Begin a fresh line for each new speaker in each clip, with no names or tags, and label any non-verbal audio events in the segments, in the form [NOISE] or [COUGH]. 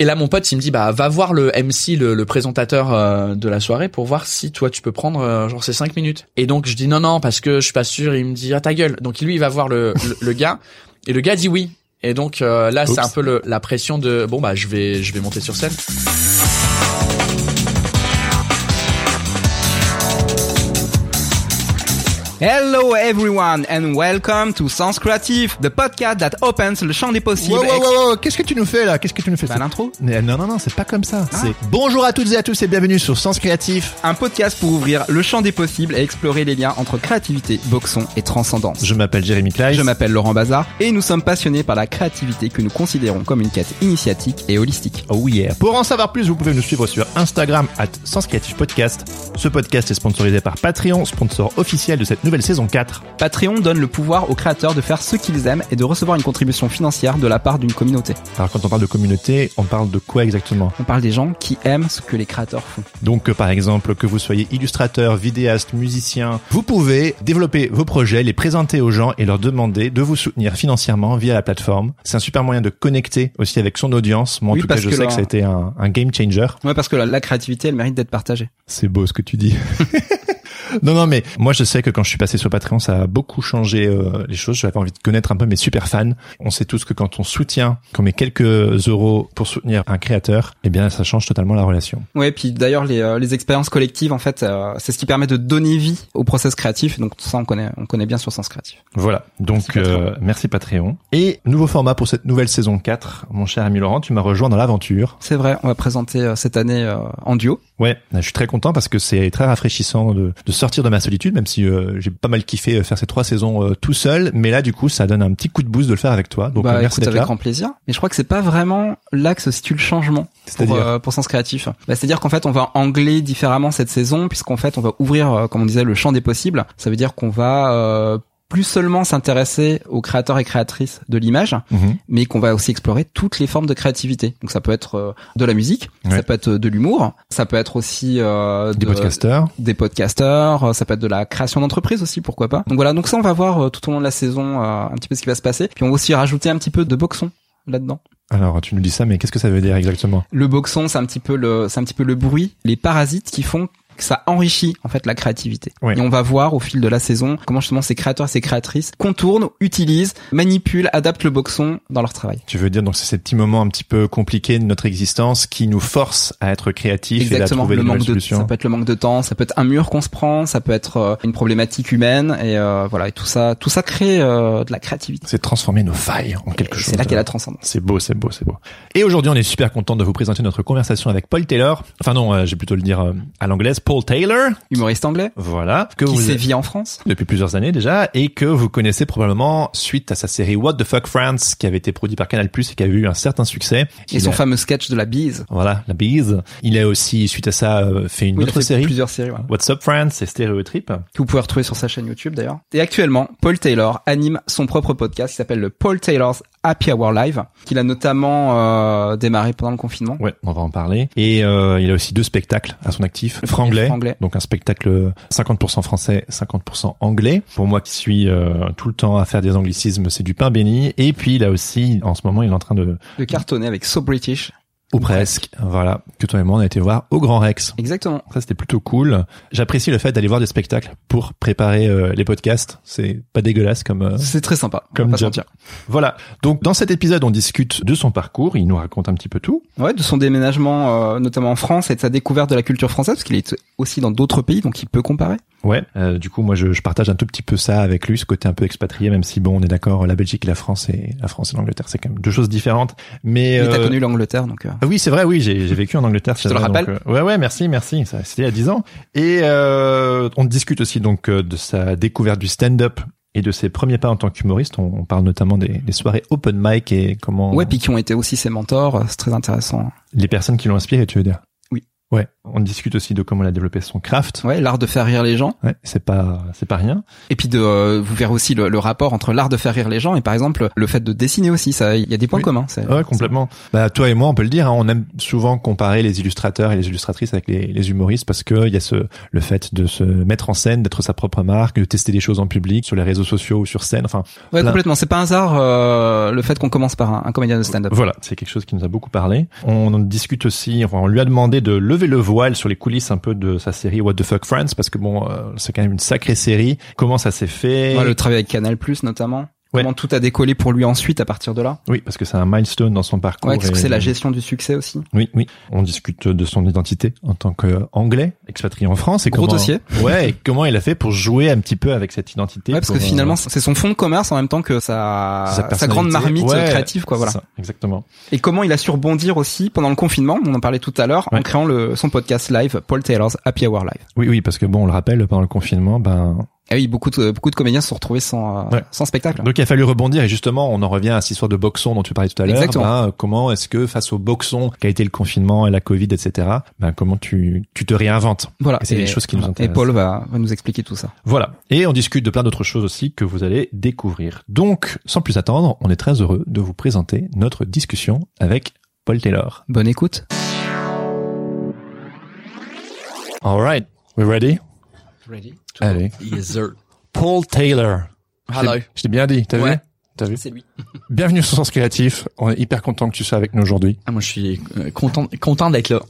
Et là, mon pote, il me dit, bah, va voir le MC, le, le présentateur euh, de la soirée, pour voir si toi, tu peux prendre euh, genre ces cinq minutes. Et donc, je dis non, non, parce que je suis pas sûr. Il me dit, ah ta gueule. Donc, lui, il va voir le, le, le gars, et le gars dit oui. Et donc, euh, là, c'est
Oups.
un peu le- la pression de, bon, bah, je vais, je vais monter sur scène.
Hello everyone and welcome to Sens Creative, the podcast that opens le champ des possibles.
Wow, wow,
Ex-
wow, wow, Qu'est-ce que tu nous fais là Qu'est-ce que tu nous fais
Bah,
C'est-
l'intro. Ah.
Mais euh, Non, non, non, c'est pas comme ça. C'est bonjour à toutes et à tous et bienvenue sur Sens Créatif.
Un podcast pour ouvrir le champ des possibles et explorer les liens entre créativité, boxon et transcendance.
Je m'appelle Jérémy Clay.
Je m'appelle Laurent Bazar et nous sommes passionnés par la créativité que nous considérons comme une quête initiatique et holistique.
Oh yeah. Pour en savoir plus, vous pouvez nous suivre sur Instagram at Sens Créatif Podcast. Ce podcast est sponsorisé par Patreon, sponsor officiel de cette nouvelle saison 4.
Patreon donne le pouvoir aux créateurs de faire ce qu'ils aiment et de recevoir une contribution financière de la part d'une communauté.
Alors quand on parle de communauté, on parle de quoi exactement
On parle des gens qui aiment ce que les créateurs font.
Donc euh, par exemple, que vous soyez illustrateur, vidéaste, musicien, vous pouvez développer vos projets, les présenter aux gens et leur demander de vous soutenir financièrement via la plateforme. C'est un super moyen de connecter aussi avec son audience. Moi en
Oui,
tout cas,
parce
je
que
sais
là-
que ça a été un, un game changer.
Ouais, parce que la, la créativité, elle mérite d'être partagée.
C'est beau ce que tu dis. [LAUGHS] Non, non, mais moi je sais que quand je suis passé sur Patreon, ça a beaucoup changé euh, les choses. J'avais envie de connaître un peu mes super fans. On sait tous que quand on soutient, qu'on met quelques euros pour soutenir un créateur, eh bien ça change totalement la relation.
Ouais, puis d'ailleurs les, euh, les expériences collectives en fait, euh, c'est ce qui permet de donner vie au process créatif. Donc ça on connaît, on connaît bien sur Sens Créatif.
Voilà, donc
Merci, Patreon.
euh, merci Patreon. Et nouveau format pour cette nouvelle saison 4. Mon cher ami Laurent, tu m'as rejoint dans l'aventure.
C'est vrai, on va présenter euh, cette année euh, en duo.
Ouais, je suis très content parce que c'est très rafraîchissant de, de sortir de ma solitude, même si euh, j'ai pas mal kiffé euh, faire ces trois saisons euh, tout seul. Mais là, du coup, ça donne un petit coup de boost de le faire avec toi. Donc euh,
bah
merci
écoute
d'être
avec
là.
grand plaisir. Mais je crois que c'est pas vraiment là que se situe le changement pour,
C'est-à-dire
euh, pour Sens Créatif. Bah, c'est-à-dire qu'en fait on va angler différemment cette saison puisqu'en fait on va ouvrir, euh, comme on disait, le champ des possibles. Ça veut dire qu'on va euh, plus seulement s'intéresser aux créateurs et créatrices de l'image,
Mhm.
mais qu'on va aussi explorer toutes les formes de créativité. Donc ça peut être euh, de la musique,
Ouais.
ça peut être euh, de l'humour, ça peut être aussi euh,
des
de-
podcasters.
des podcasteurs, euh, ça peut être de la création d'entreprise aussi, pourquoi pas. Donc voilà, donc ça on va voir euh, tout au long de la saison euh, un petit peu ce qui va se passer. Puis on va aussi rajouter un petit peu de boxon là-dedans.
Alors, tu nous dis ça, mais qu'est-ce que ça veut dire exactement
Le boxon, c'est un petit peu le, c'est un petit peu le bruit, les parasites qui font que ça enrichit en fait la créativité.
Ouais.
Et on va voir au fil de la saison comment justement ces créateurs et ces créatrices contournent, utilisent, manipulent, adaptent le boxon dans leur travail.
Tu veux dire donc c'est ces petits moments un petit peu compliqués de notre existence qui nous forcent à être créatifs et à
Exactement,
trouver
le
des
manque
nouvelles
de
solutions.
ça peut être le manque de temps, ça peut être un mur qu'on se prend, ça peut être euh, une problématique humaine et euh, voilà et tout ça tout ça crée euh, de la créativité.
C'est transformer nos failles en quelque
Et
chose.
C'est là qu'est la transcendance.
C'est beau, c'est beau, c'est beau. Et aujourd'hui, on est super content de vous présenter notre conversation avec Paul Taylor. Enfin non, euh, j'ai plutôt le dire euh, à l'anglaise, Paul Taylor.
Humoriste anglais
Voilà, que
qui
vous
sévit en France.
depuis plusieurs années déjà et que vous connaissez probablement suite à sa série What the Fuck France qui avait été produit par Canal+ et qui avait eu un certain succès.
Et
Il
son
a-
fameux sketch de la bise.
Voilà, la bise. Il a aussi suite à ça euh, fait une
Oui, il a
autre
fait
série.
Plusieurs séries, ouais.
What's Up France et Stereotrip.
Que vous pouvez retrouver sur sa chaîne YouTube d'ailleurs. Et actuellement, Paul Taylor anime son propre podcast qui s'appelle le Paul Taylor's Happy Hour Live, qu'il a notamment euh, démarré pendant le confinement.
Ouais, on va en parler. Et euh, il a aussi deux spectacles à son actif. Franglais,
Franglais.
donc un spectacle 50% français, 50% anglais. Pour moi qui suis euh, tout le temps à faire des anglicismes, c'est du pain béni. Et puis il a aussi, en ce moment, il est en train de,
De cartonner avec So British.
ou presque, voilà, que toi et moi on a été voir au Grand Rex.
Exactement.
Ça c'était plutôt cool. J'apprécie le fait d'aller voir des spectacles pour préparer euh, les podcasts. C'est pas dégueulasse comme euh,
C'est très sympa. on va
Comme
pas se
job.
mentir.
voilà. Donc dans cet épisode, on discute de son parcours. Il nous raconte un petit peu tout.
Ouais, de son déménagement euh, notamment en France et de sa découverte de la culture française, parce qu'il est aussi dans d'autres pays, donc il peut comparer.
Ouais, euh, du coup, moi, je, je partage un tout petit peu ça avec lui, ce côté un peu expatrié, même si bon, on est d'accord, la Belgique et la France et la France et l'Angleterre, c'est quand même deux choses différentes. Mais,
Mais t'as
euh,
connu l'Angleterre, donc euh,
ah oui, c'est vrai, oui, j'ai j'ai vécu en Angleterre. Je
te le rappelle.
ouais, ouais, merci, merci. ça, C'était il y a 10 ans. Et euh, on discute aussi donc euh, de sa euh, découverte du stand-up et de ses premiers pas en tant qu'humoriste. On, on parle notamment des, des soirées open mic et comment
Ouais, puis qui ont été aussi ses mentors, euh, c'est très intéressant.
les personnes qui l'ont inspiré, tu veux dire.
Oui.
Ouais. On discute aussi de comment elle a développé son craft.
Ouais, l'art de faire rire les gens.
Ouais, c'est pas, c'est pas rien.
Et puis de, euh, vous verrez aussi le, le rapport entre l'art de faire rire les gens et par exemple le fait de dessiner aussi. Ça, il y a des points
Oui. Ah
communs. c'est-
Ouais, complètement. Bah, toi et moi, on peut le dire, hein, on aime souvent comparer les illustrateurs et les illustratrices avec les, les humoristes parce que il y a ce, le fait de se mettre en scène, d'être sa propre marque, de tester des choses en public, sur les réseaux sociaux ou sur scène. Enfin,
Ouais,
plein-
complètement. C'est pas un hasard euh, le fait qu'on commence par un, un comédien de stand-up.
Voilà, c'est quelque chose qui nous a beaucoup parlé. On en discute aussi, enfin, on lui a demandé de lever le voile sur les coulisses un peu de sa série What the Fuck France, parce que bon, euh, c'est quand même une sacrée série. Comment ça s'est fait
Ouais, le travail avec Canal Plus notamment.
Ouais.
Comment tout a décollé pour lui ensuite à partir de là.
Oui, parce que c'est un milestone dans son parcours.
Ouais, qu'est-ce que
et-
c'est la gestion du succès aussi
Oui, oui. On discute de son identité en tant qu'anglais, expatrié en France. Et
Gros
comment-
dossier.
[LAUGHS] Ouais, et comment il a fait pour jouer un petit peu avec cette identité.
Ouais, parce que
pour, euh,
finalement, c'est son fond de commerce en même temps que sa,
sa
sa,
personnalité.
grande marmite
Ouais,
créative, quoi. Voilà.
c'est ça, exactement.
Et comment il a su rebondir aussi pendant le confinement On en parlait tout à l'heure en
Ouais.
créant le, son podcast live, Paul Taylor's Happy Hour Live.
Oui, oui, parce que bon, on le rappelle, pendant le confinement, ben,
Ah oui, beaucoup de, beaucoup de comédiens se sont retrouvés sans, euh,
Ouais.
sans spectacle.
Donc il a fallu rebondir et justement on en revient à cette histoire de boxon dont tu parlais tout à l'heure.
Exactement.
Ben, euh, comment est-ce que face au boxon qu'a été le confinement et la Covid etc. Ben comment tu tu te réinventes.
Voilà.
Et c'est les choses qui nous
voilà. Et
intéressent.
Paul va, va nous expliquer tout ça.
Voilà. Et on discute de plein d'autres choses aussi que vous allez découvrir. Donc sans plus attendre, on est très heureux de vous présenter notre discussion avec Paul Taylor.
Bonne écoute.
All right, we ready? Allez.
Yes, sir.
Paul Taylor.
Hello.
Je t'ai- Je t'ai bien dit, t'as
Ouais.
vu? T'as vu?
C'est lui.
Bienvenue sur Sens Créatif. On est hyper content que tu sois avec nous aujourd'hui.
Ah, moi, je suis euh, content, content d'être là.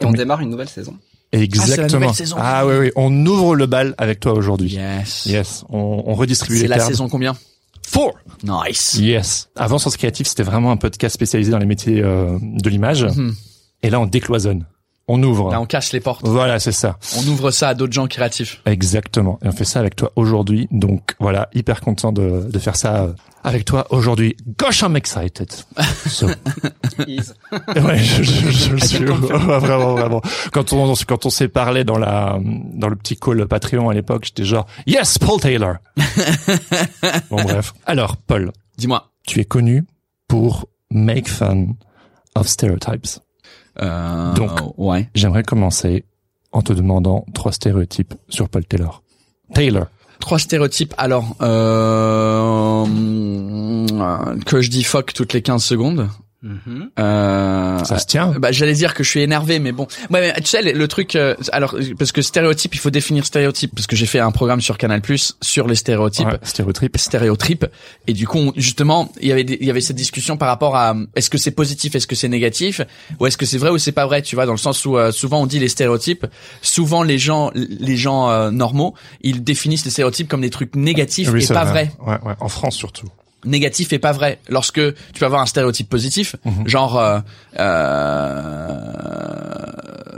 Et on démarre une nouvelle [LAUGHS] saison.
Ah, c'est la
Exactement.
nouvelle saison.
Ah oui, oui. On ouvre le bal avec toi aujourd'hui.
Yes.
Yes. On, on redistribue
C'est
les
la
cartes.
saison combien?
Four.
Nice.
Yes. Avant Sens Créatif, c'était vraiment un podcast spécialisé dans les métiers euh, de l'image. Et là, on décloisonne. On ouvre.
Mhm. Là, on casse les portes.
Voilà, c'est ça.
On ouvre ça à d'autres gens créatifs.
Exactement. Et on fait ça avec toi aujourd'hui. Donc voilà, hyper content de, de faire ça euh, avec toi aujourd'hui. Gosh,
[LAUGHS]
I'm excited. So Ouais, je, je- je le suis. [LAUGHS] Ouais, vraiment, vraiment. Quand on, quand on s'est parlé dans la, dans le petit call Patreon à l'époque, j'étais genre, yes, Paul Taylor.
[LAUGHS]
bon, bref. Alors, Paul,
Dis-moi.
tu es connu pour make fun of stereotypes.
Euh,
Donc.
Ouais.
J'aimerais commencer en te demandant trois stéréotypes sur Paul Taylor. Taylor.
Trois stéréotypes. Alors, euh, euh, que je dis fuck toutes les 15 secondes. Euh,
Ça se tient?
Bah, j'allais dire que je suis énervé, mais bon. Ouais, mais tu sais, le, le truc, euh, alors, parce que stéréotype, il faut définir stéréotype, parce que j'ai fait un programme sur Canal Plus sur les stéréotypes.
Ouais, stéréotype.
stéréotype et du coup on- justement il y avait des- il y avait cette discussion par rapport à euh, est-ce que c'est positif est-ce que c'est négatif ou est-ce que c'est vrai ou c'est pas vrai tu vois dans le sens où euh, souvent on dit les stéréotypes souvent les gens les gens euh, normaux ils définissent les stéréotypes comme des trucs négatifs
Oui,
et
c'est
pas vrais
Ouais, ouais, en France surtout.
négatif et pas vrai. Lorsque tu peux avoir un stéréotype positif,
Mhm.
genre euh, euh,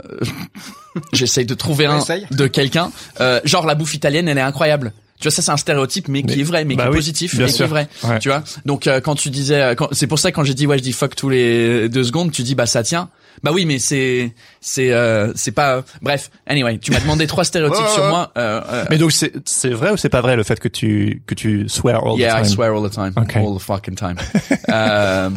[LAUGHS] j'essaye de trouver un
Essaye.
de quelqu'un, euh, genre la bouffe italienne, elle est incroyable. Tu vois, ça c'est un stéréotype, mais, qui
Mais-
est vrai, mais
bah
qui est
oui,
positif,
bien
mais qui
sûr.
est vrai.
Ouais.
Tu vois. Donc euh, quand tu disais, euh, quand- c'est pour ça que quand j'ai dit ouais, je dis fuck tous les deux secondes, tu dis bah ça tient. Bah oui, mais c'est c'est euh, c'est pas. bref, anyway, tu m'as demandé
[LAUGHS]
trois stéréotypes
Ouais,
sur
ouais.
moi. euh, euh,
Mais donc, c'est, c'est vrai ou c'est pas vrai le fait que tu, que tu swear all
yeah,
the
I
time?
swear all the time,
Okay.
all the fucking
[LAUGHS]
time. euh,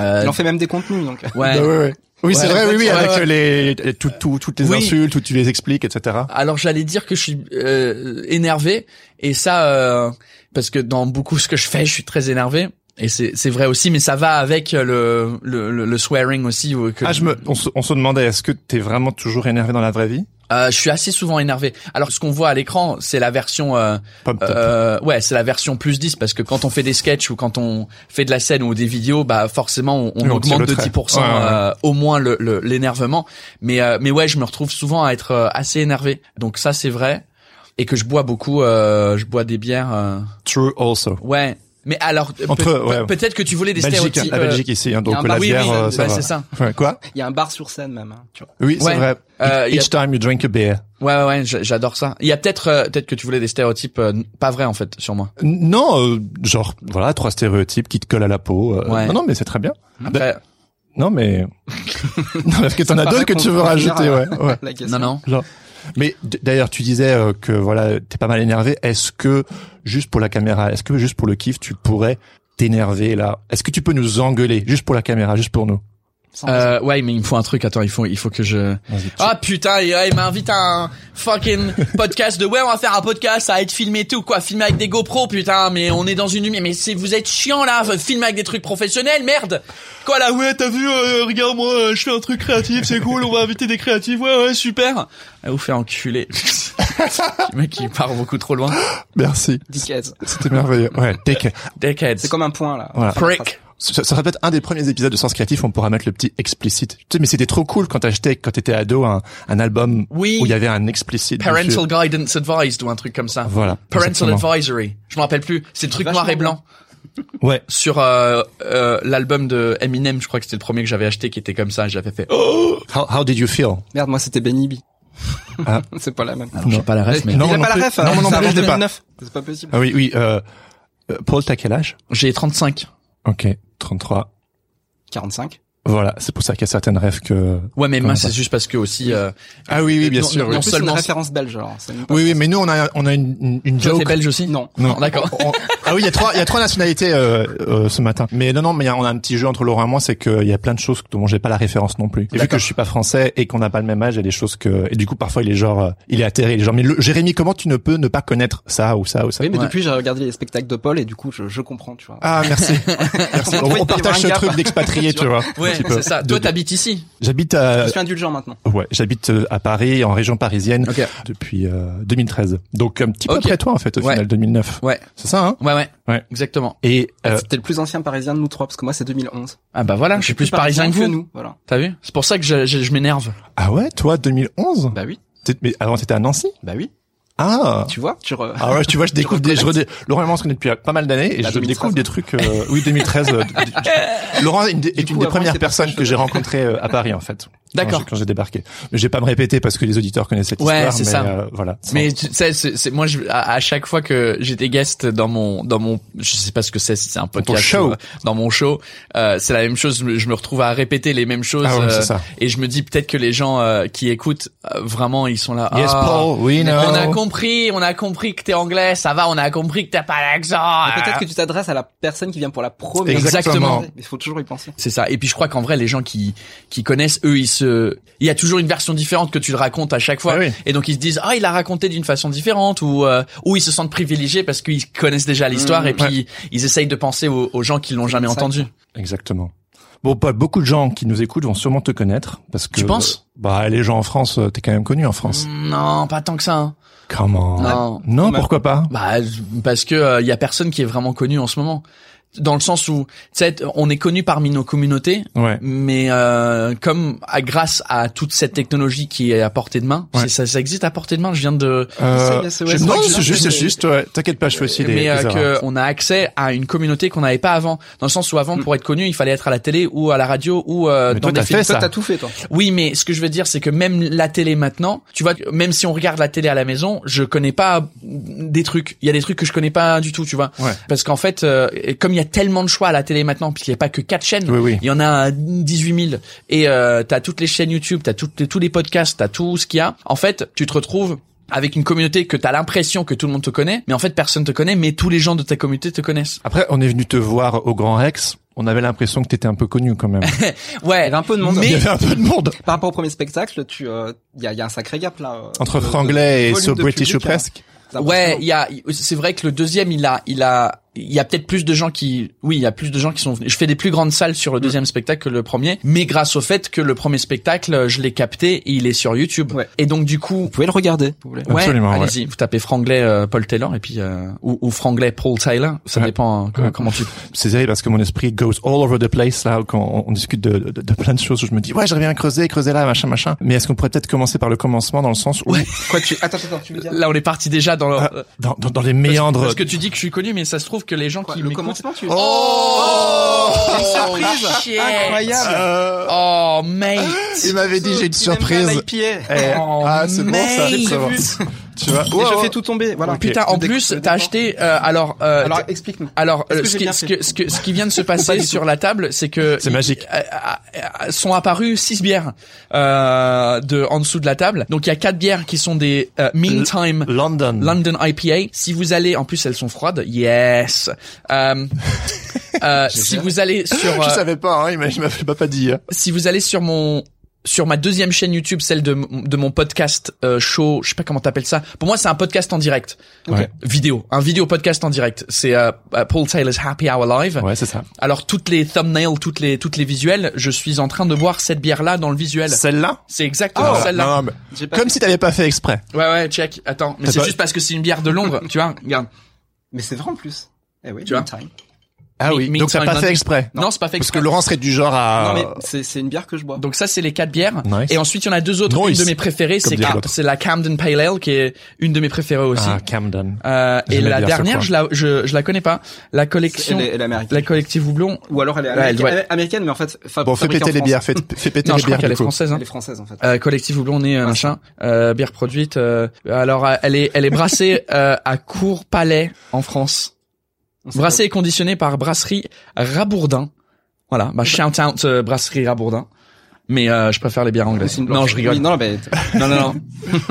euh,
Il en fait même des contenus, donc.
Ouais.
Bah ouais, ouais. Oui, c'est
Ouais.
vrai, oui, oui,
Ouais,
avec
ouais.
euh, les, les- tout, tout- toutes les
Oui.
insultes, où tu les expliques, etc.
Alors j'allais dire que je suis euh, énervé et ça euh, parce que dans beaucoup ce que je fais, je suis très énervé et c'est c'est vrai aussi, mais ça va avec euh, le le, le- le swearing aussi. ou que
Ah, je me, on se, on se demandait, est-ce que t'es vraiment toujours énervé dans la vraie vie?
Euh, je suis assez souvent énervé. Alors ce qu'on voit à l'écran, c'est la version euh,
Pop, top.
euh, ouais, c'est la version plus 10 parce que quand on fait des sketchs ou quand on fait de la scène ou des vidéos, bah forcément on, on
Oui, on tire
augmente
le
de
trait.
10
Ouais, ouais, ouais.
euh, au moins le- le- l'énervement. mais euh, mais ouais, je me retrouve souvent à être euh, assez énervé. Donc ça c'est vrai et que je bois beaucoup euh, je bois des bières euh,
True also.
ouais. Mais alors peut-
Entre-
peut-
ouais.
peut-être que tu voulais des
Belgique,
stéréotypes
la
euh,
Belgique ici, hein, donc
y a un
la
bar- oui,
bière,
oui,
euh, ça
bah,
va.
c'est ça.
Ouais, quoi?
Il y a un bar sur scène même. hein, tu vois.
Oui,
Ouais.
c'est vrai.
Euh, y a-
Each time you drink a beer.
Ouais ouais, ouais, j'a- j'adore ça. Il y a peut-être euh, peut-être que tu voulais des stéréotypes euh, pas vrais en fait sur moi.
Non, euh, genre, voilà, trois stéréotypes qui te collent à la peau. euh,
Ouais.
Non, non, mais c'est très bien.
Bah,
Après,
[LAUGHS] Non, mais. non, parce que t'en as
Pareil
d'autres que
qu'on-
tu veux
qu'on finira
rajouter, ouais.
[LAUGHS] la-
ouais.
la
non
question.
non.
Genre, Mais d- d'ailleurs, tu disais euh, que voilà, t'es pas mal énervé. Est-ce que juste pour la caméra, est-ce que juste pour le kiff, tu pourrais t'énerver là Est-ce que tu peux nous engueuler juste pour la caméra, juste pour nous
Euh, ouais, mais il me faut un truc. Attends, il faut, il faut que je. Ah putain, il, il m'invite à un
[LAUGHS]
fucking podcast de ouais, on va faire un podcast, ça va être filmé et tout quoi, filmé avec des GoPro putain, mais on est dans une lumière, mais c'est vous êtes chiant là, filmé avec des trucs professionnels, merde. Quoi là, ouais, t'as vu, euh, regarde moi, euh, je fais un truc créatif, c'est cool, on va inviter des créatifs, ouais, ouais, super. Ah, vous fait enculer. [LAUGHS] le mec il part beaucoup trop loin.
Merci.
Dickhead.
C'était merveilleux. Ouais, dès que-
Deckhead.
C'est comme un point là.
Voilà.
prick.
Ça, ça sera peut-être un des premiers épisodes de Sens Créatif, on pourra mettre le petit explicite. Tu sais, mais c'était trop cool quand t'achetais, quand t'étais ado, un, un album
Oui.
où il y avait un explicite. dessus.
Parental guidance advised ou un truc comme ça.
Voilà,
Parental
exactement.
advisory. Je me rappelle plus. C'est le truc noir et
Vachement
blanc.
Ouais.
sur euh, euh, l'album de Eminem, je crois que c'était le premier que j'avais acheté qui était comme ça, j'avais fait Oh
How, how did you feel?
Merde, moi c'était Benny B.
Ah.
[LAUGHS] c'est pas la même.
J'ai pas la ref mais
Il
Non,
a
non
pas
plus.
la ref.
Non,
hein.
moi non
Ça
plus, je l'ai pas.
2009. C'est pas possible.
Ah oui, oui, euh, euh, Paul, t'as quel âge?
j'ai 35.
Ok, 33.
45.
Voilà, c'est pour ça qu'il y a certaines rêves que...
Ouais mais
Comment
moi
ça
c'est juste parce que aussi euh,
Ah oui, oui, bien
Non,
sûr.
non,
oui.
En plus, c'est une
seulement-
référence belge alors. c'est même pas-
oui, oui, mais nous, on a, on a une, une- une
toi,
joke.
t'es belge aussi
Non.
Non.
D'accord.
[LAUGHS] On- ah oui, il y a trois, il y a trois nationalités euh, euh, ce matin. Mais non, non, mais il y a- on a un petit jeu entre Laurent et moi, c'est qu'il y a plein de choses dont j'ai pas la référence non plus. Et vu que je suis pas français et qu'on n'a pas le même âge, il y a des choses que et du coup parfois il est genre, euh, il est atterré, il est genre. Mais le- Jérémy, comment tu ne peux ne pas connaître ça ou ça ou ça
Oui, mais
Ouais.
depuis j'ai regardé les spectacles de Paul et du coup je, je comprends, tu vois.
Ah
[LAUGHS]
merci, merci. On,
Il doit y avoir
on
un
partage ce
gap.
truc d'expatrié, tu vois. un
Ouais,
petit peu.
c'est ça.
De-
Toi
de-
t'habites ici.
J'habite à,
Je suis indulgent maintenant.
ouais, j'habite euh, à Paris, en région parisienne,
Ok.
depuis euh, 2013. Donc un petit peu
Ok.
après toi en fait, au
Ouais.
final 2009.
Ouais.
C'est ça, hein
Ouais ouais.
Ouais.
Exactement.
Et euh,
C'était le plus ancien parisien de nous trois parce que moi c'est 2011.
Ah bah voilà, je suis plus parisien que vous.
nous, voilà.
T'as vu C'est pour ça que je, je, je m'énerve.
ah ouais, toi 2011.
Bah oui.
T'es- Mais avant t'étais à Nancy.
Bah oui.
Ah
Tu vois, tu re...
ah ouais, tu vois, je découvre des, je redé- Laurent et moi on se connaît depuis euh, pas mal d'années et
Bah,
je
2013.
découvre des trucs. euh, oui, 2013. euh, d- d- Laurent est une des- est
coup,
une des
avant,
premières
c'est pas
personnes que j'ai rencontrées euh, à Paris en fait.
D'accord.
Quand j'ai- Quand j'ai débarqué. Mais je vais pas me répéter parce que les auditeurs connaissent cette
Ouais,
histoire.
c'est
mais,
ça.
euh, voilà.
Mais tu sais, c'est c'est- moi, je, à, à chaque fois que j'ai des guests dans mon, dans mon, je sais pas ce que c'est, si c'est un podcast,
show.
ou, euh, dans mon show, euh, c'est la même chose. je me- Je me retrouve à répéter les mêmes choses,
Ah ouais, c'est
euh,
ça.
et je me dis peut-être que les gens euh, qui écoutent euh, vraiment, ils sont là.
Yes,
Ah,
Paul, we know.
On a compris, on a compris que t'es anglais, ça va, on a compris que t'as pas l'accent.
[LAUGHS] Mais Peut-être que tu t'adresses à la personne qui vient pour la première
Exactement.
fois. Il faut toujours y penser.
C'est ça. Et puis je crois qu'en vrai, les gens qui qui connaissent, eux, ils se, il y a toujours une version différente que tu le racontes à chaque fois.
Ah oui.
Et donc ils se disent, ah, il a raconté d'une façon différente, ou euh, ou ils se sentent privilégiés parce qu'ils connaissent déjà l'histoire
Mmh,
et puis ils, ils essayent de penser aux, aux gens qui l'ont jamais
ça.
entendu.
Exactement. Bon, Paul, beaucoup de gens qui nous écoutent vont sûrement te connaître parce que.
Tu penses
Bah, les gens en France, euh, t'es quand même connu en France.
Mmh, Non, pas tant que ça. hein.
Comment
Non.
Non,
Même-
pourquoi pas
Bah parce que euh, il y a personne qui est vraiment connu en ce moment. Dans le sens où, tu sais, on est connu parmi nos communautés,
Ouais.
mais euh, comme à, grâce à toute cette technologie qui est à portée de main,
Ouais.
c'est- ça, ça existe à portée de main. Je viens de,
Euh,
c'est- c'est-
je-
ouais,
non,
c'est-
c'est juste, c'est
mais-
juste. ouais. T'inquiète pas, je fais aussi des.
mais
des
euh,
erreurs.
que on a accès à une communauté qu'on n'avait pas avant dans le sens où avant pour être connu il fallait être à la télé ou à la radio ou euh,
Mm. Mais
dans
toi,
des
t'as
films
fait ça.
Toi, t'as tout fait, toi.
oui mais ce que je veux dire c'est que même la télé maintenant tu vois même si on regarde la télé à la maison je connais pas des trucs il y a des trucs que je connais pas du tout tu vois
Ouais.
parce qu'en fait euh, comme il y a tellement de choix à la télé maintenant puisqu'il n'y a pas que quatre chaînes
Oui, oui.
il y en a 18 000 et euh, t'as toutes les chaînes YouTube, t'as toutes tous les podcasts, t'as tout ce qu'il y a. En fait, tu te retrouves avec une communauté que t'as l'impression que tout le monde te connaît, mais en fait personne te connaît, mais tous les gens de ta communauté te connaissent.
Après, on est venu te voir au Grand Rex. On avait l'impression que t'étais un peu connu
[LAUGHS]
quand même.
Ouais.
Il y avait un peu de monde.
Il y
Mais
avait un peu de monde
Par rapport au premier spectacle, tu, euh, il y, a, y a un sacré gap là. euh,
entre
de- de-
franglais et
volume
so
de
British ou
public, hein.
presque.
C'est
ouais,
impressionnant.
il y a c'est vrai que le deuxième, il a il a il y a peut-être plus de gens qui oui, il y a plus de gens qui sont venus. Je fais des plus grandes salles
Mm.
sur le deuxième spectacle que le premier, mais grâce au fait que le premier spectacle, je l'ai capté et il est sur YouTube.
Ouais.
Et donc du coup,
Vous pouvez le regarder, vous voulez.
Ouais,
Absolument, ouais.
allez-y, vous tapez franglais euh, Paul Taylor et puis euh, ou, ou franglais Paul Taylor, ça
Ouais.
dépend euh, co-
Ouais.
comment
[LAUGHS]
tu.
C'est vrai parce que mon esprit goes all over the place là quand on, on discute de, de, de plein de choses où je me dis ouais je reviens creuser creuser là machin machin. Mais est-ce qu'on pourrait peut-être commencer par le commencement dans le sens où
[LAUGHS] Quoi, tu, attends, attends, tu veux dire.
Là, on est parti déjà dans le
Ah,
euh,
dans, dans, dans les
parce-
méandres.
Parce que tu dis que je suis connu, mais ça se trouve que les gens
Quoi,
qui
le
m'écoutent.
commencement,
Oh
tu
Oh,
Une surprise
shit.
Incroyable
Euh,
Oh mate.
il m'avait dit j'ai une
Il Ah, aime bien
surprise.
l'IPA.
Eh,
Oh,
ah c'est bon ça.
Eh,
mate.
c'est bon. Tu vois
Et
Wow,
je
wow.
fais tout tomber. Voilà.
Ok.
Putain, en
Le déc-
plus,
le
t'as
décor.
acheté. euh, alors, euh,
Alors
t'as-
explique-nous.
alors,
Est-ce
euh,
que
ce,
j'ai
qui,
bien
ce,
fait
que, ce, que- ce qui vient de
[LAUGHS]
se passer sur la table, c'est que
C'est magique.
euh, euh, euh, sont apparues six bières euh, de en dessous de la table. Donc il y a quatre bières qui sont des euh, meantime
London.
London IPA. Si vous allez, en plus elles sont froides. Yes. Euh,
[LAUGHS]
euh, si vous
[LAUGHS]
allez sur
Je
euh,
savais pas, hein, il m'a- il m'avait pas, pas dit. hein.
si vous allez sur mon sur ma deuxième chaîne YouTube, celle de, m- de mon podcast euh, show, je sais pas comment t'appelles ça. Pour moi, c'est un podcast en direct.
Ouais.
Vidéo, un vidéo podcast en direct. C'est euh, euh, Paul Taylor's Happy Hour Live.
Ouais, c'est ça.
Alors toutes les thumbnails, toutes les toutes les visuels, je suis en train de boire cette bière là dans le visuel.
Celle-là
C'est exactement
Voilà.
celle-là.
Non, non, mais-
J'ai pas-
Comme si t'avais pas fait exprès.
Ouais ouais, check. Attends, mais
T'as
c'est
pas-
juste parce que c'est une bière de
[LAUGHS]
Londres, tu vois. Regarde.
Mais c'est vrai en plus. Eh oui,
Tu vois.
meantime.
Ah
Me-
oui,
me
donc t'as
time
pas
London.
fait exprès.
Non, c'est pas fait.
Parce que
exprès.
Laurent serait du genre
Non
à...
mais c'est c'est une bière que je bois.
Donc ça, c'est les quatre bières.
Nice.
Et ensuite, il y en a deux autres.
Nice.
Une de mes préférées,
Comme
c'est
dirait
Cam-
l'autre.
c'est la Camden Pale Ale, qui est une de mes préférées aussi.
Ah, Camden.
Euh, et
J'aime
la
bien ce
dernière,
coin.
je la, je, je la connais pas. La
C'est-
collection,
elle est, elle est américaine.
la collective houblon.
Ou alors elle est
Ouais, elle
américaine,
doit-
elle est américaine, mais en fait, fa-
Ah Bon, fais
fabriquée
péter
en
les
France.
bières, fais, fais péter
Non,
les
je crois
bières
qu'elle
du
est
coup.
française. Hein.
Elle est française en fait.
Euh, collective houblon, né euh, machin, euh, bière produite. euh, alors, euh, elle est, elle est brassée
[LAUGHS]
euh, à Cour Palais en France.
On sait
Brassée et conditionnée par Brasserie Rabourdin. Voilà, bah shout out euh, Brasserie Rabourdin. Mais euh, je préfère les bières
pas.
anglaises.
Ah, C'est une
Non,
blanche.
je rigole.
Oui, non, mais
non, non, non.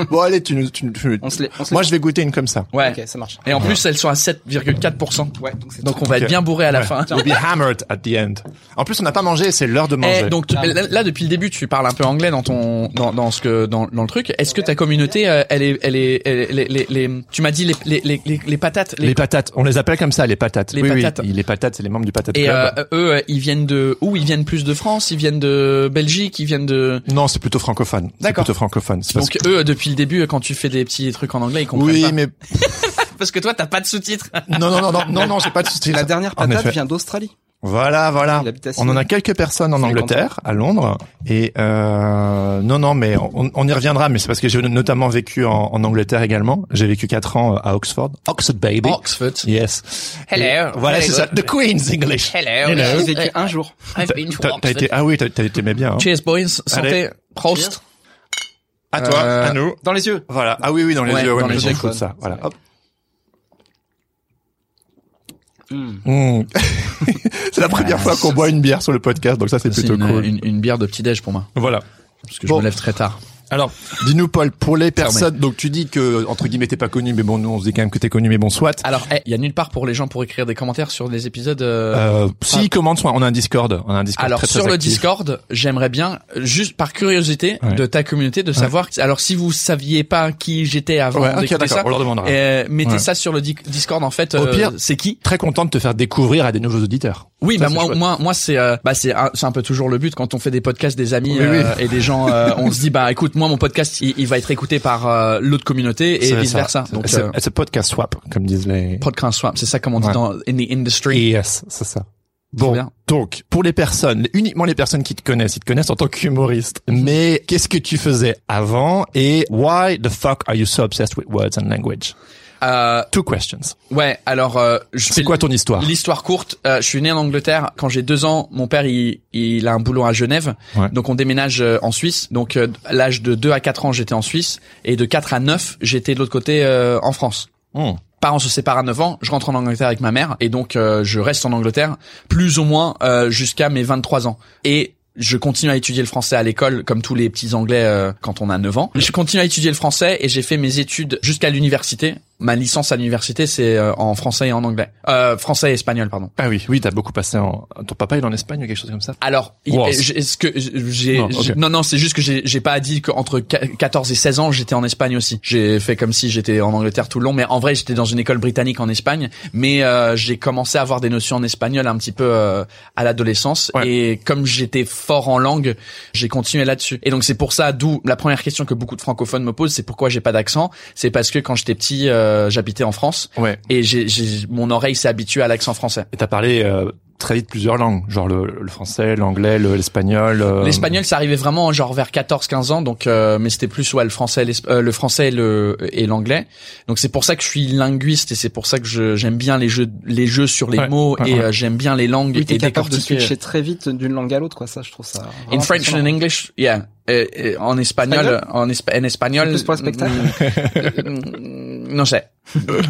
Bon, allez, tu nous... tu nous- tu nous-
on se les, on se les-
Moi, je vais goûter une comme ça.
Ouais.
Ok, ça marche.
Et en plus, elles sont à 7,4%.
Ouais, donc c'est
Donc on va
Ok.
être bien bourré à la
Ouais.
fin.
We'll be hammered at the end. En plus, on n'a pas mangé, c'est l'heure de manger.
Eh, donc tu-
Ah.
là, là, depuis le début tu parles un peu anglais dans ton dans, dans ce que dans, dans le truc. Est-ce que ta communauté euh, elle est elle est elle est- les, les, les- tu m'as dit les les, les, les- les patates les-
Les patates, on les appelle comme ça, les patates.
Les
oui,
patates.
oui, les patates, c'est les membres du patate
et euh,
club.
eux euh, ils viennent de où ils viennent plus de France ils viennent de Belgique ils viennent de
Non, c'est plutôt francophone. C'est
D'accord.
plutôt francophone. C'est parce
donc eux depuis le début quand tu fais des petits trucs en anglais ils
que-
comprennent
Oui,
pas
mais
parce que toi t'as pas de
[LAUGHS]
sous-titres
non, non, non, non, non, non, j'ai pas de souci.
Ah,
La dernière
En
patate
effet.
vient d'Australie.
Voilà, voilà.
Il habite à
On en
Sydney.
a quelques personnes en
C'est
Angleterre, à Londres, et euh, non, non, mais on, on y reviendra. Mais c'est parce que j'ai notamment vécu en, en Angleterre également. J'ai vécu quatre ans euh, à Oxford, Oxford baby.
Oxford
Yes.
Hello.
Et voilà,
Very
c'est
good.
ça. The Queen's English.
Hello,
J'ai
Hello.
vécu un jour.
I've
T'as-
been to
t'as- T'as
Oxford.
été, ah oui, t'as- t'as- t'aimais bien. hein.
Cheers boys santé
Allez.
prost
À toi,
Euh,
à nous.
Dans les yeux.
Voilà. Ah oui, oui, dans les
Ouais,
yeux. ouais,
dans
mais
les
j'en
yeux.
fous de ça. Voilà. Hop.
Mm.
Hmm.
Mm. [LAUGHS] c'est la première fois qu'on boit une bière sur le podcast, donc ça c'est
c'est
plutôt
une,
cool.
une, une bière de petit déj pour moi
Voilà.
parce que
Bon.
je me lève très tard
Alors, dis-nous Paul, pour les personnes, donc tu dis que entre guillemets t'es pas connu, mais bon, nous on se dit quand même que t'es connu, mais bon, soit.
Alors, eh, il y a nulle part pour les gens pour écrire des commentaires sur les épisodes. euh,
Euh, si comment soit, on a un Discord, on a un Discord.
alors
très, très
sur le
actif.
Discord, j'aimerais bien, euh, juste par curiosité
Ouais.
de ta communauté, de savoir. Alors, si vous saviez pas qui j'étais avant
Ouais, ok,
d'écouter
d'accord,
ça,
on leur demandera.
euh, mettez
Ouais.
ça sur le di- Discord. En fait,
Au
euh,
pire-
c'est qui
Très content de te faire découvrir à des nouveaux auditeurs.
Oui,
Ça,
bah
c'est
moi,
chouette.
moi, moi, c'est, euh, bah c'est, un, c'est un peu toujours le but quand on fait des podcasts des amis
Oui, oui.
euh, et des gens. euh, on se dit, bah écoute, moi, mon podcast, il, il va être écouté par euh, l'autre communauté et
C'est
vice versa.
ça.
Donc,
C'est
euh,
c'est podcast swap, comme disent les.
Podcrain Swap, c'est ça comme on dit
Ouais.
dans in the industry.
Yes, c'est ça. Bon,
bien.
donc pour les personnes, les- uniquement les personnes qui te connaissent, ils te connaissent en tant qu'humoriste. Mais qu'est-ce que tu faisais avant et why the fuck are you so obsessed with words and language?
Euh,
Two questions.
ouais, alors, euh, je
C'est
fais-
quoi ton histoire
L'histoire courte, euh, je suis né en Angleterre. Quand j'ai deux ans, mon père il, il a un boulot à Genève,
Ouais.
donc on déménage euh, en Suisse. Donc euh, à l'âge de 2 à 4 ans, j'étais en Suisse, et de 4 à 9, j'étais de l'autre côté euh, en France.
Hmm.
Parents se séparent à 9 ans, je rentre en Angleterre avec ma mère, et donc euh, je reste en Angleterre plus ou moins euh, jusqu'à mes 23 ans. Et je continue à étudier le français à l'école, comme tous les petits Anglais euh, quand on a 9 ans. Je continue à étudier le français et j'ai fait mes études jusqu'à l'université. Ma licence à l'université, c'est euh, en français et en anglais. Euh, français et espagnol, pardon.
Ah oui, oui, t'as beaucoup passé en. Ton papa, il est en Espagne ou quelque chose comme ça
Alors, il-
Wow.
j'ai- est-ce que j'ai
Non, ok.
j'ai- non non, c'est juste que j'ai j'ai pas dit qu'entre qu- 14 et 16 ans, j'étais en Espagne aussi. J'ai fait comme si j'étais en Angleterre tout le long, mais en vrai, j'étais dans une école britannique en Espagne, mais euh, j'ai commencé à avoir des notions en espagnol un petit peu euh, à l'adolescence
Ouais.
et comme j'étais fort en langue, j'ai continué là-dessus. Et donc c'est pour ça d'où la première question que beaucoup de francophones me posent, c'est pourquoi j'ai pas d'accent C'est parce que quand j'étais petit, euh, j'habitais en France
Ouais.
et j'ai j'ai- mon oreille s'est habituée à l'accent français.
Et t'as parlé euh, très vite plusieurs langues, genre le, le français, l'anglais, le- l'espagnol. euh,
L'espagnol, ça arrivait vraiment genre vers 14-15 ans, donc euh, mais c'était plus ouais le français, l'esp- euh, le français et le et l'anglais. Donc c'est pour ça que je suis linguiste et c'est pour ça que je- j'aime bien les jeux les jeux sur les
Ouais,
mots
ouais,
et
ouais.
euh, j'aime bien les langues
Oui, t'es
et
capable de
décortiquer.
switcher très vite d'une langue à l'autre, quoi. Ça, je trouve
In
ça. vraiment
French and
impressionnant.
English, yeah. Et- et en espagnol,
Espagnol
en, espa- en espagnol.
C'est plus pour le spectacle.
mm, no sé.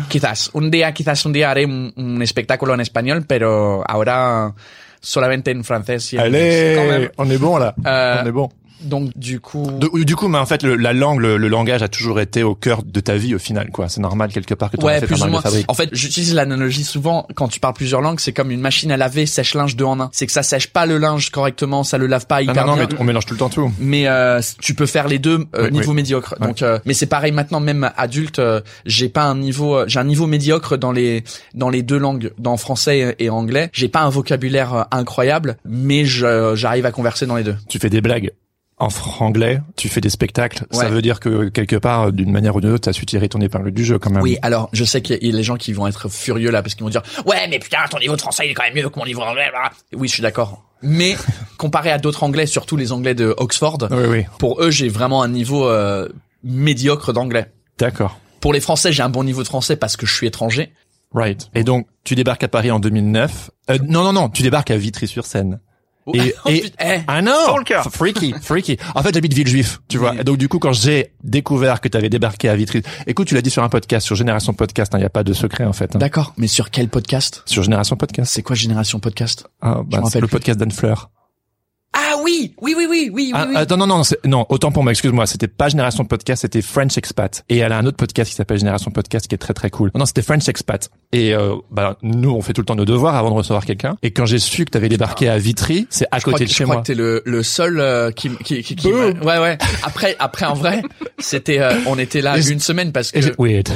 quizás un día, quizás un día haré un, un espectáculo en espagnol, pero ahora solamente en francés. y en inglés. Quand même.
Allez, on est bon là.
Euh,
on est bon.
Donc du coup,
De- du coup, mais en fait, le- la langue, le, le langage a toujours été au cœur de ta vie au final, quoi. C'est normal quelque part que tu
ouais,
fait
plus
ta
ou
marque
moins.
de fabrique.
En fait, j'utilise l'analogie souvent quand tu parles plusieurs langues, c'est comme une machine à laver sèche-linge deux en un. C'est que ça sèche pas le linge correctement, ça le lave pas
Non,
hyper
non, non,
bien.
mais on mélange tout le temps tout.
mais euh, tu peux faire les deux euh,
Oui,
niveau
oui.
médiocre.
Ouais.
Donc euh, mais c'est pareil maintenant même adulte, euh, j'ai pas un niveau euh, j'ai un niveau médiocre dans les dans les deux langues, dans français et anglais. J'ai pas un vocabulaire euh, incroyable, mais je j'arrive à converser dans les deux.
Tu fais des blagues en franglais, tu fais des spectacles.
Ouais.
Ça veut dire que quelque part, d'une manière ou d'une autre, t'as su tirer ton épingle du jeu quand même.
Ah Oui, alors je sais qu'il y a les gens qui vont être furieux là parce qu'ils vont dire "Ouais, mais putain, ton niveau de français il est quand même mieux que mon niveau anglais." blah. Oui, je suis d'accord. [LAUGHS] Mais comparé à d'autres anglais, surtout les anglais de Oxford,
oui, oui.
pour eux, j'ai vraiment un niveau euh, médiocre d'anglais.
D'accord.
Pour les français, j'ai un bon niveau de français parce que je suis étranger.
Right. Et donc, tu débarques à Paris en 2009. Euh, non, non, non, tu débarques à Vitry-sur-Seine. Et-
[LAUGHS] Oh,
et-
putain,
[LAUGHS]
eh.
Ah non
Dans le cœur.
Freaky, freaky. En fait, j'habite Villejuif, tu vois. Et donc, du coup, quand j'ai découvert que tu avais débarqué à Vitry... Écoute, tu l'as dit sur un podcast, sur Génération Podcast, il n'y a pas de secret, en fait. hein.
D'accord, mais sur quel podcast
Sur Génération Podcast.
C'est quoi Génération Podcast Je
Ah, bah,
m'en
c'est
rappelle
le
plus.
podcast d'Anne Fleur.
Ah oui, oui, oui, oui, oui,
Ah, Attends, non, non, c'est- non, autant pour moi, excuse-moi, c'était pas Génération Podcast, c'était French Expat. Et elle a un autre podcast qui s'appelle Génération Podcast qui est très très cool. Non, non, c'était French Expat. Et euh, bah, nous, on fait tout le temps nos devoirs avant de recevoir quelqu'un. Et quand j'ai su que t'avais débarqué à Vitry, c'est à
Je crois,
côté
que,
de
je
chez
crois
moi.
que t'es le, le seul euh, qui, m- qui, qui, qui
Boo.
m'a- ouais ouais après après en vrai c'était euh, on était là [LAUGHS]
Et je-
une semaine parce que
Is it weird?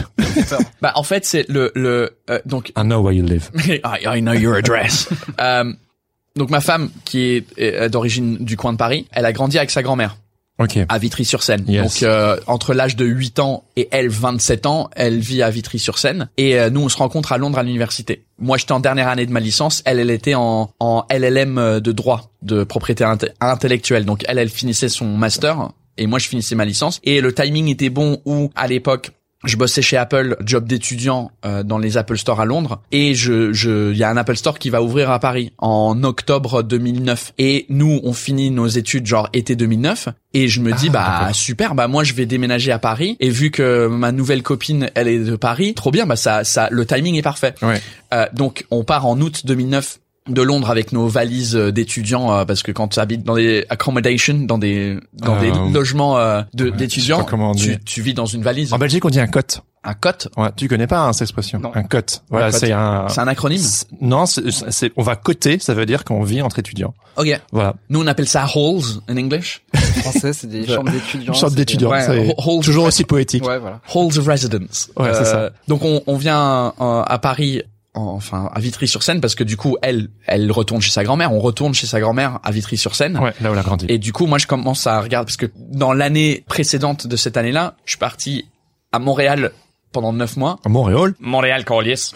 bah en fait c'est le le euh, donc [LAUGHS]
I know where you live.
I, I know your address Euh, donc ma femme qui est euh, d'origine du coin de Paris elle a grandi avec sa grand-mère
Ok.
à Vitry-sur-Seine.
Yes.
Donc euh, entre l'âge de 8 ans et elle 27 ans, elle vit à Vitry-sur-Seine et euh, nous on se rencontre à Londres à l'université. Moi j'étais en dernière année de ma licence, elle elle était en en LLM euh, de droit de propriété inte- intellectuelle. Donc elle elle finissait son master et moi je finissais ma licence et le timing était bon où à l'époque je bossais chez Apple, job d'étudiant euh, dans les Apple Store à Londres, et je, je, il y a un Apple Store qui va ouvrir à Paris en octobre 2009. Et nous, on finit nos études genre été 2009, et je me dis
Ah,
bah super, bah moi je vais déménager à Paris, et vu que ma nouvelle copine elle est de Paris, trop bien, bah ça, ça, le timing est parfait.
Ouais.
Euh, donc on part en août 2009 de Londres avec nos valises euh, d'étudiants euh, parce que quand tu habites dans des accommodations dans des dans
Euh,
des logements euh, de-
ouais, je
d'étudiants
sais pas comment on dit.
tu, tu vis dans une valise
En Belgique, on dit un cote.
un cote
Ouais, tu connais pas hein, cette expression.
Non.
Un cote. Voilà,
Un cote.
c'est un.
c'est un acronyme
c'est- Non, c'est, c'est- on va coter. Ça veut dire qu'on vit entre étudiants.
Ok.
Voilà.
Nous, on appelle ça halls in English.
En français,
[LAUGHS]
c'est des chambres d'étudiants.
Sorte
c'est des-
d'étudiants.
ouais,
c'est
hold-
toujours aussi poétique.
Ouais, voilà.
Halls of residence. Euh,
Ouais, c'est ça.
Donc, on, on vient euh, à Paris, en- enfin, à Vitry-sur-Seine, parce que du coup, elle, elle retourne chez sa grand-mère. On retourne chez sa grand-mère à Vitry-sur-Seine.
Ouais, là où elle a grandi.
Et du coup, moi, je commence à regarder, parce que dans l'année précédente de cette année-là, je suis parti à Montréal pendant neuf mois.
À Montréal.
Montréal, Corliss.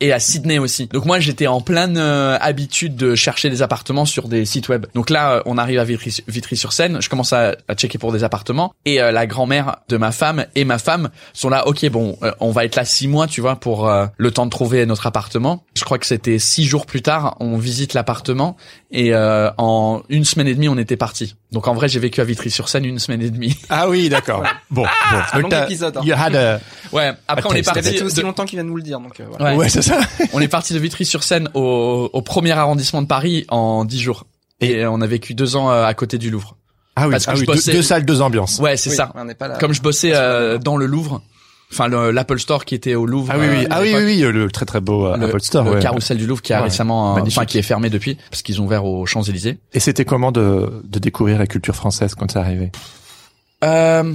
et à Sydney aussi. Donc moi, j'étais en pleine euh, habitude de chercher des appartements sur des sites web. Donc là, euh, on arrive à Vitry- Vitry-sur-Seine. je commence à, à checker pour des appartements. Et euh, la grand-mère de ma femme et ma femme sont là. Ok, bon, euh, on va être là six mois, tu vois, pour euh, le temps de trouver notre appartement. Je crois que c'était six jours plus tard, on visite l'appartement. Et euh, en une semaine et demie, on était parti. Donc en vrai, j'ai vécu à Vitry-sur-Seine une semaine et demie. [LAUGHS]
Ah oui, d'accord. Ah, bon, bon. Donc
long
t'as-
épisode, hein.
You had a...
ouais. Après, on est
Attends,
Ça
parti.
fait aussi
de-
longtemps qu'ils viennent nous le dire, donc euh, voilà.
Ouais.
Ouais, c'est ça.
On est parti de Vitry-sur-Seine au, au premier arrondissement de Paris en dix jours. Et, on a vécu deux ans euh, à côté du Louvre.
Ah oui,
Parce que
ah
je
oui,
bossais-
Deux, deux salles, deux ambiances.
Ouais, c'est
Oui,
ça.
On n'est pas là.
Comme je bossais euh, dans le Louvre, enfin le- l'Apple Store qui était au Louvre.
Ah oui,
euh,
oui,
à
ah oui,
l'époque.
oui, oui, le très très beau euh,
Le,
Apple Store.
le
ouais.
carrousel du Louvre qui a
Ouais,
récemment, euh,
magnifique.
enfin qui est fermé depuis parce qu'ils ont ouvert aux Champs Élysées.
Et c'était comment de, de découvrir la culture française quand t'es arrivé
Euh,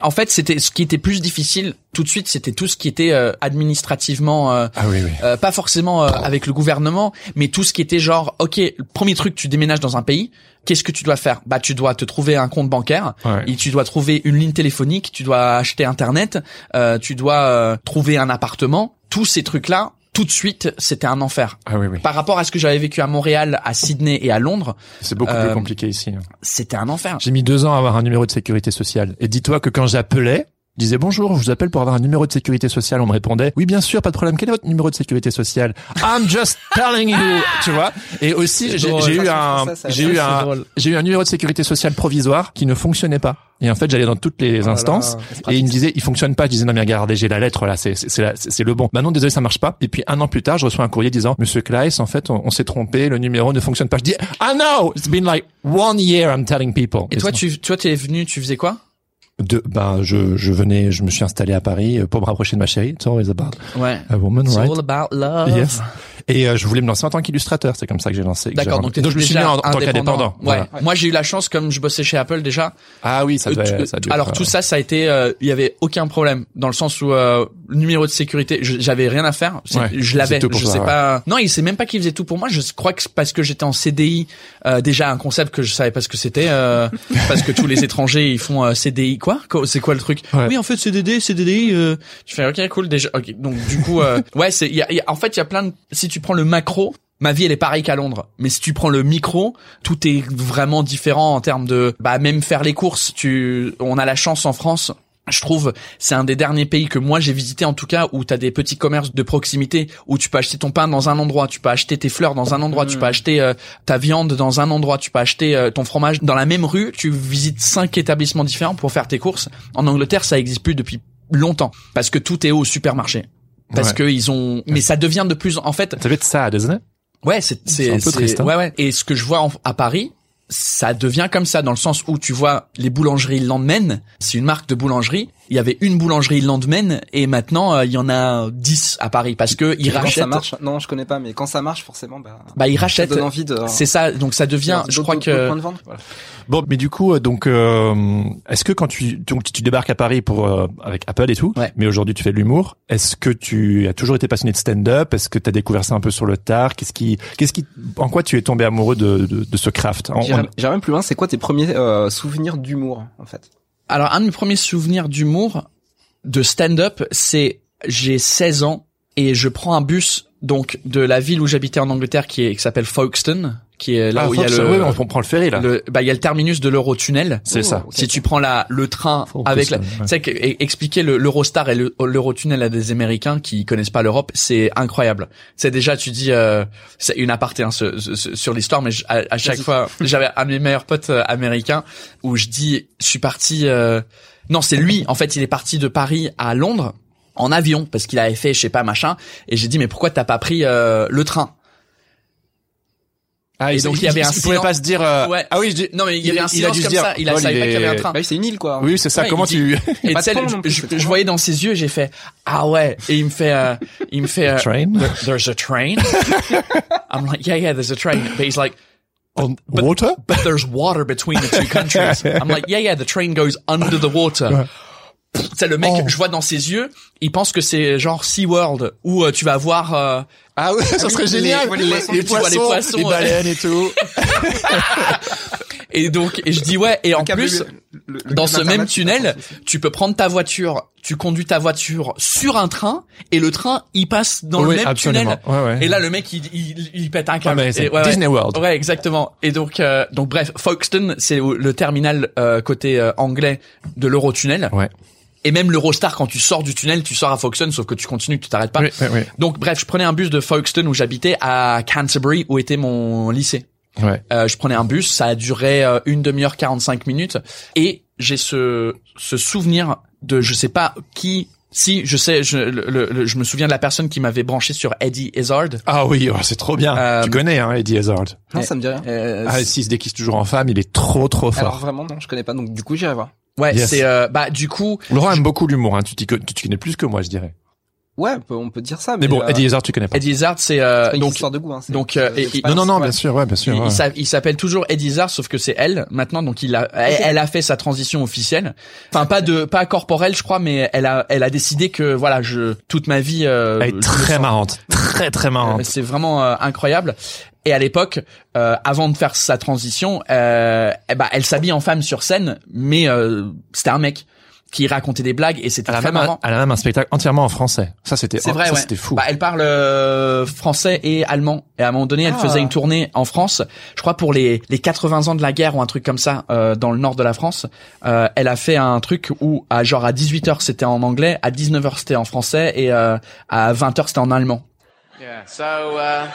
en fait, c'était ce qui était plus difficile tout de suite, c'était tout ce qui était euh, administrativement euh,
Ah oui, oui.
Euh, pas forcément euh, avec le gouvernement, mais tout ce qui était genre, ok, le premier truc, tu déménages dans un pays, qu'est-ce que tu dois faire Bah, tu dois te trouver un compte bancaire,
Ouais.
et tu dois trouver une ligne téléphonique, tu dois acheter Internet, euh, tu dois euh, trouver un appartement. Tous ces trucs-là, tout de suite, c'était un enfer.
Ah oui, oui.
Par rapport à ce que j'avais vécu à Montréal, à Sydney et à Londres,
C'est beaucoup
Euh,
plus compliqué ici. hein.
c'était un enfer.
J'ai mis deux ans à avoir un numéro de sécurité sociale. Et dis-toi que quand j'appelais, je disais bonjour, je vous appelle pour avoir un numéro de sécurité sociale. On me répondait oui, bien sûr, pas de problème. Quel est votre numéro de sécurité sociale I'm just telling you, tu vois. Et aussi,
C'est
j'ai
drôle.
j'ai eu
Ça,
un,
ça, ça, ça,
j'ai
ça,
eu
c'est
un,
drôle.
j'ai eu un numéro de sécurité sociale provisoire qui ne fonctionnait pas. Et en fait, j'allais dans toutes les instances et ils me disaient il fonctionne pas. Je disais non mais regardez, j'ai la lettre là, c'est c'est c'est la- c'est- c'est le bon. Bah non, désolé, ça marche pas. Et puis un an plus tard, je reçois un courrier disant Monsieur Kleiss, en fait, on, on s'est trompé, le numéro ne fonctionne pas. Je dis ah no, it's been like one year I'm telling people.
Et toi, tu, toi, t'es venu, tu faisais quoi
De, ben, je, je venais, je me suis installé à Paris euh, pour me rapprocher de ma chérie. It's always about
Ouais.
a woman,
It's
right?
all about love.
Yes. Et euh, je voulais me lancer en tant qu'illustrateur. C'est comme ça que j'ai lancé. que
D'accord,
j'ai-
donc, t'étais
je me suis mis
déjà
en, en tant qu'indépendant.
Ouais.
Voilà.
Moi, j'ai eu la chance, comme je bossais chez Apple déjà.
Ah oui, ça
euh,
devait,
tu-
ça
euh,
devait
alors
être,
tout
euh,
ça, ça a été, euh, il y avait aucun problème dans le sens où euh, le numéro de sécurité, je- j'avais rien à faire. C'est-
Ouais,
je l'avais.
c'est tout pour
Je
toi,
sais
ouais.
pas. Non, il sait même pas qu'il faisait tout pour moi. Je crois que c'est parce que j'étais en CDI, euh, déjà un concept que je savais pas ce que c'était, euh, parce que tous
[LAUGHS]
les étrangers ils font euh, CDI quoi. Quoi- C'est quoi le truc
Ouais.
Oui, en fait CDD, CDDI. Euh, je fais ok cool déjà. ok. Donc du coup,
[LAUGHS]
euh, ouais, c'est. il y a- il y a- en fait, il y a plein de. Si tu prends le macro, Ma vie, elle est pareille qu'à Londres. Mais si tu prends le micro, tout est vraiment différent en termes de, bah, même faire les courses. Tu, on a la chance en France. Je trouve, c'est un des derniers pays que moi j'ai visité en tout cas où t'as des petits commerces de proximité où tu peux acheter ton pain dans un endroit, tu peux acheter tes fleurs dans un endroit, tu peux acheter euh, ta viande dans un endroit, tu peux acheter euh, ton fromage dans la même rue. Tu visites cinq établissements différents pour faire tes courses. En Angleterre, ça existe plus depuis longtemps parce que tout est au supermarché. Parce
Ouais.
que ils ont, mais ça devient de plus, en- en fait,
Ça devait être ça, désolé.
Ouais, c'est c'est
un peu
c'est-
triste, hein.
Ouais, ouais. Et ce que je vois en- à Paris, ça devient comme ça dans le sens où tu vois les boulangeries Landmen, c'est une marque de boulangerie. Il y avait une boulangerie Landmen et maintenant euh, il y en a 10 à Paris parce que ils
Quand
rachètent.
ça marche, non, je connais pas, mais quand ça marche, forcément, bah,
Bah ils
ça
rachètent.
donne envie de.
C'est ça. Donc ça devient.
d'avoir
Je
d'autres-
crois
d'autres points
que
de vente. Voilà.
Bon, mais du coup, euh, donc, euh, est-ce que quand tu, donc, tu débarques à Paris pour euh, avec Apple et tout,
Ouais.
mais aujourd'hui tu fais de l'humour, est-ce que tu as toujours été passionné de stand-up Est-ce que tu as découvert ça un peu sur le tard Qu'est-ce qui, qu'est-ce qui, en quoi tu es tombé amoureux de, de, de ce craft En-
J'irais- J'irais même plus loin. C'est quoi tes premiers euh, souvenirs d'humour, en fait
Alors, un de mes premiers souvenirs d'humour, de stand-up, c'est j'ai 16 ans et je prends un bus donc de la ville où j'habitais en Angleterre qui est qui s'appelle Folkestone, qui est là
Ah,
où il y
Fox,
a le,
ouais, on, on prend le ferry là.
le- bah il y a le terminus de l'Eurotunnel.
Ah. C'est ça.
ok.
Si tu prends la le train
Faut que
avec
ça,
la,
ouais.
tu sais que- et- expliquer le- l'Eurostar et le- l'Eurotunnel à des Américains qui connaissent pas l'Europe, c'est incroyable. C'est déjà tu dis euh, c'est une aparté hein, ce- ce- ce- sur l'histoire, mais je- à, à chaque
Vas-y.
fois j'avais un de mes meilleurs potes euh, américains où je dis je suis parti euh, non c'est lui en fait il est parti de Paris à Londres en avion parce qu'il avait fait je sais pas machin et j'ai dit mais pourquoi t'as pas pris euh, le train
Ah,
et donc, il y avait un
Il pouvait
silence.
pas se dire. euh,
Ouais.
Ah oui, je dis-
non mais il y
il-
avait un
il a
silence
dû se
comme
dire,
ça il a
Paul,
savait
il
pas qu'il y avait
est-
un train
Bah oui, c'est une île, quoi.
Oui, c'est ça.
Ouais,
Comment
il
tu [LAUGHS]
Et
pas
tu sais,
de pont
je-
non plus,
je,
c'est trop
je voyais dans ses yeux et j'ai fait ah ouais et il me fait euh, il me
[LAUGHS]
fait euh,
train
there's a train [LAUGHS] I'm like yeah yeah there's a train but he's like
on water?
but there's water between the two countries I'm like yeah yeah the train goes under the water c'est le mec
Oh.
je vois dans ses yeux il pense que c'est genre SeaWorld où euh, tu vas voir euh,
Ah oui, ça serait
oui,
génial.
les- les poissons,
les
tu vois les poissons, euh.
poissons, les
ouais.
baleines et tout.
et donc et je dis ouais et en
câble-
plus
le- le- le
dans
câble
ce même
Internet,
tunnel, tu peux prendre ta voiture, tu conduis ta voiture sur un train et le train il passe dans
Oui,
le même
absolument.
tunnel.
Ouais, ouais.
Et là le mec il, il, il pète un câble.
mais c'est
Et ouais,
Disney
ouais.
World.
Ouais exactement. Et donc euh, donc bref, Folkestone c'est où- le terminal euh, côté euh, anglais de l'Eurotunnel.
Ouais.
Et même l'Eurostar quand tu sors du tunnel, tu sors à Folkestone sauf que tu continues, que tu t'arrêtes pas.
Oui, oui, oui.
Donc bref, je prenais un bus de Folkestone où j'habitais à Canterbury où était mon lycée.
Ouais.
Euh, je prenais un bus, ça a duré euh, une demi-heure 45 minutes et j'ai ce ce souvenir de je sais pas qui si je sais je le- le- le- je me souviens de la personne qui m'avait branché sur Eddie Hazard.
Ah oui, oh, c'est trop bien.
Euh,
tu connais hein, Eddie Hazard.
quoi. Non, ça me dit rien.
Euh,
Ah si, il se déguise toujours en femme, il est trop trop fort.
Alors vraiment, non, je connais pas. Donc du coup, j'irai voir.
ouais,
yes.
c'est euh, bah du coup
Laurent aime beaucoup l'humour, hein. tu, t'y con- tu t'y connais plus que moi, je dirais.
Ouais, on peut, on peut dire ça. Mais,
Mais bon,
euh,
Eddie Hazard, tu connais pas.
Eddie Hazard c'est euh,
c'est pas une
donc
histoire de hein. goût. Hein, c'est-
donc, euh,
c'est-
et-
c'est
et-
pas-
non, non, non,
ouais.
bien sûr, ouais, bien sûr.
il,
ouais.
il s'a- il s'appelle toujours Eddie Hazard sauf que c'est elle maintenant donc il a elle, elle a fait sa transition officielle enfin pas de pas corporelle je crois mais elle a elle a décidé que voilà je toute ma vie euh, je
Elle est
me
très marrante, très très
Euh,
marrante.
C'est vraiment euh, incroyable. Et à l'époque, euh, avant de faire sa transition, euh, eh ben, elle s'habille en femme sur scène, mais euh, c'était un mec. qui racontait des blagues et c'était
Elle a,
très
même un,
marrant.
elle a même un spectacle entièrement en français. Ça, c'était,
ah, C'est vrai,
ça,
ouais.
c'était fou.
Bah, elle parle euh, français et allemand. Et à un moment donné, elle
Ah.
faisait une tournée en France. Je crois pour les les 80 ans de la guerre ou un truc comme ça euh, dans le nord de la France. Euh, elle a fait un truc où à genre à 18 h c'était en anglais, à 19 h c'était en français et euh, à 20 h c'était en allemand.
Yeah. So, uh,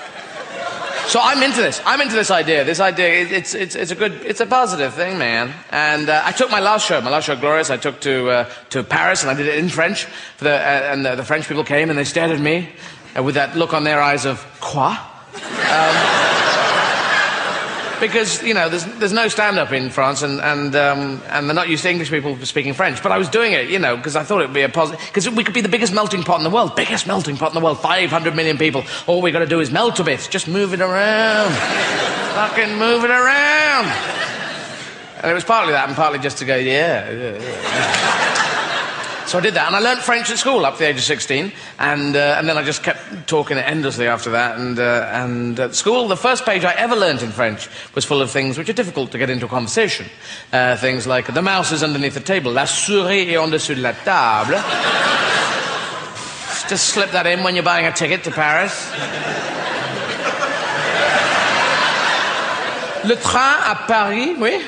so I'm into this. I'm into this idea. This idea, it, it's, it's, it's a good, it's a positive thing, man. And uh, I took my last show, my last show, Glorious. I took to uh, to Paris, and I did it in French. For the, uh, and the, the French people came and they stared at me uh, with that look on their eyes of quoi. Um, Because you know, there's, there's no stand-up in France, and and um, and they're not used to English people speaking French. But I was doing it, you know, because I thought it would be a positive. Because we could be the biggest melting pot in the world, biggest melting pot in the world, 500 million people. All we got to do is melt a bit, just move it around, fucking move it around. And it was partly that, and partly just to go, yeah, yeah, yeah. So I did that, and I learnt French at school up to the age of 16, and, uh, and then I just kept talking it endlessly after that. And, uh, and at school, the first page I ever learnt in French was full of things which are difficult to get into a conversation. Uh, things like, the mouse is underneath the table, la souris est en dessous de la table. [LAUGHS] just slip that in when you're buying a ticket to Paris. Le train à Paris, oui.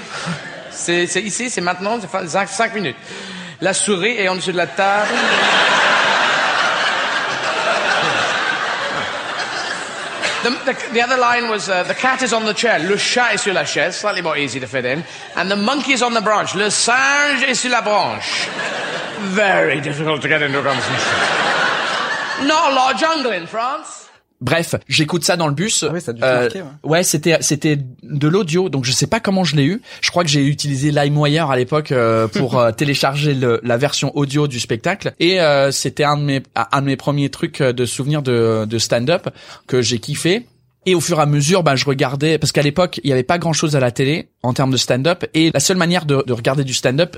C'est c'est ici, c'est maintenant, c'est fa- cinq, cinq minutes. La souris est en dessous de la table. The, the, the other line was uh, the cat is on the chair, le chat est sur la chaise, slightly more easy to fit in, and the monkey is on the branch, le singe est sur la branche. Very difficult to get into a conversation. Not a lot of jungle in France.
Bref, j'écoute ça dans le bus.
Ah
Euh,
oui, ça a dû te marquer, ouais.
ouais, c'était c'était de l'audio, donc je sais pas comment je l'ai eu. Je crois que j'ai utilisé LimeWire à l'époque euh,
[LAUGHS]
pour euh, télécharger le- la version audio du spectacle. Et euh, c'était un de mes un de mes premiers trucs euh, de souvenirs de, de stand-up que j'ai kiffé. Et au fur et à mesure, bah, je regardais parce qu'à l'époque il y avait pas grand chose à la télé en termes de stand-up. Et la seule manière de, de regarder du stand-up,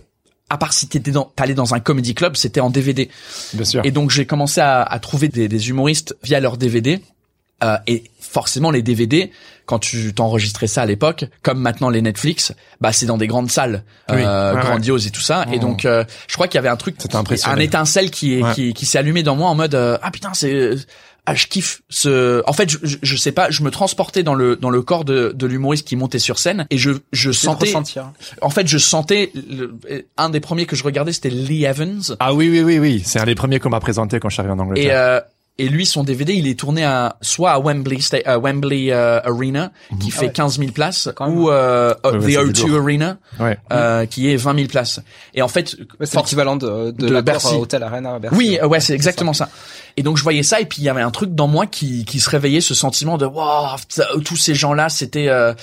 à part si t'étais dans t'allais dans un comedy club, c'était en DVD.
Bien sûr.
Et donc j'ai commencé à, à trouver des, des humoristes via leurs DVD. Euh, et forcément, les DVD, quand tu t'enregistrais ça à l'époque, comme maintenant les Netflix, bah c'est dans des grandes salles
Oui.
euh,
Ouais, ouais.
grandioses et tout ça. Et donc, euh, je crois qu'il y avait un truc,
C'était
qui-
impressionnant.
un étincelle qui, est-
Ouais.
qui, qui s'est allumé dans moi en mode euh, ah putain c'est euh, ah je kiffe ce. En fait, je, je, je sais pas, je me transportais dans le dans le corps de, de l'humoriste qui montait sur scène et je je sentais.
ressentir.
En fait, je sentais le- un des premiers que je regardais, c'était Lee Evans.
Ah oui, oui, oui, oui. C'est un des premiers qu'on m'a présenté quand je suis arrivé en
Et,
Angleterre.
euh, et lui, son DVD, il est tourné à soit à Wembley, Sta- euh, Wembley euh, Arena, qui fait 15 000 places,
Quand même.
ou euh, euh,
Ouais, ouais,
The
c'est
O2
lourd.
Arena,
ouais.
euh, qui est 20 000 places. Et en fait,
Ouais, c'est
for-
l'équivalent de, de,
de
l'accord,
Bercy.
euh, Hotel Arena à Bercy.
oui, euh, ouais, c'est exactement ça. Et donc je voyais ça, et puis il y avait un truc dans moi qui, qui se réveillait, ce sentiment de wow, ça- tous ces gens-là, c'était euh,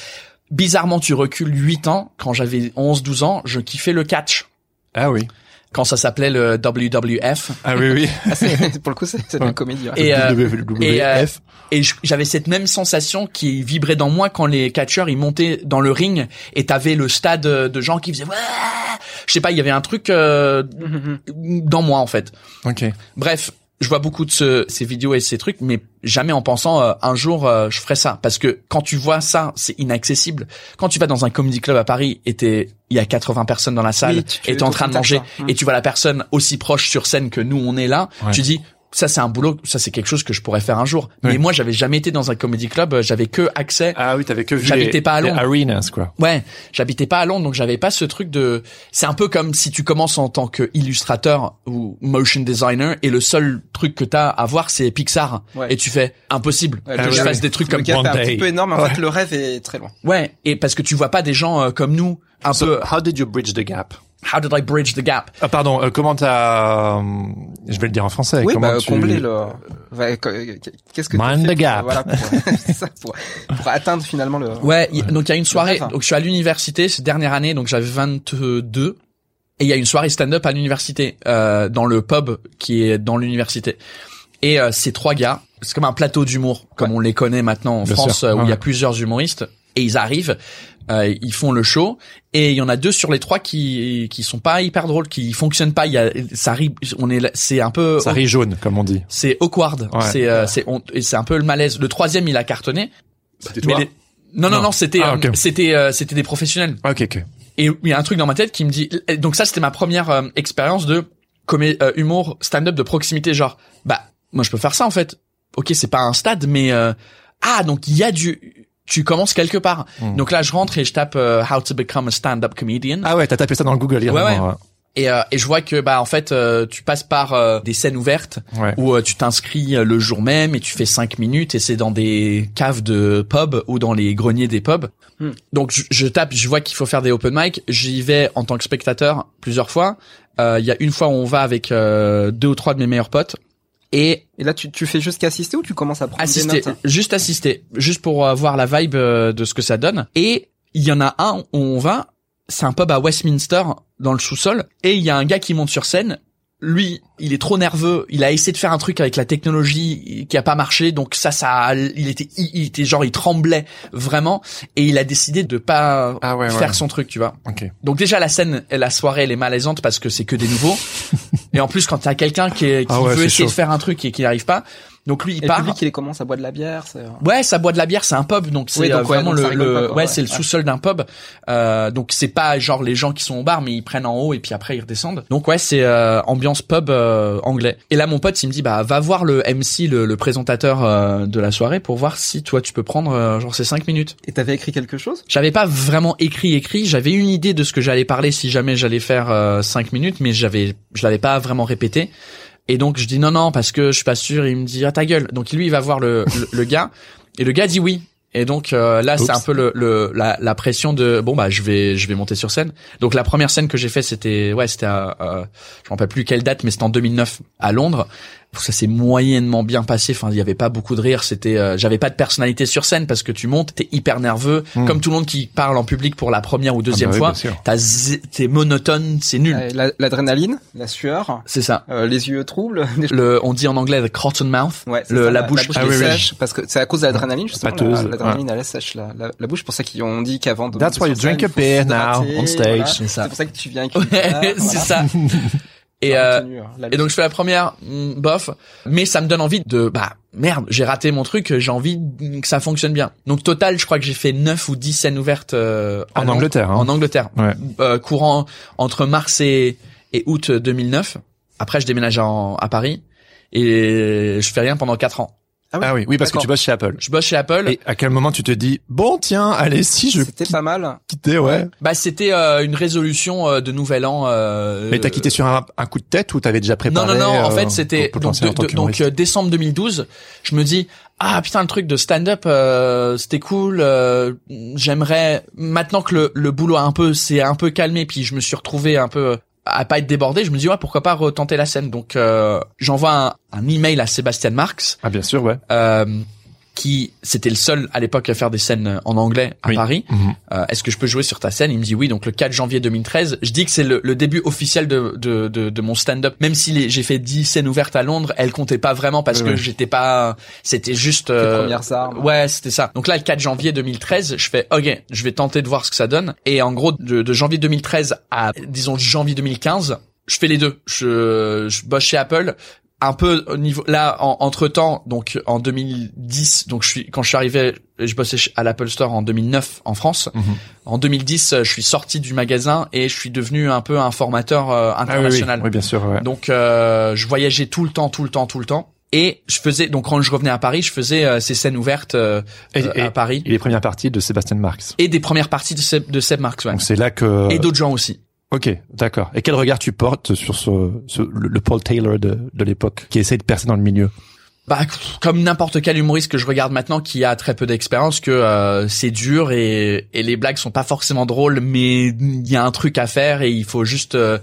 bizarrement, tu recules 8 ans, quand j'avais 11-12 ans, je kiffais le catch.
Ah oui.
Quand ça s'appelait le WWF,
Ah oui, oui.
Ah, c'est- [LAUGHS] pour le coup, c'est c'est de la comédie. ouais.
[LAUGHS] Et, euh, et, euh,
WWF.
et je- j'avais cette même sensation qui vibrait dans moi quand les catcheurs ils montaient dans le ring et t'avais le stade euh, de gens qui faisaient Ouah je sais pas il y avait un truc euh, dans moi en fait
Ok.
bref je vois beaucoup de ce- ces vidéos et ces trucs mais jamais en pensant euh, un jour euh, je ferai ça parce que quand tu vois ça c'est inaccessible quand tu vas dans un comedy club à Paris et t'es il y a 80 personnes dans la salle
Oui, tu- tu
et t'es en
te
train de
contactes
manger
pas. Mm.
et tu vois la personne aussi proche sur scène que nous on est là
Ouais.
tu dis ça c'est un boulot ça c'est quelque chose que je pourrais faire un jour mais
Oui.
moi j'avais jamais été dans un comedy club euh, j'avais que accès
Ah oui, t'avais que vu.
J'habitais
les-
pas à
les
Londres.
Arenas, quoi.
Ouais, j'habitais pas à Londres, donc j'avais pas ce truc de. C'est un peu comme si tu commences en tant que illustrateur ou motion designer et le seul truc que t'as à voir c'est Pixar
Ouais.
et tu fais impossible
Ouais,
que
le-
je
ouais,
fasse
ouais.
des trucs
Le
comme
gap est
One
un
Day.
petit peu énorme, mais en
Ouais.
fait, le rêve est très loin.
ouais et parce que tu vois pas des gens euh, comme nous un peu
How did you bridge the gap?
How did I bridge the gap
Ah, pardon, euh, comment t'as, euh, je vais le dire en français.
Oui,
comment
bah,
tu...
combler le. ouais, que- Qu'est-ce que tu fais
Mind the
pour-
gap.
Voilà, pour, [LAUGHS] c'est ça, pour, pour atteindre finalement le.
Ouais, y- donc il y a une soirée.
rêve.
Donc je suis à l'université, c'est dernière année, donc j'avais 22. Et il y a une soirée stand-up à l'université, euh, dans le pub qui est dans l'université. Et euh, ces trois gars, c'est comme un plateau d'humour, comme on les connaît maintenant en
Bien
France,
sûr.
euh, où il y
Ouais.
a plusieurs humoristes. Et ils arrivent, euh, ils font le show, et il y en a deux sur les trois qui qui sont pas hyper drôles, qui fonctionnent pas. Il y a, ça rit, on est, là- c'est un peu
Ça rit jaune, comme on dit.
c'est awkward.
Ouais.
C'est euh, c'est on- et c'est un peu le malaise. Le troisième, il a cartonné. Mais les- Non, non, non,
Non.
c'était,
Ah,
euh,
ok.
c'était, euh, c'était des professionnels.
Ok, ok.
Et il y a un truc dans ma tête qui me dit, donc ça c'était ma première euh, expérience de comé- euh, humour stand-up de proximité, genre, bah moi je peux faire ça en fait. Ok, c'est pas un stade, mais euh, ah donc il y a du, tu commences quelque part.
Hmm.
Donc là je rentre et je tape euh, How to become a stand-up comedian.
Ah ouais, t'as tapé ça dans le Google hier.
Ouais,
vraiment,
ouais. Et, euh, et je vois que bah en fait euh, tu passes par euh, des scènes ouvertes
Ouais.
où euh, tu t'inscris euh, le jour même et tu fais cinq minutes et c'est dans des caves de pubs ou dans les greniers des pubs. Donc je, je tape, je vois qu'il faut faire des open mic, j'y vais en tant que spectateur plusieurs fois. Euh, Il y a une fois où on va avec euh, deux ou trois de mes meilleurs potes et
Et là, tu, tu fais juste qu'assister ou tu commences à prendre
assister,
des notes hein?
juste assister, juste pour euh, voir la vibe euh, de ce que ça donne. Et il y en a un où on va, c'est un pub à Westminster dans le sous-sol, et il y a un gars qui monte sur scène. Lui, il est trop nerveux. Il a essayé de faire un truc avec la technologie qui a pas marché, donc ça, ça, il était, il, il était genre, il tremblait vraiment, et il a décidé de pas
Ah ouais, ouais.
faire son truc, tu vois.
Ok.
Donc déjà la scène, la soirée, elle est malaisante parce que c'est que des
[LAUGHS]
nouveaux. et en plus, quand t'as quelqu'un qui, est- qui
Ah ouais,
veut
c'est
essayer
chaud.
de faire un truc et qui n'arrive pas, donc lui, il
Et le
part.
public, il commence à boire de la bière. c'est- euh,
Ouais, ça boit de la bière, c'est un pub, donc c'est
Oui,
euh,
donc, ouais,
vraiment
donc ça
le,
rigole
le-
pas,
ouais,
quoi, ouais.
c'est le sous-sol d'un pub. Euh, donc c'est pas genre les gens qui sont au bar, mais ils prennent en haut et puis après ils redescendent. Donc ouais, c'est euh, ambiance pub euh, anglais. Et là, mon pote, il me dit bah va voir le MC, le, le présentateur euh, de la soirée, pour voir si toi tu peux prendre euh, genre ces cinq minutes.
Et t'avais écrit quelque chose
J'avais pas vraiment écrit écrit, j'avais une idée de ce que j'allais parler si jamais j'allais faire euh, cinq minutes, mais j'avais je l'avais pas vraiment répété. Et donc je dis non non parce que je suis pas sûr. Il me dit ah ta gueule. Donc lui il va voir le le, le gars et le gars dit oui. Et donc euh, là c'est
Oups.
un peu le, le la, la pression de bon bah je vais je vais monter sur scène. Donc la première scène que j'ai fait c'était ouais c'était à, euh, je m'en rappelle plus quelle date mais c'était en 2009 à Londres. Ça s'est moyennement bien passé. Enfin il y avait pas beaucoup de rire. C'était euh, j'avais pas de personnalité sur scène parce que tu montes t'es hyper nerveux comme tout le monde qui parle en public pour la première ou deuxième
Ah bah oui, bien
fois.
sûr.
T'as zé- T'es monotone c'est nul.
Euh, la- L'adrénaline, la sueur,
C'est ça.
euh, les yeux troubles. [LAUGHS] des-
Le, on dit en anglais the cotton mouth,
Ouais, c'est
le,
ça,
la, bouche, Ah
qui est sèche, parce que c'est à cause de l'adrénaline justement. la-
Pâteuse,
L'adrénaline elle est sèche la, la, la bouche, c'est pour ça qu'ils ont dit qu'avant. de
That's
monter
why
sur
you drink
scène,
a
il faut
beer
s'hydrater,
now on stage.
voilà.
C'est
ça.
C'est pour ça que tu viens. avec une bière,
[LAUGHS] [LAUGHS] Ouais, c'est
Ah, voilà. [LAUGHS]
ça. Et,
Ça
euh,
continue, hein, la
et donc
musique.
je fais la première, mm, bof, mais ça me donne envie de, bah merde, j'ai raté mon truc, j'ai envie que ça fonctionne bien. Donc total, je crois que j'ai fait 9 ou 10 scènes ouvertes euh, à
En
Londres.
Angleterre, hein.
En Angleterre,
Ouais.
Euh, courant entre mars et, et août 2009. Après, je déménage en, à Paris et je fais rien pendant 4 ans.
Ah oui, oui, parce que
D'accord.
tu bosses chez Apple.
Je bosse chez Apple.
Et à quel moment tu te dis, bon, tiens, allez, si je
C'était pas
euh,
mal.
quittais, ouais.
Bah c'était euh, une résolution euh, de nouvel an. euh,
Mais t'as quitté sur un, un coup de tête ou t'avais déjà
Non, non,
préparé
non. En
euh,
fait, c'était
pour te
donc,
lancer en
de-
tant
de- donc
qu'humoriste
euh, décembre 2012. Je me dis ah putain le truc de stand-up, euh, c'était cool. euh, J'aimerais maintenant que le, le boulot a un peu s'est un peu calmé, puis je me suis retrouvé un peu euh, à pas être débordé. Je me dis ouais pourquoi pas retenter la scène. Donc euh, j'envoie un, un email à Sébastien Marx
Ah bien sûr, ouais.
euh, qui c'était le seul à l'époque à faire des scènes euh, en anglais à
Oui.
Paris.
Mhm.
Euh, Est-ce que je peux jouer sur ta scène Il me dit oui. Donc le 4 janvier 2013, je dis que c'est le, le début officiel de de, de, de mon stand-up. Même si les- j'ai fait 10 scènes ouvertes à Londres, elles comptaient pas vraiment parce
Oui,
que
oui.
j'étais pas. C'était juste.
Tes
euh,
premières armes.
Ouais, c'était ça. Donc là, le 4 janvier 2013, je fais ok, je vais tenter de voir ce que ça donne. Et en gros, de, de janvier 2013 à disons janvier 2015, je fais les deux. Je, je bosse chez Apple. Un peu au niveau là entre temps donc en 2010 donc je suis quand je suis arrivé je bossais chez- à l'Apple Store en 2009 en France
Mhm. Ah
en 2010 euh, je suis sorti du magasin et je suis devenu un peu un formateur euh,
Ah oui, oui,
international
oui, bien sûr, ouais.
donc euh, je voyageais tout le temps, tout le temps, tout le temps. Et je faisais donc quand je revenais à Paris, je faisais euh, ces scènes ouvertes euh,
Et-
euh, à Paris
Et les premières parties de Sébastien Marx.
et des premières parties de Seb, de Seb Marx, ouais.
Donc c'est là que.
et d'autres gens aussi.
Ok, d'accord. Et quel regard tu portes sur ce, ce- le, le Paul Taylor de, de l'époque qui essaie de percer dans le milieu
Bah comme n'importe quel humoriste que je regarde maintenant qui a très peu d'expérience, que euh, c'est dur et, et les blagues sont pas forcément drôles, mais il y a un truc à faire et il faut juste euh,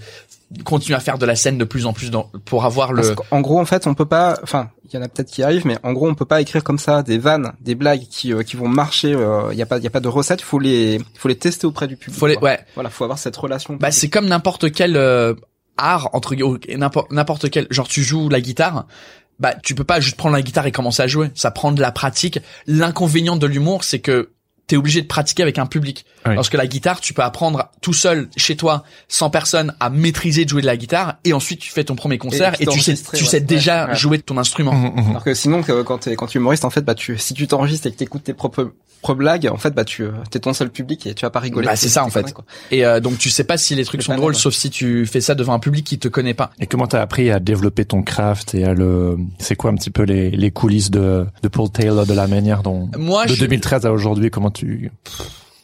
continuer à faire de la scène de plus en plus dans- pour avoir le.
Parce qu'en gros, en fait, on peut pas. Enfin, il y en a peut-être qui arrivent, mais en gros, on peut pas écrire comme ça des vannes, des blagues qui euh, qui vont marcher. Il y a pas il y a pas de recette. Il faut les il faut les tester auprès du public.
Faut les-
quoi.
ouais.
Voilà, faut avoir cette relation.
Bah c'est comme n'importe quel euh, art entre gu- ou- n'importe n'importe quel genre tu joues la guitare bah tu peux pas juste prendre la guitare et commencer à jouer ça prend de la pratique l'inconvénient de l'humour c'est que t'es obligé de pratiquer avec un public.
Oui.
Parce que la guitare, tu peux apprendre tout seul chez toi, sans personne, à maîtriser de jouer de la guitare, et ensuite tu fais ton premier concert et,
tu
tu sais,
t'enregistres,
tu
ouais.
sais déjà
Ouais.
jouer de ton
Mm.
instrument.
Alors que sinon, que- quand t'es quand tu es humoriste, en fait, bah tu si tu t'enregistres et que t'écoutes tes propres propres blagues, en fait, bah tu euh, t'es ton seul public et tu vas pas rigoler.
Bah, c'est ça, en fait.
connu, quoi.
Et euh, donc tu sais pas si les trucs
C'est
sont
pas
drôles,
mal, ouais.
sauf si tu fais ça devant un public qui te connaît pas.
Et comment t'as appris à développer ton craft et à le, c'est quoi un petit peu les, les coulisses de, de Paul Taylor, de la manière dont,
Moi,
de
je-
2013 à aujourd'hui, comment tu,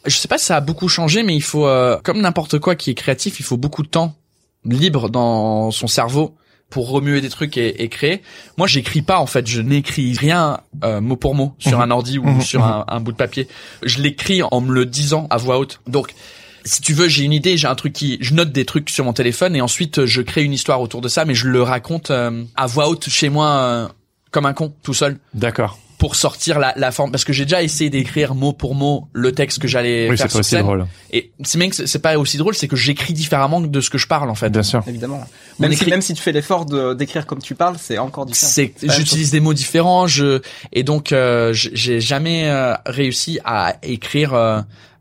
je sais pas si ça a beaucoup changé, mais il faut, euh, comme n'importe quoi qui est créatif, il faut beaucoup de temps libre dans son cerveau pour remuer des trucs et, et créer. Moi, j'écris pas en fait, je n'écris rien euh, mot pour mot sur
Mhm.
un ordi ou
Mhm,
sur un, un bout de papier. Je l'écris en me le disant à voix haute. Donc, si tu veux, j'ai une idée, j'ai un truc qui, je note des trucs sur mon téléphone et ensuite euh, je crée une histoire autour de ça, mais je le raconte euh, à voix haute chez moi euh, comme un con, tout seul
d'accord.
pour sortir la, la forme parce que j'ai déjà essayé d'écrire mot pour mot le texte que j'allais
Oui,
faire
c'est pas
sur
aussi
scène
drôle.
et c'est même que c'est- c'est pas aussi drôle c'est que j'écris différemment que de ce que je parle en fait
Bien sûr.
Évidemment. Même si
écrit-
même si tu fais l'effort de d'écrire comme tu parles, c'est encore différent.
c'est
la même
j'utilise des mots différents je et donc euh, j- j'ai jamais euh, réussi à écrire euh,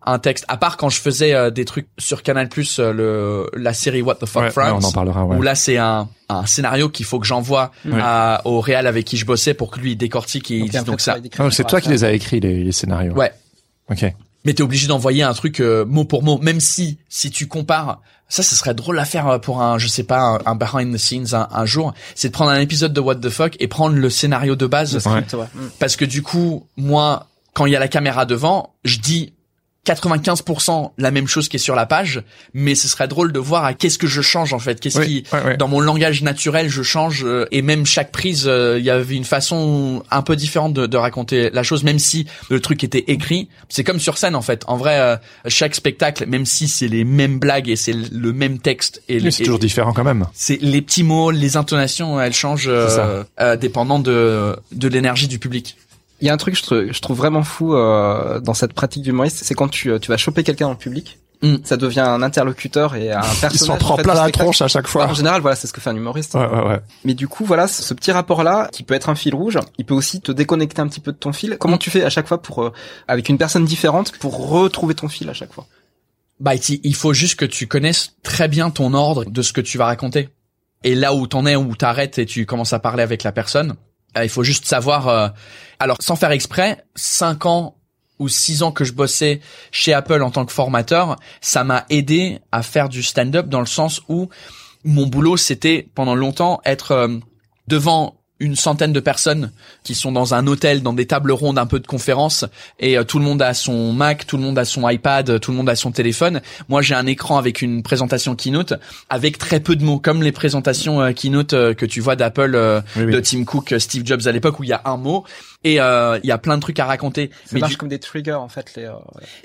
un texte à part quand je faisais euh, des trucs sur Canal Plus euh, le la série What the fuck
Ouais,
France
ouais, on en parlera, ouais.
où là c'est un un scénario qu'il faut que j'envoie
Ouais.
à- au réal avec qui je bossais pour que lui il décortique et il
Donc,
dise
un vrai
donc ça
travail d'écriture
Ah, c'est toi
à
qui
faire.
les as écrits, les, les scénarios.
ouais
Ok.
Mais t'es obligé d'envoyer un truc euh, mot pour mot, même si si tu compares, ça, ce serait drôle à faire euh, pour un, je sais pas, un, un behind the scenes un, un jour, c'est de prendre un épisode de What the fuck et prendre le scénario de base,
Ouais.
Ouais. Mm.
parce que du coup, moi, quand il y a la caméra devant, je dis 95% la même chose qui est sur la page, mais ce serait drôle de voir à qu'est-ce que je change en fait, qu'est-ce
Oui,
qui,
ouais, ouais.
dans mon langage naturel, je change euh, et même chaque prise, euh, il y avait une façon un peu différente de, de raconter la chose, même si le truc était écrit. C'est comme sur scène en fait. En vrai, euh, chaque spectacle, même si c'est les mêmes blagues et c'est le même texte et,
Mais c'est
et-
toujours différent quand même.
c'est les petits mots, les intonations, elles changent
C'est ça.
euh, euh, dépendant de de l'énergie du public.
Il y a un truc que je, tr- je trouve vraiment fou euh, dans cette pratique d'humoriste, c'est quand tu, euh, tu vas choper quelqu'un dans le public,
Mm.
ça devient un interlocuteur et un personnage.
Ils s'en
en
prend
fait,
plein
du
la
spectacle.
tronche à chaque fois.
En général, voilà, c'est ce que fait un humoriste. hein.
Ouais, ouais,
[LAUGHS]
ouais.
Mais du coup, voilà, ce ce petit rapport-là, qui peut être un fil rouge, il peut aussi te déconnecter un petit peu de ton fil.
Mm.
Comment tu fais à chaque fois pour, euh, avec une personne différente, pour retrouver ton fil à chaque fois
Bah, il il faut juste que tu connaisses très bien ton ordre de ce que tu vas raconter. Et là où t'en es, où t'arrêtes et tu commences à parler avec la personne, euh, il faut juste savoir. euh, Alors, sans faire exprès, cinq ans ou six ans que je bossais chez Apple en tant que formateur, ça m'a aidé à faire du stand-up dans le sens où mon boulot, c'était pendant longtemps être euh, devant une centaine de personnes qui sont dans un hôtel, dans des tables rondes un peu de conférences, et euh, tout le monde a son Mac, tout le monde a son iPad, euh, tout le monde a son téléphone. Moi, j'ai un écran avec une présentation keynote avec très peu de mots, comme les présentations euh, keynote euh, que tu vois d'Apple, euh,
Oui, oui.
de Tim Cook, euh, Steve Jobs à l'époque où il y a un mot et euh, il y a plein de trucs à raconter.
Ça
Mais
marche
du-
comme des triggers, en fait. Les, euh,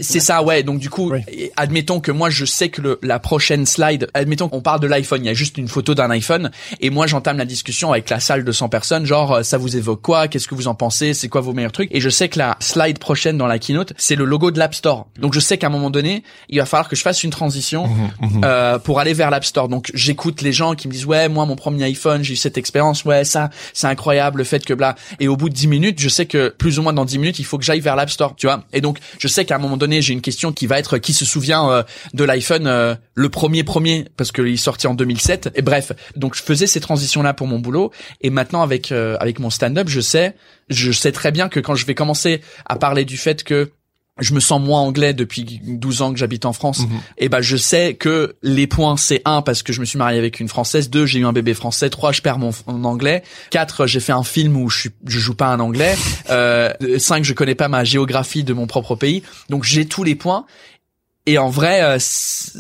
c'est ça, ouais. Donc du coup,
Oui.
et admettons que moi je sais que le- la prochaine slide, admettons qu'on parle de l'iPhone, il y a juste une photo d'un iPhone, et moi j'entame la discussion avec la salle de 100 personnes, genre euh, ça vous évoque quoi, qu'est-ce que vous en pensez, c'est quoi vos meilleurs trucs, et je sais que la slide prochaine dans la keynote, c'est le logo de l'App Store. Donc je sais qu'à un moment donné, il va falloir que je fasse une transition euh, pour aller vers l'App Store. Donc j'écoute les gens qui me disent ouais moi mon premier iPhone j'ai eu cette expérience ouais ça c'est incroyable le fait que bla et au bout de 10 minutes je sais que plus ou moins dans 10 minutes il faut que j'aille vers l'App Store tu vois et donc je sais qu'à un moment donné j'ai une question qui va être qui se souvient euh, de l'iPhone euh, le premier premier parce qu'il est sorti en 2007 et bref donc je faisais ces transitions là pour mon boulot et maintenant avec euh, avec mon stand-up je sais je sais très bien que quand je vais commencer à parler du fait que je me sens moins anglais depuis 12 ans que j'habite en France. Et ben je sais que les points c'est 1 parce que je me suis marié avec une française, 2 j'ai eu un bébé français, 3 je perds mon, mon anglais, 4 j'ai fait un film où je suis je joue pas un
[LAUGHS]
anglais, euh 5 je connais pas ma géographie de mon propre pays. Donc j'ai tous les points et en vrai euh, c'est-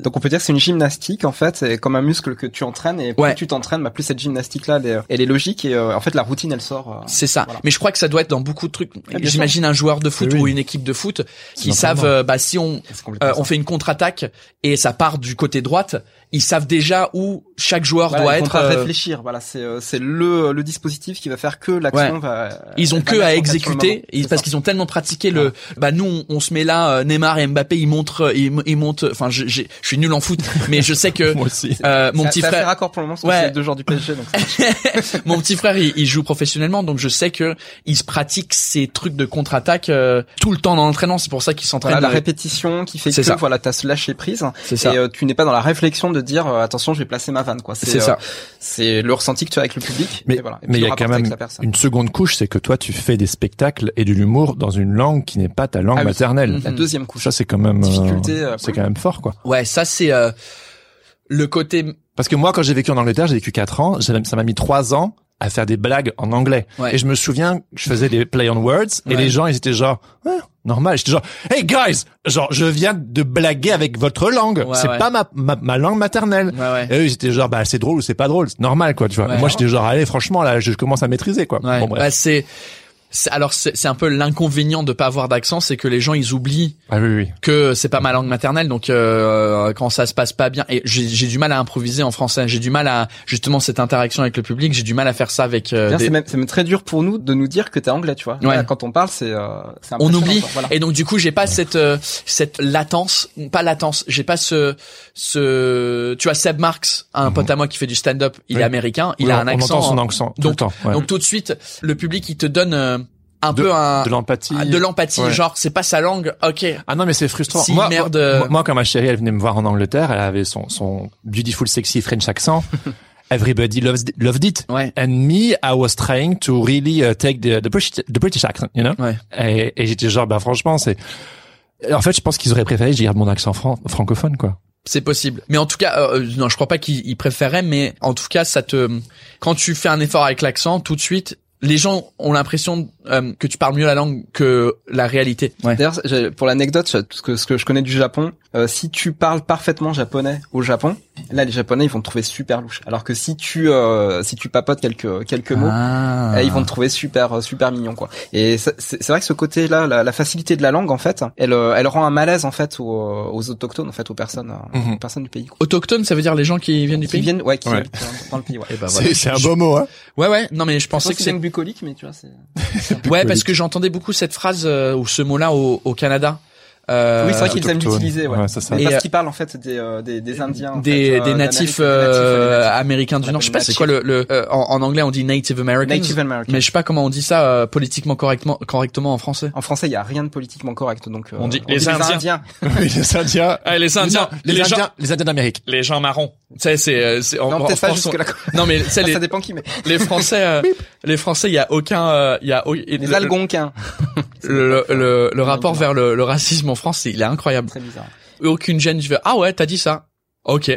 Donc on peut dire que c'est une gymnastique, en fait, c'est comme un muscle que tu entraînes, et plus
Ouais.
tu t'entraînes, bah, plus cette gymnastique-là, elle, est- elle est logique, et euh, en fait, la routine, elle sort. euh,
C'est ça.
Voilà. Ah,
Mais je crois que ça doit être dans beaucoup de trucs.
bien sûr.
J'imagine un joueur de foot
Oui, oui.
ou une équipe de foot qui
l'entraînement.
savent euh, bah si on
c'est complètement
Euh,
ça.
on fait une contre-attaque et ça part du côté droite. ils savent déjà où chaque joueur
Voilà,
doit
ils vont
être.
pas
euh,
réfléchir. Voilà, c'est euh, c'est le le dispositif qui va faire que l'action
Ouais.
va.
Euh, Ils ont que à
elle va naître en fait sur le moment.
exécuter ils-
C'est
parce
ça. Ah.
qu'ils ont tellement pratiqué le. Bah nous, on, on se met là, euh, Neymar et Mbappé, ils montrent, euh, ils, ils montent. Enfin, je, j'ai- je suis nul en
[LAUGHS]
foot, mais je sais que
Moi aussi.
euh, mon
C'est-
petit
c'est assez
frère,
raccord pour le moment, parce que
Ouais.
c'est les deux joueurs du PSG,
[LAUGHS]
donc c'est-
mon petit frère, il, il joue professionnellement, donc je sais que il se pratique ces trucs de contre-attaque euh, tout le temps dans l'entraînement. C'est pour ça qu'il s'entraîne.
voilà, la
euh,
répétition qui fait que
C'est ça.
voilà, t'as ce lâcher prise
C'est ça.
et euh, tu n'es pas dans la réflexion de dire euh, attention, je vais placer ma vanne quoi. euh,
C'est ça.
C'est le ressenti que tu as avec le public.
Mais
et voilà. Et
mais
puis
il y
le
a quand
rapport avec
même
la personne.
une seconde couche, c'est que toi tu fais des spectacles et de l'humour dans une langue qui n'est pas ta langue
Ah oui.
maternelle. Mm-hmm.
Mm-hmm.
la deuxième couche.
Ça c'est quand même euh,
Difficulté, euh,
c'est quand même fort quoi.
Ouais, ça c'est euh, le côté.
Parce que moi quand j'ai vécu en Angleterre, j'ai vécu 4 ans, j'ai- ça m'a mis 3 ans à faire des blagues en anglais.
Ouais.
Et je me souviens, je faisais des play on words et
Ouais.
les gens ils étaient genre Ah, normal, j'étais genre hey guys, genre je viens de blaguer avec votre langue,
Ouais,
c'est
ouais.
pas ma, ma ma langue maternelle.
Ouais, ouais.
Et eux, ils étaient genre, bah, c'est drôle ou c'est pas drôle, c'est normal, quoi, tu vois.
Ouais.
Moi, j'étais genre, allez, franchement, là, je commence à maîtriser, quoi.
Ouais,
Bon, bref.
Ouais, c'est c'est- alors c'est c'est un peu l'inconvénient de pas avoir d'accent, c'est que les gens ils oublient
Ah oui, oui.
que c'est pas ma langue maternelle, donc euh, quand ça se passe pas bien, et j'ai j'ai du mal à improviser en français, j'ai du mal à justement cette interaction avec le public, j'ai du mal à faire ça avec. euh,
D'ailleurs,
des-
C'est même, c'est même très dur pour nous de nous dire que t'es anglais, tu vois.
Ouais.
Là, Quand on parle, c'est euh, c'est
on
impressionnant,
oublie
quoi. Voilà.
et donc du coup j'ai pas cette euh, cette latence pas latence j'ai pas ce ce tu vois Seb Marx un pote à moi qui fait du stand-up il
Mhm. Oui.
est américain il
Oui,
a
on-
un
on
accent hein.
entend son accent tout le temps, ouais.
donc tout de suite le public il te donne euh, un peu un
de l'empathie.
ah, de l'empathie
Ouais.
genre c'est pas sa langue ok
Ah non, mais c'est frustrant.
Si,
moi,
merde,
moi-
euh.
moi, quand ma chérie, elle venait me voir en Angleterre, elle avait son, son beautiful, sexy French accent. Everybody loves, loved it.
Ouais.
And me, I was trying to really uh, take the, the, British, the British accent, you know?
Ouais.
Et, et j'étais genre, bah, franchement, c'est, en fait, je pense qu'ils auraient préféré que j'ai mon accent fran- francophone, quoi.
c'est possible mais en tout cas euh, euh, non je crois pas qu'il il préférait mais en tout cas ça te quand tu fais un effort avec l'accent tout de suite les gens ont l'impression euh, que tu parles mieux la langue que la réalité ouais
D'ailleurs, j'ai- pour l'anecdote, j'ai- ce que, ce que je connais du Japon, euh, si tu parles parfaitement japonais au Japon, là les Japonais ils vont te trouver super louche. Alors que si tu euh, si tu papotes quelques quelques mots,
Ah.
euh, ils vont te trouver super euh, super mignon quoi. Et ça- c'est c'est vrai que ce côté-là, la, la facilité de la langue en fait, elle euh, elle rend un malaise en fait aux, aux autochtones en fait aux personnes euh,
Mhm.
aux personnes du pays. Quoi.
Autochtones, ça veut dire les gens qui viennent du
Qui
pays
viennent ouais qui
Ouais.
habitent dans- dans le pays. Ouais.
Eh ben, voilà.
C'est, c'est un beau mot, hein.
Ouais, ouais. Non, mais je
Je
pensais
pense
que
que c'est
c'est...
une bucolique, mais tu vois c'est.
Ouais, parce que j'entendais beaucoup cette phrase euh, ou ce mot-là au, au Canada. Euh,
oui, c'est vrai qu'ils aiment
autochtone.
l'utiliser, ouais.
Ouais, c'est ça.
Mais
Et,
parce
euh,
qu'ils parlent en fait des, euh, des, des Indiens, en
des,
fait, euh,
des
d'Amérique,
natifs,
des natifs,
euh,
des natifs.
américains
On
du Nord. Je sais pas
l'appelle
c'est quoi le, le euh, en, en anglais on dit Native Americans,
Native American.
mais je sais pas comment on dit ça euh, politiquement correctement correctement en français.
En français, il y a rien de politiquement correct, donc euh,
On dit les Indiens.
Oui, les Indiens.
Ah, les
Euh, les, Indiens, les Indiens d'Amérique.
les gens marrons. Tu sais, c'est, euh, c'est en,
Non,
en
peut-être pas
France,
jusque là.
on- Non mais tu sais, les,
[LAUGHS] Ça dépend qui, mais
les Français, euh, les Français, il y a aucun, euh, il y a au-
les
le-
Algonquins.
le, le, le, le rapport vers le, le racisme en France, il est incroyable.
Très bizarre.
aucune gêne. Je vais ah ouais, t'as dit ça. Ok.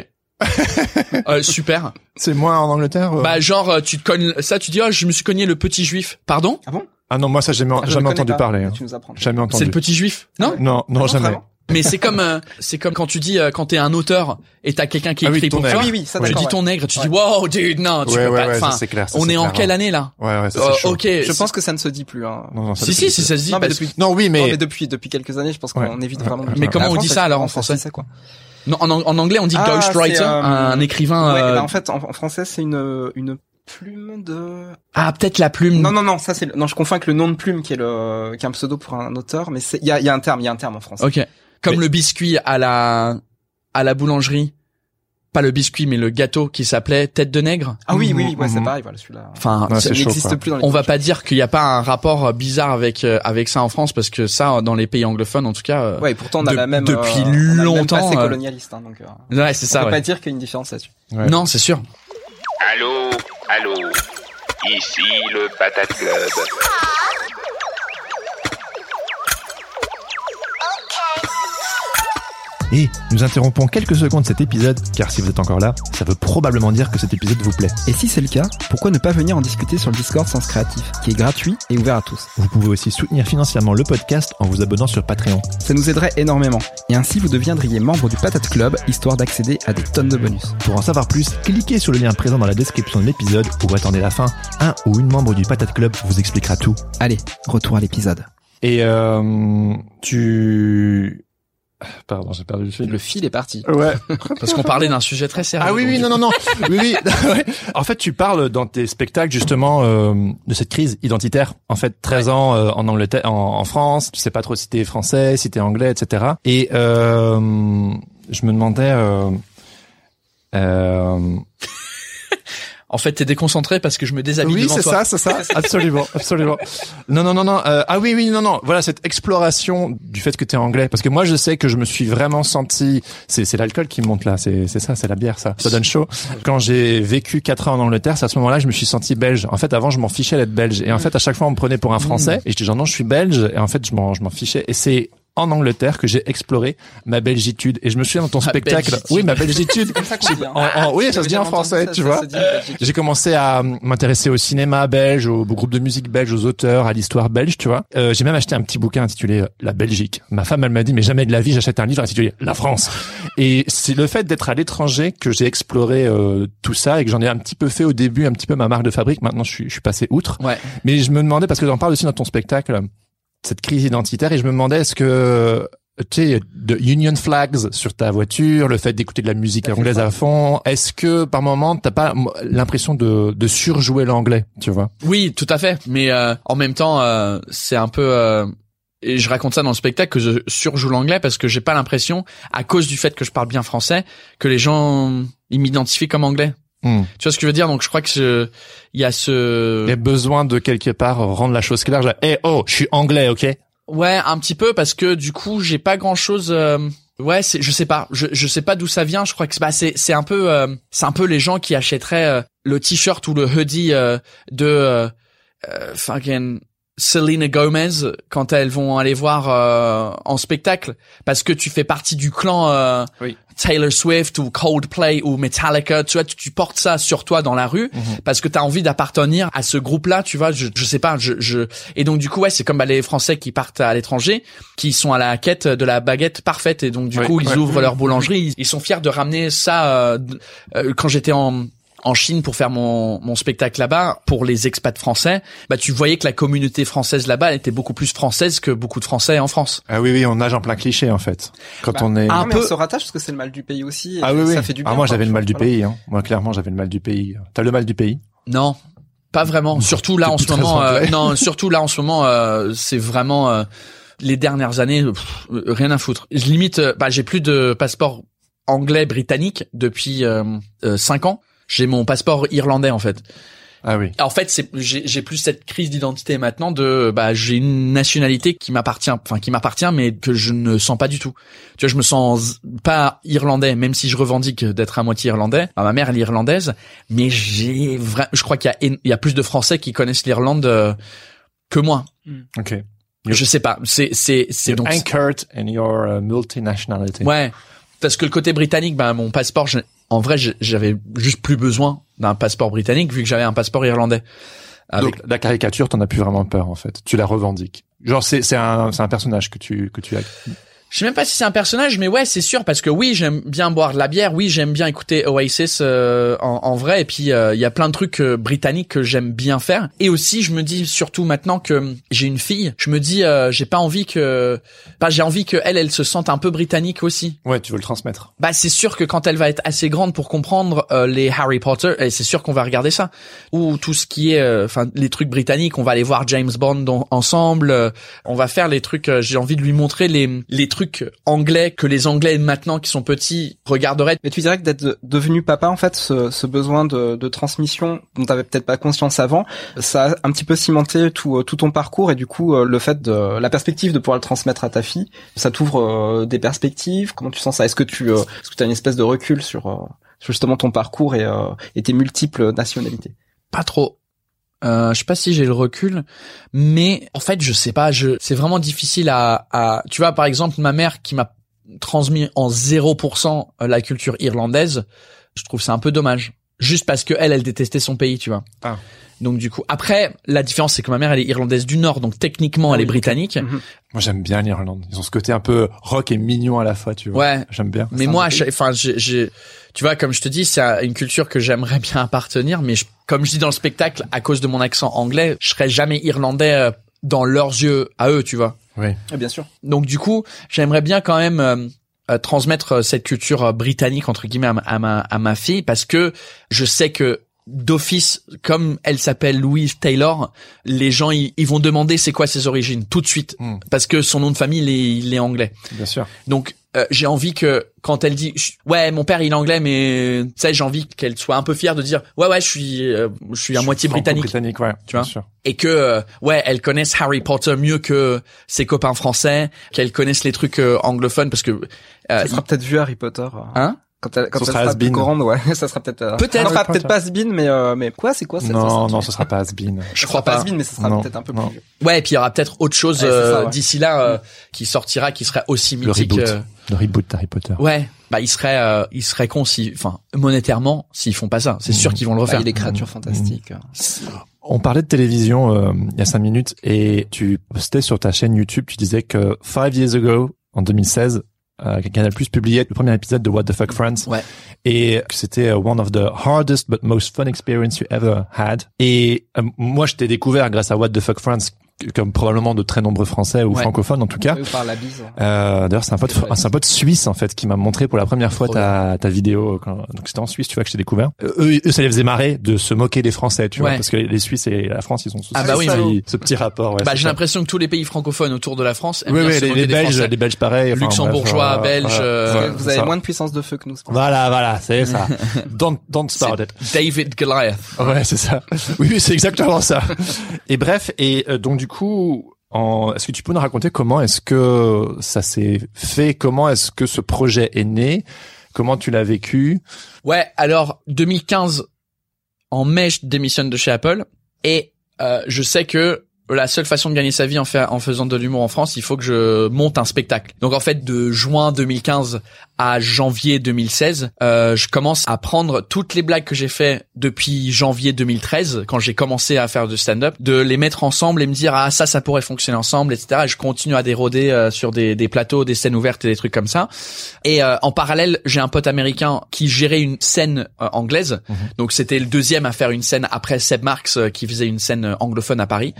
Euh, super.
C'est moi en Angleterre. euh,
Bah genre euh, tu te cognes ça, tu dis oh je me suis cogné le petit juif. Pardon
Ah bon
ah non, moi ça j'ai jamais,
Ah, je le
jamais
connais
entendu
pas.
parler. hein.
Tu nous apprends.
Jamais
C'est
entendu.
le petit juif Non
Non, non,
Non,
jamais.
Ah, vraiment
Mais c'est comme euh, c'est comme quand tu dis euh, quand t'es un auteur et t'as quelqu'un qui
Ah oui,
écrit
ton
pour
nègre.
toi.
Oui, oui, ça
Tu
d'accord.
dis
ouais.
ton nègre, tu
Ouais.
dis wow dude non, tu
Ouais,
peux
ouais,
pas.
ouais, ça,
enfin,
c'est clair, ça,
on
c'est
est en
clair,
quelle
hein.
année là
Ouais, ouais, ça
Euh,
c'est chaud.
Ok.
Je
c'est-
pense que ça ne se dit plus. Hein.
Non, non, ça,
Si
c'est-
si si ça se dit.
Non,
bah,
mais depuis.
Non, oui,
non,
mais.
mais depuis depuis quelques années, je pense
Ouais.
qu'on évite vraiment. de le
Mais
dire.
comment
La
on
France,
dit ça, alors, en
France,
français
c'est ça, quoi.
non, en, en anglais on dit
Ah,
ghostwriter,
c'est, euh,
un écrivain.
Ouais,
euh,
bah, en fait, en, en français, c'est une une plume de.
Ah peut-être la plume.
Non, non, non, ça c'est. le- Non, je confonds avec le nom de plume qui est le qui est un pseudo pour un auteur, mais c'est il y a il y a un terme, il y a un terme en français.
Ok. Comme
Mais-
le biscuit à la à la boulangerie, pas le biscuit mais le gâteau qui s'appelait tête de nègre.
Ah oui, oui, oui, ouais, c'est
Mhm.
pareil, voilà celui-là.
Enfin,
Ouais,
ça
c'est chaud,
n'existe
quoi.
plus dans les.
on va pas dire qu'il n'y a pas un rapport euh, bizarre avec euh, avec ça en France parce que ça euh, dans les pays anglophones en tout cas. euh,
Ouais, et pourtant on a
de-
la même
depuis
euh, on a le même
longtemps,
passé
euh,
colonialiste, hein, donc. euh,
ouais, c'est
on
ça.
peut
ouais.
pas dire qu'il y a une différence là-dessus.
Ouais.
Non, c'est sûr.
Allô, allô, ici le Patate Club.
Et nous interrompons quelques secondes cet épisode, car si vous êtes encore là, ça veut probablement dire que cet épisode vous plaît.
Et si c'est le cas, pourquoi ne pas venir en discuter sur le Discord Sens Créatif, qui est gratuit et ouvert à tous
Vous pouvez aussi soutenir financièrement le podcast en vous abonnant sur Patreon.
Ça nous aiderait énormément, et ainsi vous deviendriez membre du Patate Club, histoire d'accéder à des tonnes de bonus.
Pour en savoir plus, cliquez sur le lien présent dans la description de l'épisode ou attendez la fin. Un ou une membre du Patate Club vous expliquera tout.
Allez, retour à l'épisode.
Et euh, tu Pardon, j'ai perdu le fil.
Le fil est parti.
Ouais.
Parce qu'on parlait d'un sujet très sérieux.
Ah oui,
donc
oui,
du
non, non, non. Oui, [LAUGHS] oui. Ouais. En fait, tu parles dans tes spectacles justement euh, de cette crise identitaire. En fait, 13 ans euh, en Angleterre, en, en France, tu sais pas trop si t'es français, si t'es anglais, etc. Et euh, je me demandais. Euh, euh,
En fait, t'es déconcentré parce que je me déshabille
oui,
devant
c'est
toi.
ça, c'est ça, [LAUGHS] absolument, absolument. Non, non, non, non. euh, ah oui, oui, non, non. Voilà cette exploration du fait que t'es anglais, parce que moi, je sais que je me suis vraiment senti. C'est, c'est l'alcool qui me monte là. C'est, c'est ça, c'est la bière, ça. Ça donne chaud. Quand j'ai vécu quatre ans en Angleterre, c'est à ce moment-là, je me suis senti belge. En fait, avant, je m'en fichais d'être belge, et en fait, à chaque fois, on me prenait pour un Français, et je dis genre non, je suis belge, et en fait, je m'en, je m'en fichais. Et c'est en Angleterre que j'ai exploré ma belgitude et je me souviens dans ton
Ma
spectacle
belgitude.
oui ma [LAUGHS] belgitude
hein.
en- en- oui ça se dit en français tu vois j'ai commencé à euh, m'intéresser au cinéma belge, aux, groupes de musique belge, aux auteurs, à l'histoire belge, tu vois. Euh, j'ai même acheté un petit bouquin intitulé euh, La Belgique. Ma femme, elle m'a dit, mais jamais de la vie, j'achète un livre intitulé La France. Et c'est le fait d'être à l'étranger que j'ai exploré euh, tout ça et que j'en ai un petit peu fait au début, un petit peu ma marque de fabrique. Maintenant, je suis, je suis passé outre.
Ouais.
Mais je me demandais, parce que j'en parle aussi dans ton spectacle, cette crise identitaire, et je me demandais, est-ce que tu sais, de Union Flags sur ta voiture, le fait d'écouter de la musique anglaise à fond. Est-ce que par moment t'as pas m- l'impression de, de surjouer l'anglais, tu vois
Oui, tout à fait. Mais euh, en même temps, euh, c'est un peu. euh, et je raconte ça dans le spectacle que je surjoue l'anglais parce que j'ai pas l'impression, à cause du fait que je parle bien français, que les gens ils m'identifient comme anglais.
Hmm.
Tu vois ce que je veux dire Donc je crois que ce- il y a ce.
Il y a besoin de quelque part rendre la chose claire. genre, Eh oh, je suis anglais, ok
Ouais, un petit peu parce que du coup, j'ai pas grand chose. Ouais, c'est, je sais pas, je, je sais pas d'où ça vient. Je crois que c'est- bah, c'est c'est un peu euh, c'est un peu les gens qui achèteraient euh, le t-shirt ou le hoodie euh, de euh, euh, fucking Selena Gomez quand elles vont aller voir euh, en spectacle parce que tu fais partie du clan euh, Taylor Swift ou Coldplay ou Metallica, tu vois, tu, tu portes ça sur toi dans la rue
Mhm.
parce que t'as envie d'appartenir à ce groupe-là, tu vois, je, je sais pas, je, je et donc du coup ouais, c'est comme bah, les Français qui partent à l'étranger, qui sont à la quête de la baguette parfaite et donc du
Ouais,
coup ils
ouais.
ouvrent leur boulangerie, ils, ils sont fiers de ramener ça. euh, d- euh, quand j'étais en en Chine pour faire mon, mon spectacle là-bas pour les expats français, bah tu voyais que la communauté française là-bas elle était beaucoup plus française que beaucoup de Français en France.
Ah oui, oui, on nage en plein cliché en fait. Quand
Bah,
on est...
un
Un
peu-
peu. On se rattache parce que c'est le mal du pays aussi. et
ah oui, oui.
Ça fait du bien.
ah, moi
quoi.
j'avais le mal du
Voilà.
pays. Hein. Moi clairement j'avais le mal du pays. T'as le mal du pays
Non, pas vraiment. Surtout là
T'es
en
plus
ce
très
moment. euh,
anglais.
non, surtout là en ce moment, euh, c'est vraiment euh, les dernières années, pff, euh, rien à foutre. Je limite, euh, bah j'ai plus de passeport anglais britannique depuis euh, euh, cinq ans. J'ai mon passeport irlandais en fait.
Ah oui.
En fait, c'est j'ai j'ai plus cette crise d'identité maintenant de bah j'ai une nationalité qui m'appartient, enfin qui m'appartient mais que je ne sens pas du tout. Tu vois, je me sens pas irlandais même si je revendique d'être à moitié irlandais. Bah, ma mère elle est irlandaise, mais j'ai vra- je crois qu'il y a en- il y a plus de français qui connaissent l'Irlande euh, que moi.
Ok. Yep.
Je sais pas, c'est c'est c'est donc
Anchored in your uh, multinationality.
Ouais, parce que le côté britannique, bah, mon passeport, je- en vrai, je- j'avais juste plus besoin d'un passeport britannique vu que j'avais un passeport irlandais. Avec-
Donc la caricature, t'en as plus vraiment peur en fait. Tu la revendiques. Genre c'est c'est un c'est un personnage que tu que tu as.
Je sais même pas si c'est un personnage, mais ouais, c'est sûr parce que oui, j'aime bien boire de la bière, oui, j'aime bien écouter Oasis euh, en, en vrai, et puis euh, il y a plein de trucs euh, britanniques que j'aime bien faire. Et aussi, je me dis surtout maintenant que j'ai une fille, je me dis euh, j'ai pas envie que, pas j'ai envie que elle, elle se sente un peu britannique aussi.
Ouais, tu veux le transmettre.
Bah c'est sûr que quand elle va être assez grande pour comprendre euh, les Harry Potter, et c'est sûr qu'on va regarder ça, ou tout ce qui est, euh, enfin les trucs britanniques, on va aller voir James Bond en- ensemble, euh, on va faire les trucs. euh, J'ai envie de lui montrer les les trucs anglais que les Anglais maintenant qui sont petits regarderaient.
Mais tu dirais que d'être devenu papa, en fait, ce, ce besoin de, de transmission dont t'avais peut-être pas conscience avant, ça a un petit peu cimenté tout, euh, tout ton parcours et du coup, euh, le fait de la perspective de pouvoir le transmettre à ta fille, ça t'ouvre euh, des perspectives. Comment tu sens ça Est-ce que tu euh, est-ce que t'as une espèce de recul sur euh, sur justement ton parcours et, euh, et tes multiples nationalités
Pas trop. Euh, je sais pas si j'ai le recul, mais en fait je sais pas. Je c'est vraiment difficile à à. Tu vois par exemple ma mère qui m'a transmis en 0% euh, la culture irlandaise, je trouve ça un peu dommage. Juste parce que elle, elle détestait son pays, tu vois.
Ah.
Donc du coup, après la différence c'est que ma mère elle est irlandaise du Nord, donc techniquement elle est britannique.
Moi, j'aime bien l'Irlande. Ils ont ce côté un peu rock et mignon à la fois, tu vois.
Ouais.
J'aime bien.
Mais moi, à chaque- enfin, j'ai- j'ai, tu vois, comme je te dis, c'est un- une culture que j'aimerais bien [LAUGHS] appartenir, mais je- comme je dis dans le spectacle, à cause de mon accent anglais, je serais jamais irlandais euh, dans leurs yeux à eux, tu vois.
Ouais.
Ah, bien sûr.
Donc du coup, j'aimerais bien quand même euh, euh, transmettre euh, cette culture euh, britannique entre guillemets à ma, à ma à ma fille parce que je sais que d'office, comme elle s'appelle Louise Taylor, les gens ils ils vont demander c'est quoi ses origines tout de suite
Mm.
parce que son nom de famille il est, il est anglais.
Bien sûr.
Donc euh, j'ai envie que quand elle dit Chut, ouais mon père il est anglais mais tu sais j'ai envie qu'elle soit un peu fière de dire ouais ouais je suis euh, je suis à moitié britannique
Britannique, ouais.
Tu vois
bien sûr.
et que euh, ouais elles connaissent Harry Potter mieux que ses copains français qu'elles connaissent les trucs euh, anglophones parce que euh,
Ça sera peut-être vu Harry Potter. euh,
Hein
Quand elle, quand
Ce
elle
sera
sera plus
has-been.
grande, ouais, [LAUGHS] ça sera peut-être. euh,
Peut-être.
ça sera
Harry
peut-être pas Asbin, mais euh, mais quoi, c'est quoi ça- ça sera-
Non, non, ce sera pas Asbin.
je crois
pas
pas
Asbin, mais ça sera
Non,
peut-être un peu
non.
plus. vieux.
ouais et puis il y aura peut-être autre chose
Ouais, c'est ça,
euh,
ouais.
d'ici là euh, qui sortira qui serait aussi
Le
mythique
reboot.
euh,
Le reboot d'Harry Potter.
ouais bah il serait euh, il serait con si enfin monétairement s'ils font pas ça c'est sûr qu'ils vont le
Bah, il y
refaire
a des
Mmh.
créatures fantastiques. hein.
On parlait de télévision euh, il y a cinq minutes et tu postais sur ta chaîne YouTube, tu disais que five years ago, en 2016, euh, Canal Plus publiait le premier épisode de What the Fuck France
Ouais.
et que c'était euh, one of the hardest but most fun experience you ever had. Et euh, moi, je t'ai découvert grâce à What the Fuck France, que- comme probablement de très nombreux Français ou
Ouais.
francophones en tout cas.
Ah.
Oui, par la bise.
Euh, D'ailleurs, c'est un pote, fr- c'est un pote suisse en fait qui m'a montré pour la première fois ta, ta vidéo. Quand, donc c'était en Suisse, tu vois, que je t'ai découvert. Euh, eux, eux, ça les faisait marrer de se moquer des Français, tu vois,
Ouais.
parce que les, les Suisses et la France, ils ont ce,
Ah bah oui,
ce-
mais-
ce petit rapport. Ouais,
bah
c'est
j'ai
ça.
l'impression que tous les pays francophones autour de la France aiment
Oui,
bien
oui,
se
les,
moquer
les
des
Belges,
Français.
les Belges, pareil. enfin,
Luxembourgeois,
bref,
Belges, euh,
voilà,
Vous avez
ça.
moins de puissance de feu que nous. c'est pour ça.
Voilà, voilà,
[LAUGHS]
c'est ça. don't, don't start it.
C'est David Goliath
Ouais, c'est [LAUGHS] ça. Oui, oui, c'est exactement ça. Et bref, et euh, donc du coup, en, est-ce que tu peux nous raconter comment est-ce que ça s'est fait Comment est-ce que ce projet est né Comment tu l'as vécu
Ouais, alors 2015, en mai, je démissionne de chez Apple et euh, je sais que la seule façon de gagner sa vie en, fa- en faisant de l'humour en France, il faut que je monte un spectacle. Donc en fait, de juin 2015 à janvier 2016, euh, je commence à prendre toutes les blagues que j'ai fait depuis janvier 2013, quand j'ai commencé à faire du stand-up, de les mettre ensemble et me dire ah ça ça pourrait fonctionner ensemble, etc. Et je continue à déroder euh, sur des, des plateaux, des scènes ouvertes et des trucs comme ça. Et euh, en parallèle, j'ai un pote américain qui gérait une scène euh, anglaise. Donc c'était le deuxième à faire une scène après Seb Marx euh, qui faisait une scène euh, anglophone à Paris.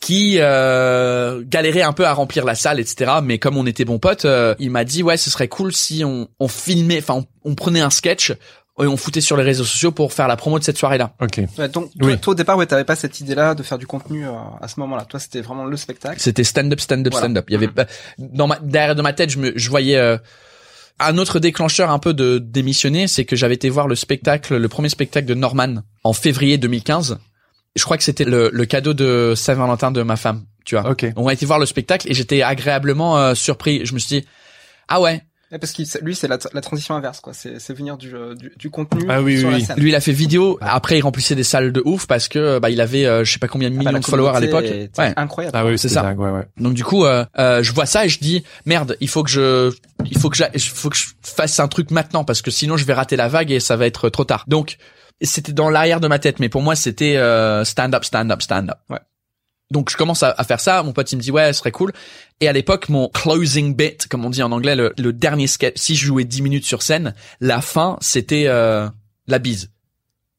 Qui euh, galérait un peu à remplir la salle, etc. Mais comme on était bons potes, euh, il m'a dit ouais, ce serait cool si on, on filmait, enfin on, on prenait un sketch et on foutait sur les réseaux sociaux pour faire la promo de cette soirée-là.
Ok.
Ouais, donc toi,
Oui.
toi, au départ, ouais, t'avais pas cette idée-là de faire du contenu euh, à ce moment-là. Toi, c'était vraiment le spectacle.
C'était stand-up, stand-up,
Voilà. Mm-hmm.
stand-up. Il y avait pas- dans ma, derrière de ma tête, je me, je voyais euh, un autre déclencheur un peu de démissionner, c'est que j'avais été voir le spectacle, le premier spectacle de Norman en février 2015. Je crois que c'était le, le cadeau de Saint-Valentin de ma femme, tu vois.
Ok.
On a été voir le spectacle et j'étais agréablement euh, surpris. Je me suis dit ah ouais,
Ouais, Eh, parce que lui, c'est la, la transition inverse, quoi. C'est c'est venir du, euh, du, du contenu
Ah oui,
sur
oui,
la
oui.
scène.
lui il a fait vidéo. Après il remplissait des salles de ouf parce que bah il avait euh, je sais pas combien de
Ah
millions
bah, la
de followers à l'époque.
communauté était
Ouais.
Incroyable.
Ah oui, c'est
C'est ça.
ça. Ouais, ouais.
Donc du coup, euh, euh, je vois ça et je dis merde, il faut que je, il faut que j'a- il faut que je fasse un truc maintenant parce que sinon je vais rater la vague et ça va être trop tard. Donc c'était dans l'arrière de ma tête, mais pour moi c'était euh, stand up, stand up, stand up.
Ouais.
Donc je commence à, à faire ça. Mon pote il me dit ouais, ce serait cool. Et à l'époque mon closing bit, comme on dit en anglais, le, le dernier sketch, si je jouais 10 minutes sur scène, la fin c'était euh, la bise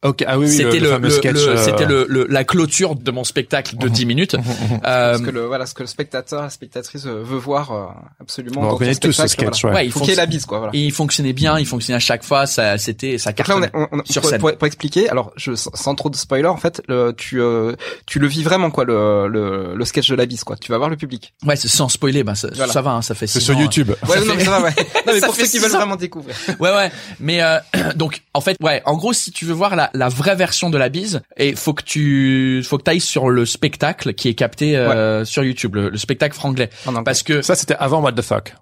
Ok. Ah oui, oui.
c'était le,
fameux
le-
sketch.
le-
euh,
c'était le, le- la clôture de mon spectacle de 10 minutes. Euh,
Parce que le, voilà, ce que le spectateur, la spectatrice euh, veut voir euh, absolument.
On
dans
reconnaît
ton
tous ce
spectacle,
sketch.
voilà.
ouais,
Il
il,
faut qu'il y ait
fonc-
la bise, quoi. Voilà.
il fonctionnait bien, il fonctionnait à chaque fois, ça c'était ça
Donc là, on
cartonnait.
est, on, on-
Sur
pour,
scène.
pour- pour expliquer, alors je, sans- sans trop de spoiler, en fait, le, tu, euh, tu le vis vraiment quoi, le, le, le sketch de la bise quoi. Tu vas voir le public.
Ouais, c'est sans spoiler, bah ça,
Voilà.
ça va, hein, ça fait
C'est
six
sur
ans, hein.
YouTube.
Ça
Ouais, non,
fait-
mais [LAUGHS] ça va, ouais. Non, mais
Ça
pour
fait
ceux qui veulent
six ans.
vraiment découvrir.
Ouais ouais, mais euh, [CLEARS THROAT] donc en fait ouais, en gros si tu veux voir la, la vraie version de la bise, et faut que tu faut que t'ailles sur le spectacle qui est capté euh, sur YouTube, le, le spectacle franglais,
En anglais.
parce que
Ça, c'était avant What the Fuck.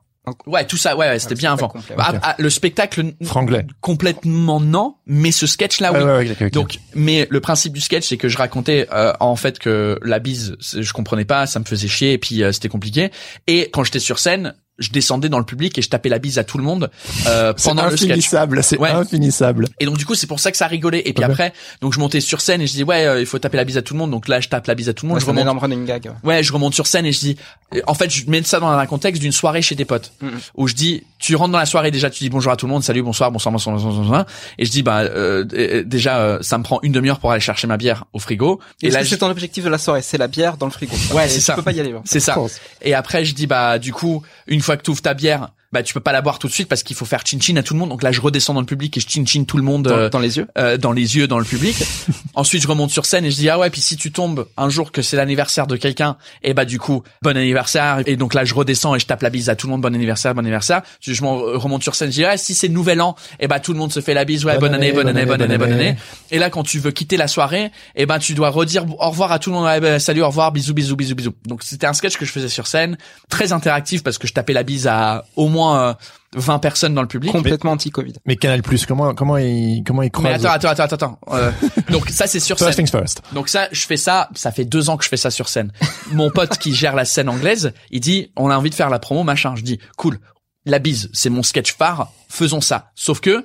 ouais tout ça ouais, ouais, c'était
le
bien avant.
spectacle complet,
Bah,
ok.
ah, le spectacle n-
Franglais.
complètement non, mais ce sketch là oui.
Ah, ouais, ouais, ok, ok.
Donc, mais le principe du sketch, c'est que je racontais euh, en fait que la bise, c'est- je comprenais pas, ça me faisait chier, et puis euh, c'était compliqué. Et quand j'étais sur scène, je descendais dans le public et je tapais la bise à tout le monde euh,
[LAUGHS] C'est
pendant le sketch.
infinissable, c'est
Ouais.
infinissable.
Et donc du coup, c'est pour ça que ça rigolait. Et puis
Ok.
après, donc je montais sur scène et je dis ouais, euh, il faut taper la bise à tout le monde. Donc là, je tape la bise à tout le monde.
Ouais,
je
c'est un
remonte
énorme running gag. ouais.
Ouais, je remonte sur scène et je dis, euh, en fait, je mets ça dans un contexte d'une soirée chez des potes,
Mm-hmm.
où je dis, tu rentres dans la soirée déjà, tu dis bonjour à tout le monde, salut, bonsoir, bonsoir, bonsoir, bonsoir, bonsoir, bonsoir. et je dis, bah, euh, euh, déjà, euh, ça me prend une demi-heure pour aller chercher ma bière au frigo, et
Est-ce
là,
que
je-
c'est ton objectif de la soirée, c'est la bière dans le frigo.
Ouais,
Et
c'est
tu
ça.
peux pas y aller. hein.
c'est ça.
pense.
Et après, je dis, bah, du coup, une fois que tu ouvres ta bière, bah, tu peux pas la boire tout de suite parce qu'il faut faire chin chin à tout le monde. Donc là, je redescends dans le public et je chin chin tout le monde.
Dans,
euh,
dans les yeux.
euh, dans les yeux, dans le public. [LAUGHS] Ensuite, je remonte sur scène et je dis ah ouais. Puis si tu tombes un jour que c'est l'anniversaire de quelqu'un, et bah du coup bon anniversaire. Et donc là, je redescends et je tape la bise à tout le monde. Bon anniversaire, bon anniversaire. Je, je m'en remonte sur scène. Je dis ah si c'est Nouvel An, et bah tout le monde se fait la bise. Ouais, bonne, année, bonne année, bonne année, bonne année. Et là, quand tu veux quitter la soirée, et ben tu dois redire au revoir à tout le monde. Ouais, bah, salut, au revoir, bisous, bisous, bisous, bisous. Donc c'était un sketch que je faisais sur scène, très interactif parce que je tapais la bise à au moins euh, 20 personnes dans le public.
Complètement anti-Covid.
Mais Canal Plus, comment comment il comment il
Mais
croise
attends, attends, attends, attends. attends. Euh, donc ça c'est sur scène.
First things first.
Donc ça, je fais ça, ça fait deux ans que je fais ça sur scène. Mon pote qui gère la scène anglaise, il dit, on a envie de faire la promo, machin. Je dis, cool, la bise, c'est mon sketch phare, faisons ça. Sauf que,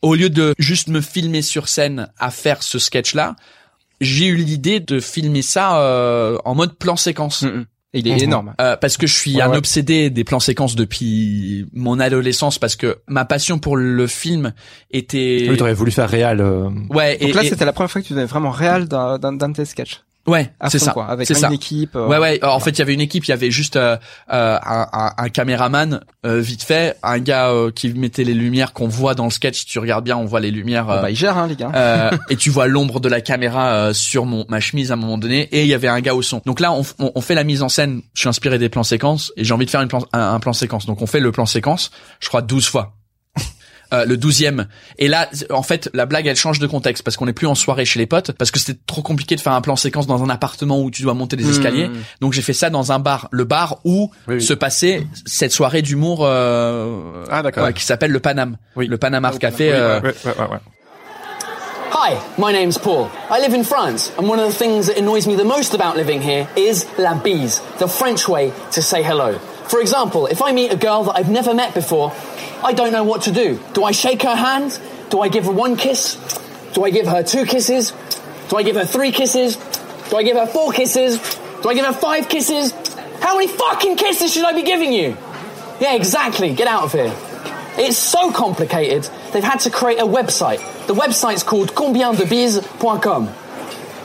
au lieu de juste me filmer sur scène à faire ce sketch-là, j'ai eu l'idée de filmer ça euh, en mode plan séquence.
Mm, mm. Et Il est énorme.
Euh, parce que je suis
Ouais,
un
ouais.
obsédé des plans séquences depuis mon adolescence, parce que ma passion pour le film était...
Oui, t'aurais voulu faire réel. euh,
Ouais,
Donc
et,
là,
et-
c'était la première fois que tu venais vraiment réel d'un d'un- d'un de tes sketchs.
ouais,
À
c'est
fond,
ça,
Quoi, avec
c'est
une
ça.
équipe. euh,
Ouais ouais. Alors, En fait, il y avait une équipe. Il y avait juste euh, euh, un, un- un caméraman euh, vite fait, un gars euh, qui mettait les lumières qu'on voit dans le sketch. Si tu regardes bien, on voit les lumières.
bon,
euh,
bah, il gère, hein, les gars.
euh, et tu vois l'ombre de la caméra euh, sur mon ma chemise à un moment donné et il y avait un gars au son. Donc là on, f- on- on fait la mise en scène, je suis inspiré des plans séquences et j'ai envie de faire une plan- un, un plan séquence. Donc on fait le plan séquence, je crois 12 fois. [LAUGHS] Euh, le douzième. Et là, c'est- en fait, la blague, elle change de contexte parce qu'on n'est plus en soirée chez les potes, parce que c'était trop compliqué de faire un plan séquence dans un appartement où tu dois monter des escaliers.
Mmh.
Donc j'ai fait ça dans un bar, le bar où
Hmm. Oui, oui.
se passait cette soirée d'humour euh,
Ah, d'accord.
ouais, qui s'appelle le Paname,
Oui.
le Panama Café.
ouais,
euh,
ouais, ouais, ouais.
Hi, my name's Paul. I live in France, and one of the things that annoys me the most about living here is la bise, the French way to say hello. For example, if I meet a girl that I've never met before, I don't know what to do. Do I shake her hand? Do I give her one kiss? Do I give her two kisses? Do I give her three kisses? Do I give her four kisses? Do I give her five kisses? How many fucking kisses should I be giving you? Yeah, exactly. Get out of here. It's so complicated, they've had to create a website. The website's called combiendebise.com.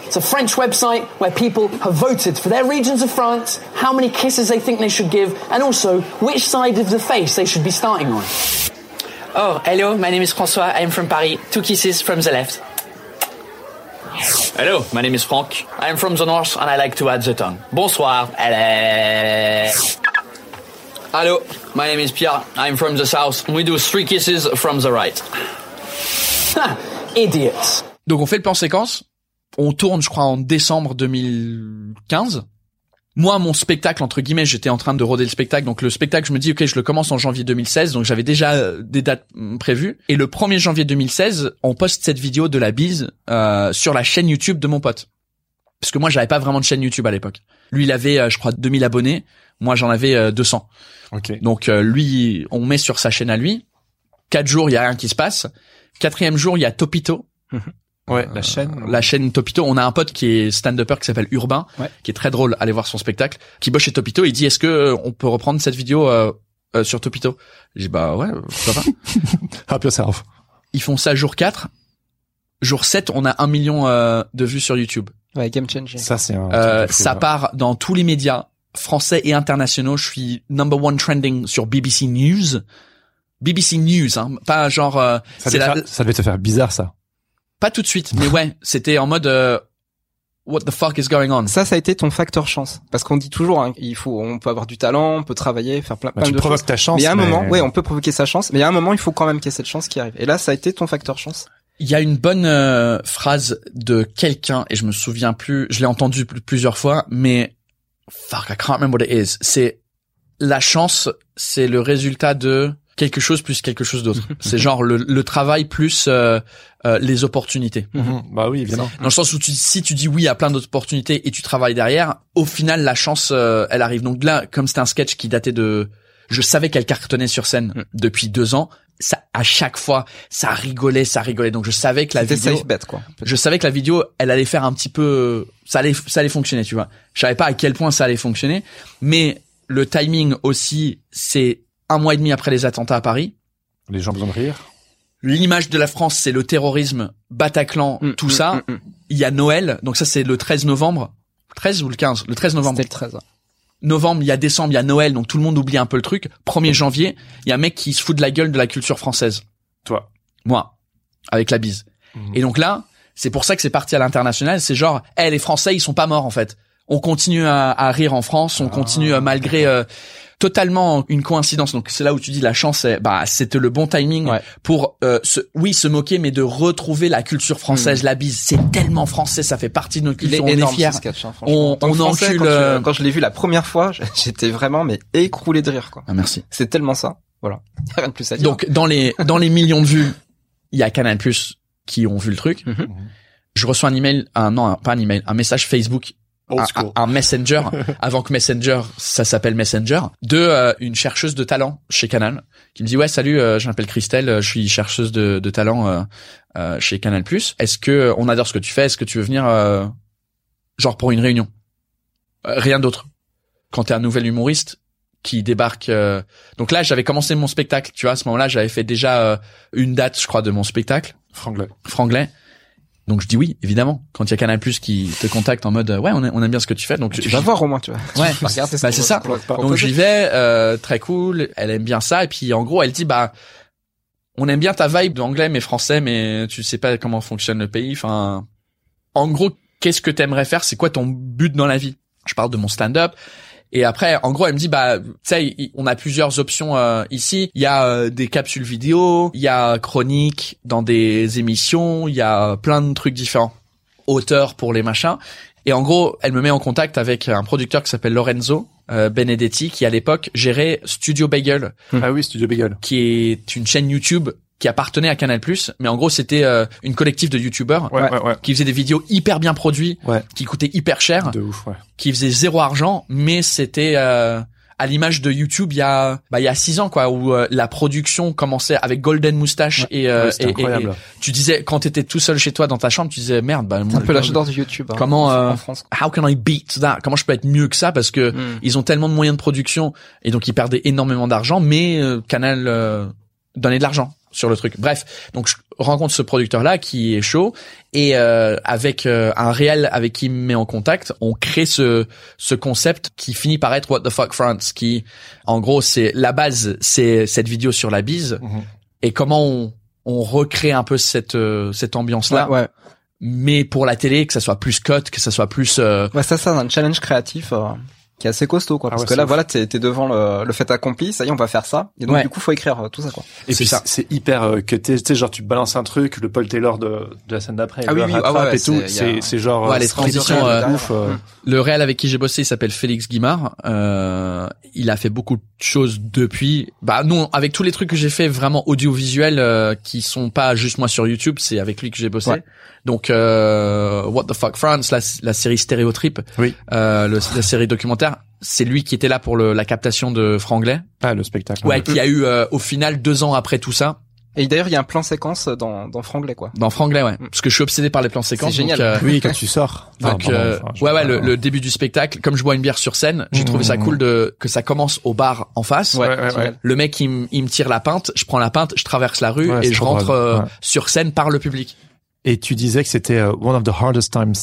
It's a French website where people have voted for their regions of France, how many kisses they think they should give, and also which side of the face they should be starting on. [LAUGHS] Oh, hello, my name is François, I'm from Paris. Two kisses from the left. Hello, my name is Franck. I'm from the north and I like to add the tongue. Bonsoir. Hello. Hello, my name is Pierre. I'm from the south. We do three kisses from the right. idiots.
Donc on fait le plan séquence. On tourne, je crois, en décembre 2015. Moi, mon spectacle, entre guillemets, j'étais en train de roder le spectacle. Donc le spectacle, je me dis, ok, je le commence en janvier 2016. Donc j'avais déjà euh, des dates mm, prévues. Et le 1er janvier 2016, on poste cette vidéo de la bise euh, sur la chaîne YouTube de mon pote. Parce que moi, j'avais pas vraiment de chaîne YouTube à l'époque. Lui, il avait, euh, je crois, 2000 abonnés. Moi, j'en avais euh, 200.
Ok.
Donc euh, lui, on met sur sa chaîne à lui. Quatre jours, il y a rien qui se passe. Quatrième jour, il y a Topito.
Euh,
Ouais, la chaîne.
La chaîne Topito, on a un pote qui est stand-upper qui s'appelle Urbain,
Ouais.
qui est très drôle, allez voir son spectacle, qui bosse chez Topito, il dit est-ce que euh, on peut reprendre cette vidéo euh, euh, sur Topito J'ai dit bah ouais, pourquoi pas.
Help yourself.
Ils font ça jour 4. Jour 7, on a un million euh, de vues sur YouTube.
Ouais, game changer.
Ça, c'est un.
Euh,
truc de fou,
ça
hein.
ouais.
part dans tous les médias français et internationaux. Je suis number one trending sur BBC News. BBC News, hein, pas genre... euh,
Ça
c'est
devait,
la-
faire- ça devait te faire bizarre, ça.
Pas tout de suite, mais ouais, c'était en mode... euh, What the fuck is going on
Ça, ça a été ton facteur chance. Parce qu'on dit toujours, hein, il faut, on peut avoir du talent, on peut travailler, faire plein,
Bah,
plein
tu
de choses.
provoques ta chance.
Mais à un
mais-
moment, ouais, on peut provoquer sa chance, mais à un moment, il faut quand même qu'il y ait cette chance qui arrive. Et là, ça a été ton facteur chance.
Il y a une bonne euh, phrase de quelqu'un et je me souviens plus, je l'ai entendu pl- plusieurs fois, mais fuck, I can't remember what it is. C'est la chance, c'est le résultat de quelque chose plus quelque chose
[LAUGHS]
d'autre. c'est genre le, le travail plus euh, euh, les opportunités.
Mhm. Bah oui,
[LAUGHS]
évidemment.
Dans le sens où tu, si tu dis oui à plein d'opportunités et tu travailles derrière, au final la chance euh, elle arrive. Donc là, comme c'était un sketch qui datait de Je savais qu'elle cartonnait sur scène
Mm.
depuis deux ans. Ça, à chaque fois, ça rigolait, ça rigolait. Donc je savais que la
C'était
vidéo,
safe bet, quoi.
je savais que la vidéo, elle allait faire un petit peu, ça allait, ça allait fonctionner, tu vois. Je savais pas à quel point ça allait fonctionner, mais le timing aussi, c'est un mois et demi après les attentats à Paris.
Les gens ont besoin de rire.
L'image de la France, c'est le terrorisme, Bataclan,
Mm,
tout
mm,
ça.
mm, mm.
Il y a Noël, donc ça c'est le 13 novembre. 13 ou le 15 Le 13 novembre.
C'était le 13.
Novembre, il y a décembre, il y a Noël, donc tout le monde oublie un peu le truc. 1er janvier, il y a un mec qui se fout de la gueule de la culture française.
Toi.
Moi. Avec la bise.
Mhm.
Et donc là, c'est pour ça que c'est parti à l'international. C'est genre, eh, les Français, ils sont pas morts en fait. On continue à, à rire en France,
Ah.
on continue euh, malgré euh, totalement une coïncidence. Donc c'est là où tu dis la chance, c'est- bah c'était le bon timing
Ouais.
pour euh, se, oui se moquer, mais de retrouver la culture française, la bise. C'est tellement français, ça fait partie de notre
Mhm. Il est
culture. on
énorme
est fiers.
ce sketch. hein, franchement.
On,
En tant
on
que Français,
encule.
Quand, tu-
euh,
quand je l'ai vu la première fois, [LAUGHS] j'étais vraiment mais écroulé de rire quoi.
Ah, merci.
C'est tellement ça. Voilà. [LAUGHS] Rien de plus à dire.
Donc dans les dans les millions de vues, il y a Canal Plus qui ont vu le truc.
Mhm.
Mm-hmm.
Je reçois un email, un non un- pas un email, un message Facebook,
Old
Ah,
un,
school.
un-
[LAUGHS]
un messenger avant que Messenger ça s'appelle Messenger de euh, une chercheuse de talent chez Canal qui me dit ouais salut, euh, je m'appelle Christelle, euh, je suis chercheuse de, de talent euh, euh, chez Canal Plus. Est-ce que euh, on adore ce que tu fais Est-ce que tu veux venir euh, genre pour une réunion Euh, Rien d'autre. Quand t'es un nouvel humoriste qui débarque euh, donc là, j'avais commencé mon spectacle, tu vois, à ce moment-là, j'avais fait déjà euh, une date, je crois, de mon spectacle,
Franglais.
franglais. Donc je dis oui, évidemment. Quand il y a Canal Plus qui te contacte en mode, euh, ouais, on, a- on aime bien ce que tu fais, donc
Ah, tu vas
j'y-
voir au moins tu vois.
Ouais,
Tu vas regarder ce
bah,
qu'on
c'est
va-
ça.
ce qu'on va te
Donc
proposer.
j'y vais, euh, très cool. Elle aime bien ça, et puis en gros, elle dit bah, on aime bien ta vibe d'anglais mais français, mais tu sais pas comment fonctionne le pays. Enfin, en gros, qu'est-ce que t'aimerais faire C'est quoi ton but dans la vie Je parle de mon stand-up. Et après, en gros, elle me dit, bah, tu sais, il- on a plusieurs options euh, ici. Il y a euh, des capsules vidéo, il y a chroniques dans des émissions, il y a plein de trucs différents. Auteur pour les machins. Et en gros, elle me met en contact avec un producteur qui s'appelle Lorenzo euh, Benedetti, qui à l'époque gérait Studio Bagel,
Ah oui, Studio Bagel.
qui est une chaîne YouTube qui appartenait à Canal+. Mais en gros, c'était euh, une collective de YouTubers
Ouais, ouais, ouais.
qui faisaient des vidéos hyper bien produites,
Ouais.
qui coûtaient hyper cher
De ouf, ouais.
qui faisait zéro argent, mais c'était euh, à l'image de YouTube il y a bah il y a six ans quoi, où euh, la production commençait avec Golden Moustache et, euh,
Ouais, c'était
et- et-
incroyable.
et tu disais quand t'étais tout seul chez toi dans ta chambre, tu disais merde bah
C'est un peu l'âge d'or de YouTube. hein,
Comment, euh,
en France
How can I beat that? Comment je peux être mieux que ça parce que
Mm.
ils ont tellement de moyens de production et donc ils perdaient énormément d'argent, mais euh, Canal euh, donnait de l'argent sur le truc. Bref, donc je rencontre ce producteur là qui est chaud et euh, avec euh, un réel avec qui il me met en contact, on crée ce ce concept qui finit par être What the fuck France, qui en gros c'est la base, c'est cette vidéo sur la bise
Mm-hmm.
Mhm.
et comment on on recrée un peu cette euh, cette ambiance là
Ouais, ouais.
mais pour la télé, que ça soit plus cut, que ça soit plus euh,
Ouais, ça, c'est un challenge créatif euh, qui est assez costaud, quoi.
Ah
parce
ouais,
que
c'est
là,
ouf.
voilà, t'es t'es devant le, le fait accompli, ça y est, on va faire ça. Et donc,
Ouais.
du coup, faut écrire euh, tout ça, quoi.
Et
C'est
puis
ça.
c'est- c'est hyper euh, cuté, tu sais genre tu balances un truc, le Paul Taylor de, de la scène d'après,
Ah
le
oui, oui, ah
rattrape
ouais, ouais,
et tout,
c'est- y
c'est
a-
c'est genre
Ouais,
euh,
les
c'est ridicule,
transitions, euh,
de ouf. euh,
Mm.
le réel avec qui j'ai bossé, il s'appelle Félix Guimard. Euh, il a fait beaucoup de choses depuis. Bah non, avec tous les trucs que j'ai fait vraiment audiovisuels euh, qui sont pas juste moi sur YouTube, c'est avec lui que j'ai bossé.
Ouais.
Donc euh, What the fuck France, la, la série Stéréotrip,
Oui.
euh, le- la série documentaire, c'est lui qui était là pour le- la captation de Franglais.
Ah le spectacle.
Ouais, qui a eu euh, au final deux ans après tout ça
Et d'ailleurs, il y a un plan séquence dans, dans Franglais, quoi.
dans Franglais, ouais. Parce que je suis obsédé par les plans séquences.
Mm. C'est génial.
donc, euh,
Oui, quand tu sors.
Donc,
Ah, pardon,
euh,
enfin, je- Mmh.
ouais, ouais, le, le début du spectacle, comme je bois une bière sur scène, j'ai trouvé ça cool de que ça commence au bar en face.
Ouais, ouais,
génial.
ouais.
Le mec, il, me- il me tire la pinte, je prends la pinte, je traverse la rue
Ouais,
et
c'est
je
trop
rentre
drôle,
euh,
ouais.
sur scène par le public.
Et tu disais que c'était euh, one of the hardest times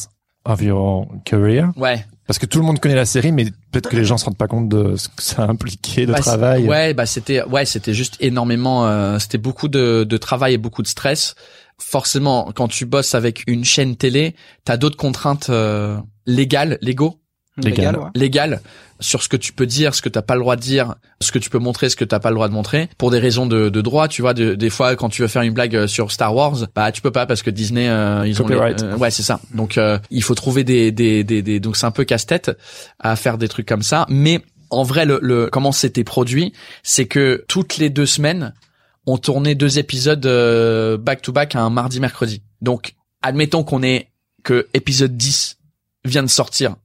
of your career
Ouais.
parce que tout le monde connaît la série mais peut-être que les gens se rendent pas compte de ce que ça a impliqué de
Bah, c'est-
travail.
Ouais, bah c'était, ouais, c'était juste énormément. euh, c'était beaucoup de, de travail et beaucoup de stress. Forcément, quand tu bosses avec une chaîne télé, t'as d'autres contraintes euh, légales, légaux.
Légal.
Légal, ouais.
légal sur ce que tu peux dire, ce que t'as pas le droit de dire, ce que tu peux montrer, ce que t'as pas le droit de montrer, pour des raisons de, de droit, tu vois. de- des fois, quand tu veux faire une blague euh, sur Star Wars, bah tu peux pas parce que Disney, euh, ils
Copyright.
ont, les- euh, ouais, c'est ça. Donc euh, il faut trouver des, des, des, des- donc c'est un peu casse-tête à faire des trucs comme ça. Mais en vrai, le, le comment c'était produit, c'est que toutes les deux semaines, on tournait deux épisodes euh, back to back un mardi mercredi. Donc admettons qu'on ait que épisode 10 vient de sortir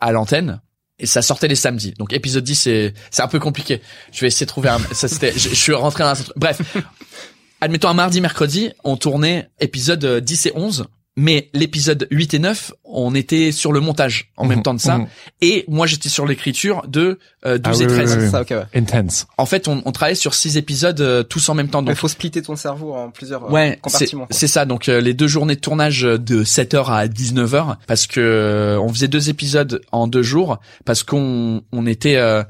à l'antenne, et ça sortait les samedis. Donc épisode 10 c'est c'est un peu compliqué. Je vais essayer de trouver un ça c'était je, je suis rentré dans un truc. Bref. Admettons un mardi mercredi, on tournait épisode euh, 10 et 11. Mais l'épisode 8 et 9, on était sur le montage en même temps de ça.
mhm.
Et moi, j'étais sur l'écriture de euh,
Ah
12 et
oui,
13.
oui, oui.
Ça, ok, ouais.
Intense.
En fait, on, on travaillait sur six épisodes euh, tous en même temps.
Il
Donc,
faut splitter ton cerveau en plusieurs euh,
ouais, c'est
compartiments. quoi.
c'est ça. Donc, euh, les deux journées de tournage euh, de 7h à 19h, parce que euh, on faisait deux épisodes en deux jours, parce qu'on on était... euh,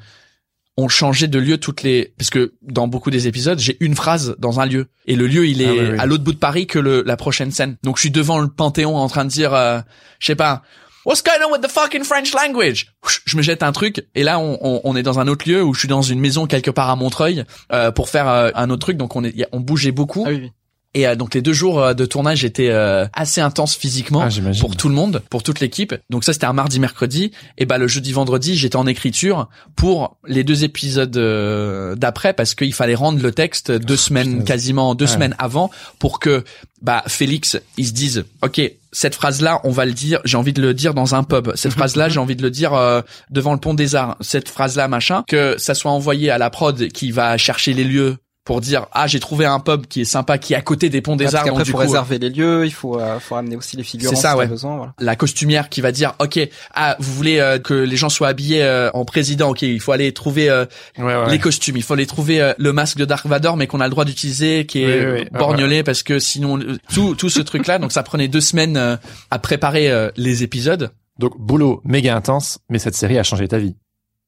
on changeait de lieu toutes les parce que dans beaucoup des épisodes j'ai une phrase dans un lieu et le lieu il est
Ah oui, oui.
à l'autre bout de Paris que le, la prochaine scène donc je suis devant le Panthéon en train de dire euh, je sais pas What's going on with the fucking French language? Je me jette un truc et là on, on, on est dans un autre lieu où je suis dans une maison quelque part à Montreuil euh, pour faire euh, un autre truc donc on est y a- on bougeait beaucoup
Ah oui, oui.
et euh, donc les deux jours euh, de tournage étaient euh, assez intenses physiquement
Ah, j'imagine.
pour tout le monde, pour toute l'équipe. Donc ça c'était un mardi mercredi et bah le jeudi vendredi, j'étais en écriture pour les deux épisodes euh, d'après parce qu'il fallait rendre le texte deux semaines
Ah, putain.
quasiment deux
Ouais.
semaines avant pour que bah Félix ils se disent OK, cette phrase là, on va le dire, j'ai envie de le dire dans un pub. Cette
[LAUGHS]
phrase là, j'ai envie de le dire euh, devant le pont des Arts. Cette phrase là machin que ça soit envoyé à la prod qui va chercher les lieux pour dire ah j'ai trouvé un pub qui est sympa qui est à côté des ponts
Ouais,
des
parce
arts donc
qu'après,
du
faut
coup, euh,
réserver les lieux, il faut, euh, faut ramener aussi les figurants
C'est ça,
si
ouais.
t'as besoin. Voilà.
la costumière qui va dire ok ah vous voulez euh, que les gens soient habillés euh, en président ok il faut aller trouver euh,
Ouais, ouais.
les costumes il faut aller trouver euh, le masque de Dark Vador mais qu'on a le droit d'utiliser qui est
Oui, oui, oui. Ah,
borgnolé parce que sinon euh, tout tout ce truc là donc ça prenait deux semaines euh, à préparer euh, les épisodes
Donc, boulot méga intense, mais cette série a changé ta vie.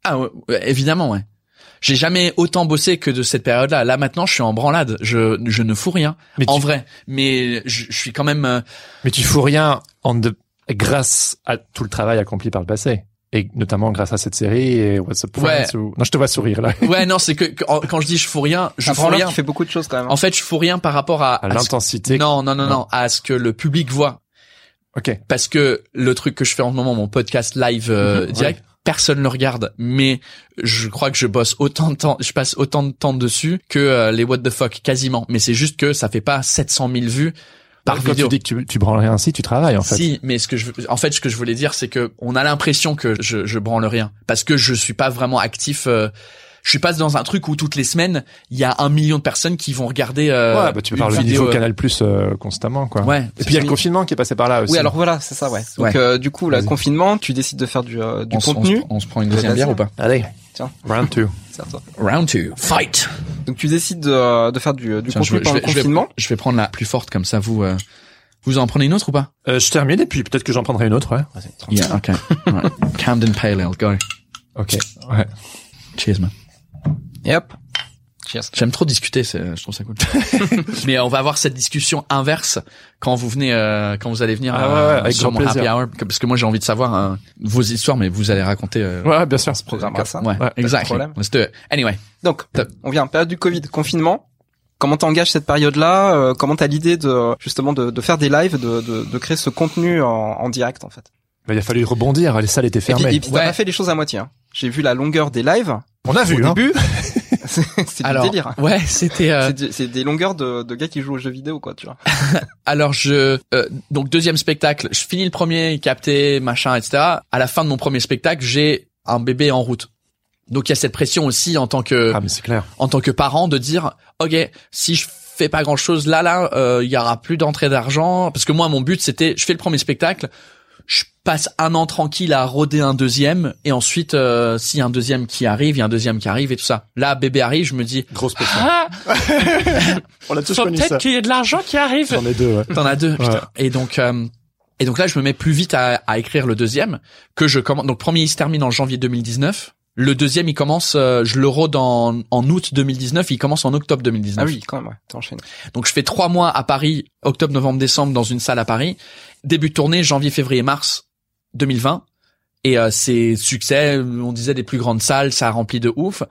ah ouais, ouais, évidemment ouais j'ai jamais autant bossé que de cette période là là maintenant je suis en branlade je je ne fous rien
Mais
en
tu,
vrai mais je, je suis quand même euh,
mais tu fous rien en de, grâce à tout le travail accompli par le passé. Et notamment grâce à cette série et What's Up
Ouais.
Friends ou- Non, je te vois sourire, là.
Ouais, non, c'est que, que- en- quand je dis je fous rien, je
Un
fous
branleur
rien.
qui fait beaucoup de choses quand même. hein.
En fait, je fous rien par rapport à,
À
à ce-
l'intensité.
Ah, non, non, non,
Non.
non, à ce que le public voit.
Ok.
Parce que le truc que je fais en ce moment, mon podcast live euh,
Mhm,
direct, personne le regarde. Mais je crois que je bosse autant de temps, je passe autant de temps dessus que euh, les what the fuck quasiment. Mais c'est juste que ça fait pas 700 000 vues par
Quand
vidéo.
tu dis que tu, tu branles rien ainsi, tu travailles, en fait.
Si, mais ce que je, en fait, ce que je voulais dire, c'est que on a l'impression que je, je branle rien parce que je suis pas vraiment actif. euh, je suis pas dans un truc où toutes les semaines il y a un million de personnes qui vont regarder. euh,
ouais, bah, tu
une
parles
vidéo,
vidéo
euh,
Canal Plus constamment, quoi.
Ouais.
Et puis il y a le confinement qui est passé par là aussi.
oui, alors voilà, c'est ça, ouais. Donc
Ouais.
euh, du coup, le
Vas-y.
confinement, tu décides de faire du, euh, du
on, se- on se-
contenu.
on se prend une deuxième bière ou pas
allez,
Tiens.
round two.
C'est à toi.
Round two, fight.
Donc tu décides de, de faire du, du
Tiens,
contenu pendant le
je, vais,
confinement.
je vais prendre la plus forte comme ça. Vous, euh, vous en prenez une autre ou pas
Euh, je termine et puis peut-être que j'en prendrai une autre, ouais.
Yeah, okay. Right. Camden Pale Ale, go.
Ok. Ouais.
Cheers, man.
Yep. Cheers.
J'aime trop discuter, c'est- euh, je trouve
[LAUGHS]
ça cool. Mais euh, on va avoir cette discussion inverse quand vous venez, euh, quand vous allez venir
Ah
euh,
ouais, ouais, avec
sur
grand
mon
plaisir.
happy hour, que- parce que moi j'ai envie de savoir euh, vos histoires, mais vous allez raconter. euh,
Ouais, bien sûr, ce programme.
Bah,
Programme à ça.
ouais,
pas de
exactly.
problème.
Let's do it. Anyway,
Donc,
Top.
on vient en période du Covid, confinement. Comment t'engages cette période-là euh, Comment t'as l'idée de justement de, de faire des lives, de, de, de créer ce contenu en, en direct en fait
Bah, il a fallu
hein,
rebondir, les salles étaient
Et puis,
fermées.
et puis, t'as
Ouais.
pas fait les choses à moitié. hein. J'ai vu la longueur des lives. [LAUGHS]
On a vu,
Au
hein.
début, c'est c'est du
alors,
délire.
ouais,
[LAUGHS]
c'était. euh,
C'est du- C'est des longueurs de, de gars qui jouent aux jeux vidéo, quoi, tu vois.
alors je, euh, donc deuxième spectacle, je finis le premier, capté, machin, etc. À la fin de mon premier spectacle, j'ai un bébé en route. Donc il y a cette pression aussi en tant que
Ah, mais c'est clair.
en tant que parent de dire ok si je fais pas grand chose là là euh, il y aura plus d'entrée d'argent parce que moi mon but c'était je fais le premier spectacle je passe un an tranquille à roder un deuxième et ensuite euh, s'il y a un deuxième qui arrive il y a un deuxième qui arrive et tout ça là bébé arrive je me dis
Grosse pression.
ah
On a tous
faut
connu ça.
peut-être qu'il y a de l'argent qui arrive
J'en ai deux, ouais.
t'en as deux putain.
Ouais.
et donc euh, et donc là je me mets plus vite à, à écrire le deuxième que je commence donc premier il se termine en janvier 2019 le deuxième, il commence, euh, je le rôde en, en août 2019, il commence en octobre 2019.
Ah oui, quand même, ouais, t'enchaînes.
Donc je fais trois mois à Paris, octobre, novembre, décembre, dans une salle à Paris. Début de tournée, janvier, février, mars 2020. Et euh, c'est succès, on disait des plus grandes salles, ça remplit de ouf.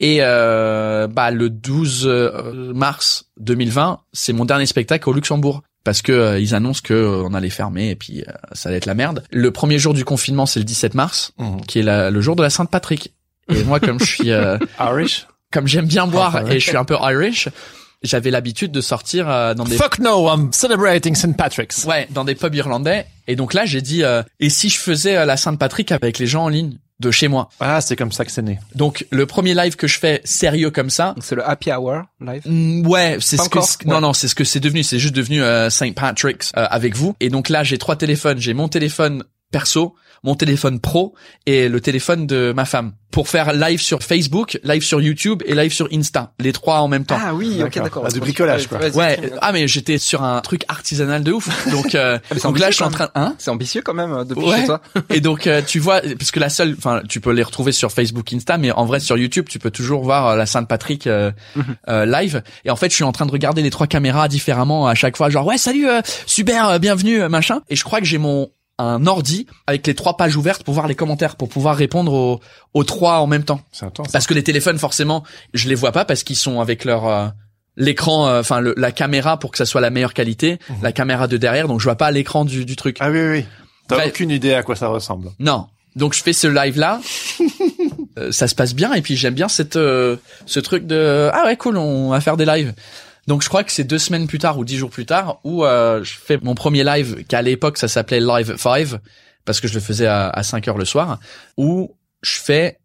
Et euh, bah le 12 euh, mars 2020, c'est mon dernier spectacle au Luxembourg parce que euh, ils annoncent que euh, on allait fermer et puis euh, ça allait être la merde. Le premier jour du confinement, c'est le 17 mars,
Mhm.
qui est la- le jour de la Sainte-Patrick. Et moi, comme je suis euh,
Ah,
[LAUGHS]
Irish?
comme j'aime bien boire
Ah ouais.
et je suis un peu Irish, j'avais l'habitude de sortir euh, dans des
Fuck no, I'm celebrating St. Patrick's.
ouais dans des pubs irlandais et donc là j'ai dit euh, et si je faisais euh, la Sainte Patrick avec les gens en ligne de chez moi.
Ah, c'est comme ça que c'est né.
Donc le premier live que je fais sérieux comme ça,
Donc, C'est le happy hour live.
Mm, Ouais, c'est
Pas
ce que
encore,
c'est-
ouais.
non non, c'est ce que c'est devenu, c'est juste devenu euh, Saint Patrick's euh, avec vous. Et donc là, j'ai trois téléphones, j'ai mon téléphone perso, mon téléphone pro et le téléphone de ma femme pour faire live sur Facebook, live sur YouTube et live sur Insta, les trois en même temps.
Ah oui, ok,
D'accord.
d'accord.
Ah, du bricolage, quoi.
Vas-y,
Ouais,
vas-y.
ah mais j'étais sur un truc artisanal de
[LAUGHS]
ouf. Donc euh,
Ah, mais c'est
donc là
ambitieux,
je suis en
quand
train hein
C'est ambitieux quand même euh, depuis
Ouais.
[LAUGHS] chez toi.
et donc euh, tu vois parce que la seule enfin tu peux les retrouver sur Facebook Insta mais en vrai sur YouTube tu peux toujours voir euh, la Sainte Patrick euh,
Mhm.
euh, live et en fait je suis en train de regarder les trois caméras différemment à chaque fois genre ouais salut euh, super euh, bienvenue euh, machin et je crois que j'ai mon un ordi avec les trois pages ouvertes pour voir les commentaires pour pouvoir répondre aux, aux trois en même temps
C'est intense.
parce que les téléphones forcément je les vois pas parce qu'ils sont avec leur euh, l'écran euh, enfin le- la caméra pour que ça soit la meilleure qualité la caméra de derrière donc je vois pas l'écran du, du truc
Ah oui, oui, oui. T'as
Bah,
Bref.
aucune idée à quoi ça ressemble.
non. Donc je fais ce live là, ça se passe bien et puis j'aime bien cette euh, ce truc de ah ouais cool on va faire des lives. Donc je crois que c'est deux semaines plus tard ou dix jours plus tard où euh, je fais mon premier live qu'à l'époque ça s'appelait Live 5 parce que je le faisais à, à 5 heures le soir où je fais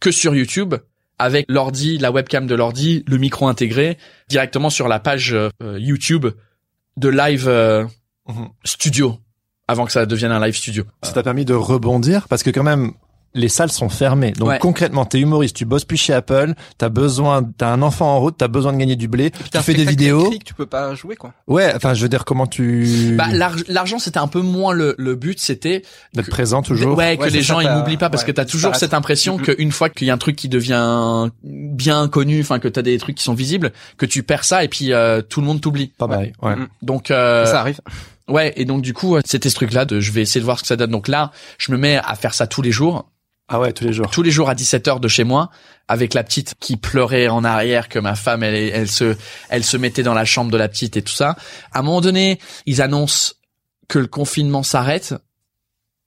que sur YouTube avec l'ordi, la webcam de l'ordi, le micro intégré directement sur la page euh, YouTube de Live euh,
Mhm.
Studio avant que ça devienne un Live Studio.
Ça t'a permis de rebondir parce que quand même les salles sont fermées. Donc
Ouais.
concrètement, t'es humoriste, tu bosses plus chez Apple, t'as besoin, t'as un enfant en route, t'as besoin de gagner du blé, tu
T'as
fais
un
des
spectacle
vidéos.
électrique, Tu peux pas jouer quoi.
Ouais, enfin je veux dire comment tu
Bah, l'arg- l'argent, c'était un peu moins le, le but, c'était
d'être présent toujours.
ouais, que
Ouais,
les
c'est
gens
ça,
ils
t'as-
m'oublient pas parce
ouais,
que t'as toujours
disparaître.
cette impression
Mhm.
qu'une fois qu'il y a un truc qui devient bien connu, enfin que t'as des trucs qui sont visibles, que tu perds ça et puis euh, tout le monde t'oublie.
Pas mal. Ouais.
Mhm.
Donc euh,
Ça arrive.
ouais, et donc du coup euh, c'était ce truc-là de je vais essayer de voir ce que ça donne. Donc là, je me mets à faire ça tous les jours,
Ah ouais, tous les jours.
tous les jours à 17h de chez moi avec la petite qui pleurait en arrière que ma femme elle elle se elle se mettait dans la chambre de la petite et tout ça. À un moment donné, ils annoncent que le confinement s'arrête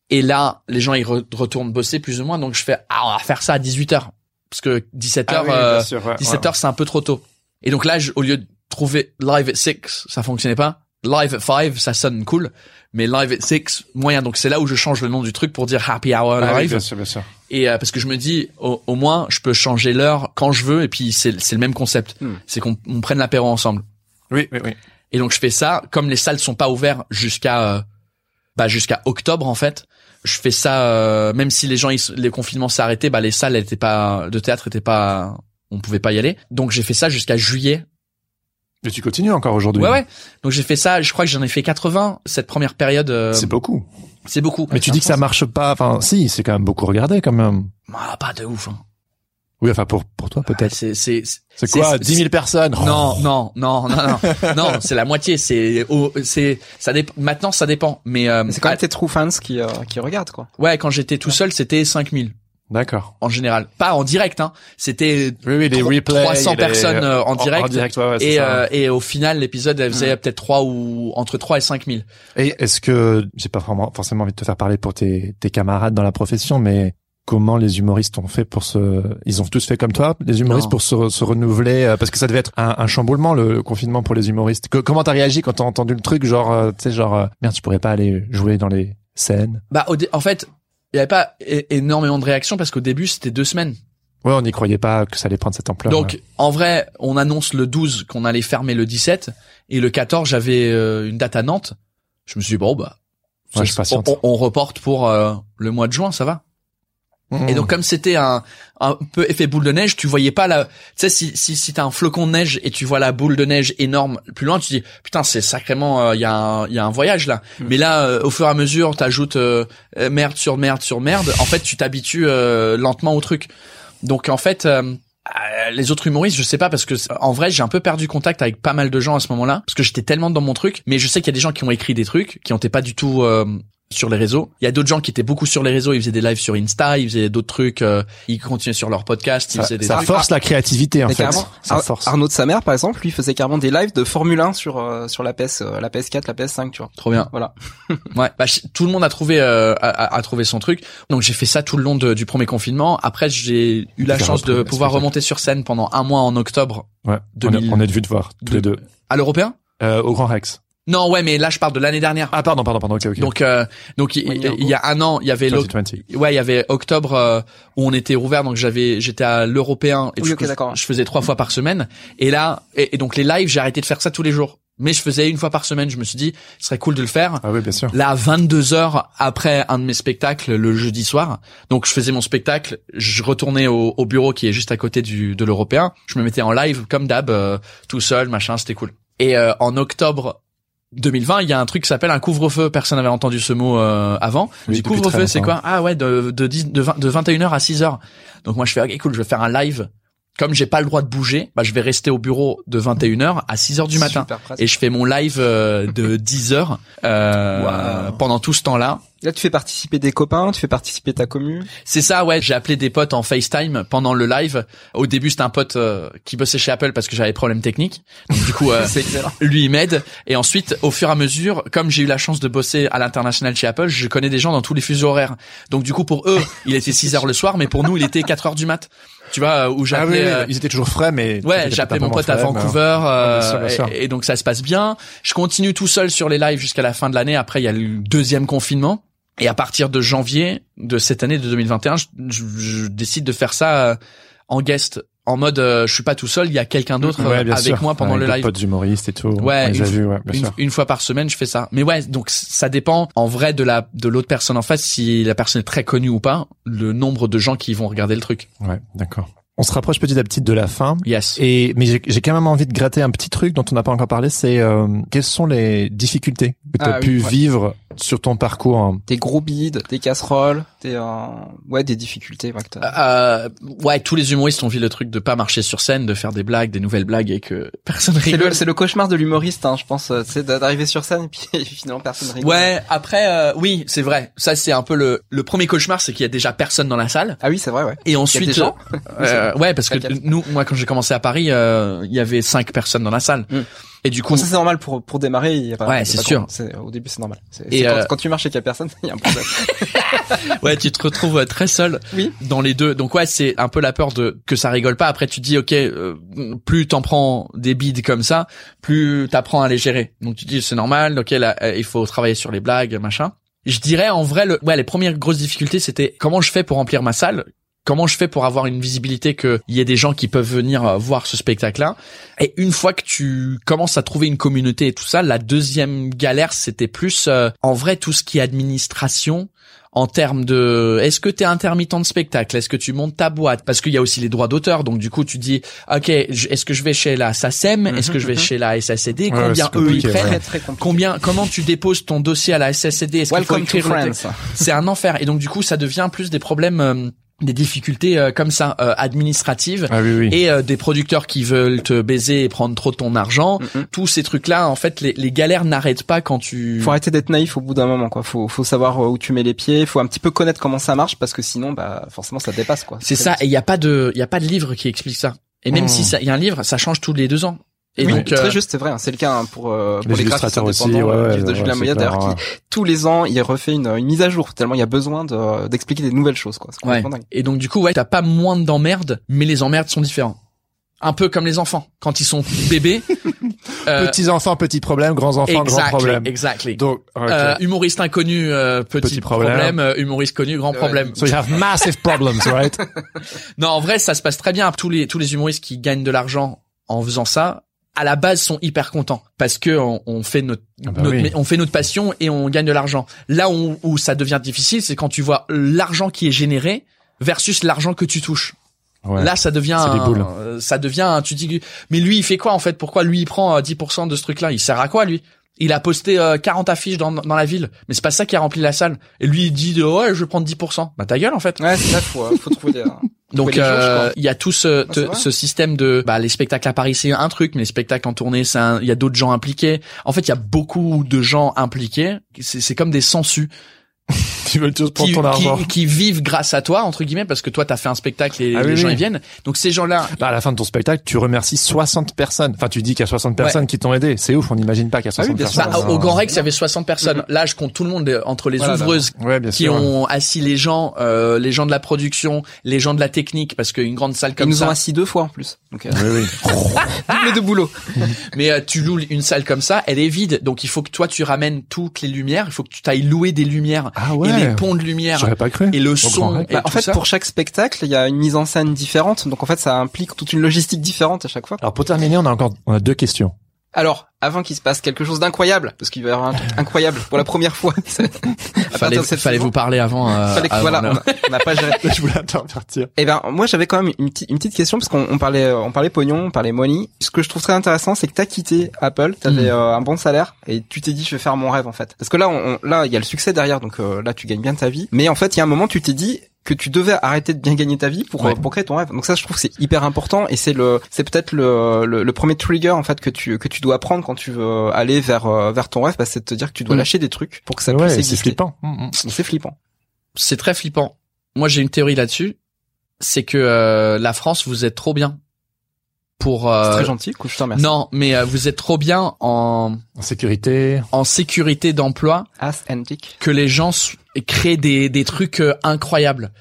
et là les gens ils re- retournent bosser plus ou moins donc je fais ah on va faire ça à 18h parce que 17h
Ah oui,
euh,
bien sûr. ouais,
17h c'est un peu trop tôt. Et donc là je- au lieu de trouver live at 6, ça fonctionnait pas. Live at 5, ça sonne cool, mais live at 6 moyen. Donc c'est là où je change le nom du truc pour dire happy hour
ouais.
live.
Ah oui, bien sûr, bien sûr.
Et euh, parce que je me dis, au, au moins, je peux changer l'heure quand je veux, et puis c'est c'est le même concept.
Hmm.
C'est qu'on on prenne l'apéro ensemble.
Oui, oui, oui.
Et donc je fais ça, comme les salles sont pas ouvertes jusqu'à euh, bah, jusqu'à octobre en fait. Je fais ça, euh, même si les gens, ils s- les confinements s'arrêtaient, bah les salles elles étaient pas de théâtre étaient pas, on pouvait pas y aller. Donc j'ai fait ça jusqu'à juillet.
Mais tu continues encore aujourd'hui.
Ouais ouais. Donc j'ai fait ça. Je crois que j'en ai fait 80 cette première période. euh,
C'est beaucoup.
c'est beaucoup.
Mais tu dis que ça marche pas. Enfin, si, c'est quand même beaucoup regardé quand même.
Ah, pas de ouf. hein.
Oui, enfin pour pour toi peut-être.
C'est c'est c'est-
C'est quoi, 10 000 personnes
Non, non, non, non, non, non, c'est la moitié. C'est, oh, c'est, ça dépend. Maintenant, ça dépend. Mais euh,
Mais C'est quand même
ah,
tes true fans qui euh, qui regardent quoi.
ouais, quand j'étais tout seul, c'était 5000
D'accord.
en général, pas en direct. Hein, c'était
Oui, oui, les
Tro-
replays.
300
les-
personnes, euh, en direct.
En direct, ouais, ouais, c'est
et
ça.
euh, et au final, l'épisode elle faisait peut-être 3 ou entre 3 et 5000
Et est-ce que j'ai pas vraiment- forcément envie de te faire parler pour tes, tes camarades dans la profession, mais comment les humoristes ont fait pour se, ils ont tous fait comme toi, les humoristes
Non.
pour se, se renouveler, euh, parce que ça devait être un, un chamboulement le, le confinement pour les humoristes. Que- comment t'as réagi quand t'as entendu le truc, genre, euh, tu sais, genre, euh, merde, tu pourrais pas aller jouer dans les scènes.
Bah, au dé- en fait, il y avait pas é- énormément de réactions parce qu'au début, c'était deux semaines.
Ouais, on n'y croyait pas que ça allait prendre cette ampleur.
Donc, en vrai, on annonce le 12 qu'on allait fermer le 17 et le 14, j'avais euh, une date à Nantes. Je me suis dit, bon, bah,
Ouais,
ça-
je patiente.
on, on reporte pour euh, le mois de juin, ça va.
Mmh.
Et donc, comme c'était un, un peu effet boule de neige, tu voyais pas la, tu sais, si, si, si t'as un flocon de neige et tu vois la boule de neige énorme plus loin, tu dis, putain, c'est sacrément, euh, il y, a un- y a un voyage là.
Mmh.
Mais là, euh, au fur et à mesure, t'ajoutes euh, euh, merde sur merde sur merde. En fait, tu t'habitues euh, lentement au truc. Donc, en fait, euh, euh, les autres humoristes, je sais pas parce que c'est- en vrai, j'ai un peu perdu contact avec pas mal de gens à ce moment-là parce que j'étais tellement dans mon truc. Mais je sais qu'il y a des gens qui ont écrit des trucs qui n'étaient pas du tout euh, sur les réseaux. Il y a d'autres gens qui étaient beaucoup sur les réseaux. Ils faisaient des lives sur Insta, ils faisaient d'autres trucs, euh, ils continuaient sur leur podcast, ils
ça,
faisaient des
ça
trucs.
force la créativité en
Mais
fait.
carrément,
Ça
Ar-
force.
Arnaud de sa mère par exemple, lui faisait carrément des lives de Formule 1 sur euh, sur la PS euh, la PS4, la PS5, tu vois.
Trop bien.
Voilà.
Ouais. Bah, je- tout le monde a trouvé euh, a- a, a trouvé son truc. Donc j'ai fait ça tout le long de- du premier confinement. Après, j'ai eu la
Faire
chance de
reprendre,
pouvoir
spectacle.
remonter sur scène pendant un mois en octobre
Ouais. On est-
2000.
On est, de vue de voir tous les deux
à l'européen.
Euh, au Grand Rex.
Non, ouais, mais là je parle de l'année dernière.
Ah pardon, pardon, pardon. Ok, ok.
Donc, euh, donc il,
One year
il y a un an, il y avait l'oc-
2020.
ouais, il y avait octobre euh, où on était rouvert, donc j'avais, j'étais à l'européen et
Oui,
du
ok,
coup,
d'accord.
je faisais trois fois par semaine. Et là, et, et donc les lives, j'ai arrêté de faire ça tous les jours, mais je faisais une fois par semaine. Je me suis dit, ce serait cool de le faire.
Ah oui, bien sûr.
Là, 22 heures après un de mes spectacles le jeudi soir, donc je faisais mon spectacle, je retournais au, au bureau qui est juste à côté du, de l'européen, je me mettais en live comme d'hab, euh, tout seul, machin, c'était cool. Et euh, en octobre 2020, il y a un truc qui s'appelle un couvre-feu. Personne n'avait entendu ce mot euh, avant.
Oui,
du
depuis
couvre-feu,
très
c'est
longtemps.
quoi Ah ouais, de de, 10 de, 20 de 21h à 6h. Donc moi je fais OK cool, je vais faire un live. Comme j'ai pas le droit de bouger, bah je vais rester au bureau de 21h à 6h du matin
Super presque.
et je fais mon live euh,
[LAUGHS]
de 10 heures euh, pendant tout ce temps-là.
Là, tu fais participer des copains, tu fais participer ta commune.
C'est ça, ouais. J'ai appelé des potes en FaceTime pendant le live. Au début, c'était un pote euh, qui bossait chez Apple parce que j'avais des problèmes techniques. Donc, du
[LAUGHS]
coup, euh, lui il m'aide. Et ensuite, au fur et à mesure, comme j'ai eu la chance de bosser à l'international chez Apple, je connais des gens dans tous les fuseaux horaires. Donc du coup, pour eux, il était 6 heures le soir, mais pour nous, il était 4 heures du mat. Tu vois, euh, où
Ah oui,
j'appelais. euh,
ils étaient toujours frais, mais
Ouais, j'ai appelé mon pote à Vancouver
Ouais,
euh,
bien sûr, bien sûr.
et, et donc ça se passe bien. Je continue tout seul sur les lives jusqu'à la fin de l'année. Après, il y a le deuxième confinement. Et à partir de janvier de cette année de 2021, je, je- je décide de faire ça euh, en guest, en mode euh, je suis pas tout seul, il y a quelqu'un d'autre euh, avec moi pendant le live.
Potes humoristes et tout.
Ouais,
on les
une,
a vus, ouais, bien
une-
sûr.
une fois par semaine, je fais ça. Mais ouais, donc c- ça dépend en vrai de la de l'autre personne en face, si la personne est très connue ou pas, le nombre de gens qui vont regarder le truc.
Ouais, d'accord. On se rapproche petit à petit de la fin.
Yes.
Et mais j'ai j'ai quand même envie de gratter un petit truc dont on n'a pas encore parlé, c'est euh, quelles sont les difficultés que tu as
Ah oui,
pu
ouais.
vivre sur ton parcours. hein.
Des gros bides, des casseroles, des euh, ouais, des difficultés. ouais, que t'as.
Euh, ouais, tous les humoristes ont vu le truc de pas marcher sur scène, de faire des blagues, des nouvelles blagues et que personne
c'est le
rigole.
c'est le cauchemar de l'humoriste, hein, je pense. euh, C'est d'arriver sur scène et puis [LAUGHS] finalement personne rigole.
Ouais, après, euh, oui, c'est vrai. Ça, c'est un peu le, le premier cauchemar, c'est qu'il y a déjà personne dans la salle.
Ah oui, c'est vrai, ouais.
Et ensuite,
des gens
euh, ouais, parce
[LAUGHS]
que
T'inquiète.
nous, moi, quand j'ai commencé à Paris, euh, il y avait cinq personnes dans la salle.
Mm.
Et du coup,
Bon, ça c'est normal pour pour démarrer. il y a pas-
Ouais,
il y a
c'est
pas de
sûr.
con- c'est- Au début, c'est normal. C'est-
Et,
c'est quand,
euh,
quand tu marches et qu'il y a personne, [LAUGHS] il y a un problème.
ouais, tu te retrouves euh, très seul
Oui.
dans les deux. Donc ouais, c'est un peu la peur de que ça rigole pas. Après, tu te dis ok, euh, plus t'en prends des bides comme ça, plus t'apprends à les gérer. Donc tu te dis c'est normal. Ok, là, euh, il faut travailler sur les blagues, machin. Je dirais en vrai, le, ouais, les premières grosses difficultés, c'était comment je fais pour remplir ma salle. Comment je fais pour avoir une visibilité qu'il y ait des gens qui peuvent venir euh, voir ce spectacle-là Et une fois que tu commences à trouver une communauté et tout ça, la deuxième galère, c'était plus euh, en vrai tout ce qui est administration, en termes de est-ce que t'es intermittent de spectacle est-ce que tu montes ta boîte parce qu'il y a aussi les droits d'auteur donc du coup tu dis ok je- est-ce que je vais chez la SACEM est-ce que je vais chez la SACD combien
Mhm, c'est
eux ils
compliqué,
prennent
très très compliqué.
combien comment tu déposes ton dossier à la SACD est-ce qu'il faut
Welcome to
écrire le texte
France.
c'est un enfer et donc du coup ça devient plus des problèmes euh, des difficultés euh, comme ça euh, administratives
Ah oui, oui.
et euh, des producteurs qui veulent te baiser et prendre trop ton argent
Mhm.
tous ces trucs là en fait les, les galères n'arrêtent pas quand tu
Faut arrêter d'être naïf au bout d'un moment, quoi. Faut, faut savoir euh, où tu mets les pieds. Faut un petit peu connaître comment ça marche parce que sinon, bah, forcément, ça dépasse, quoi.
C'est ça, et il y a pas de, il y a pas de livre qui explique ça. Et même
Oh.
si il y a un livre, ça change tous les deux ans. Et
Hmm. oui,
donc,
très
euh,
juste, c'est vrai. hein, C'est le cas hein, pour, euh,
les
pour les graphistes
illustrateurs aussi,
indépendants.
ouais,
euh, le
ouais,
livre de
ouais,
Julien
c'est
Moya, d'ailleurs,
clair,
qui tous les ans, il refait une, une mise à jour tellement il y a besoin de- d'expliquer des nouvelles choses, quoi. C'est
ouais.
complètement dingue.
Et donc du coup, ouais, t'as pas moins d'emmerdes, mais les emmerdes sont différents. Un peu comme les enfants quand ils sont
[LAUGHS]
bébés. euh,
Petits enfants, petits problèmes, grands enfants, grands
exactly,
problèmes.
Exactly.
Donc, ok.
Euh, humoriste inconnu, euh, petit,
Petit
problème.
problème.
euh, humoriste connu, grand problème.
so you have massive problems,
[LAUGHS]
right?
Non, en vrai, ça se passe très bien. Tous les tous les humoristes qui gagnent de l'argent en faisant ça, à la base, sont hyper contents parce que on, on fait notre,
Ah bah
notre-
oui.
on fait notre passion et on gagne de l'argent. Là où, où ça devient difficile, c'est quand tu vois l'argent qui est généré versus l'argent que tu touches.
Ouais.
[LAUGHS] Là, ça devient,
C'est des
un-
boules.
euh, ça devient, un- tu dis, mais lui, il fait quoi en fait Pourquoi lui, il prend euh, 10% de ce truc-là Il sert à quoi lui Il a posté euh, 40 affiches dans, dans la ville, mais c'est pas ça qui a rempli la salle. Et lui, il dit, ouais, je vais prendre 10%. Bah ta gueule en fait.
Ouais, c'est ça. Faut, euh, faut trouver des.
Donc
les jauges,
euh,
quoi.
il y a tout ce,
Ah, c'est
te-
vrai.
ce système de bah, les spectacles à Paris c'est un truc mais les spectacles en tournée c'est un- il y a d'autres gens impliqués. En fait il y a beaucoup de gens impliqués. C'est c'est comme des sangsues.
Ils veulent tous prendre
qui,
ton
qui-
argent.
qui vivent grâce à toi entre guillemets parce que toi t'as fait un spectacle et
Ah
les
oui,
gens
oui.
ils viennent. Donc ces gens-là,
Bah, à la fin de ton spectacle, tu remercies 60 personnes. Enfin, tu dis qu'il y a 60 personnes qui t'ont aidé. C'est ouf, on n'imagine pas qu'il y a
Ah
60
oui, bien sûr.
personnes.
bah, au- au Grand Rex il y avait 60 personnes. Là je compte tout le monde euh, entre les
Voilà,
ouvreuses
Ouais, bien
qui
sûr.
ont assis les gens, euh, les gens de la production, les gens de la technique parce qu'une grande salle
Ils
comme
nous ont
ça.
assis deux fois en plus. [LAUGHS] Donc, euh,
Oui,
[LAUGHS]
oui.
double de boulot.
Mais euh, tu loues une salle comme ça, elle est vide. Donc il faut que toi tu ramènes toutes les lumières. Il faut que tu t'ailles louer des lumières
Ah ouais.
et des ponts de lumière
J'aurais pas cru.
et le
Grand
son.
Rex.
et
Bah, en
tout
fait,
ça.
pour chaque spectacle, il y a une mise en scène différente. Donc en fait, ça implique toute une logistique différente à chaque fois.
Alors, pour terminer, on a encore, on a deux questions.
Alors, avant qu'il se passe quelque chose d'incroyable, parce qu'il va y avoir un truc incroyable pour la première fois. [LAUGHS] c'est- à
Ah, fallait,
partir de cette
fallait
saison,
vous parler avant. euh,
fallait que-
avant
voilà,
la-
on a- on n'a pas géré.
Je voulais intervertir.
Eh ben, moi, j'avais quand même une, petite- une petite question parce qu'on on parlait, euh, on parlait pognon, on parlait money. Ce que je trouve très intéressant, c'est que t'as quitté Apple, t'avais
Mm.
euh, un bon salaire et tu t'es dit, je vais faire mon rêve en fait. Parce que là, on, on- là, il y a le succès derrière, donc euh, là, tu gagnes bien ta vie. Mais en fait, il y a un moment, tu t'es dit que tu devais arrêter de bien gagner ta vie pour
Ouais.
euh, pour créer ton rêve. Donc ça, je trouve que c'est hyper important et c'est le, c'est peut-être le, le, le premier trigger en fait que tu que tu dois prendre quand tu veux aller vers euh, vers ton rêve, bah, c'est de te dire que tu dois
Mm.
lâcher des trucs pour que ça puisse
Ouais, c'est
exister.
flippant. Mm, mm.
C'est flippant.
c'est très flippant. Moi, j'ai une théorie là-dessus, c'est que euh, la France, vous êtes trop bien pour. euh,
C'est très gentil, écoute, je te remercie.
non, mais euh, vous êtes trop bien en
En sécurité.
en sécurité d'emploi
Ass and dick.
que les gens s- créent des des trucs euh, incroyables.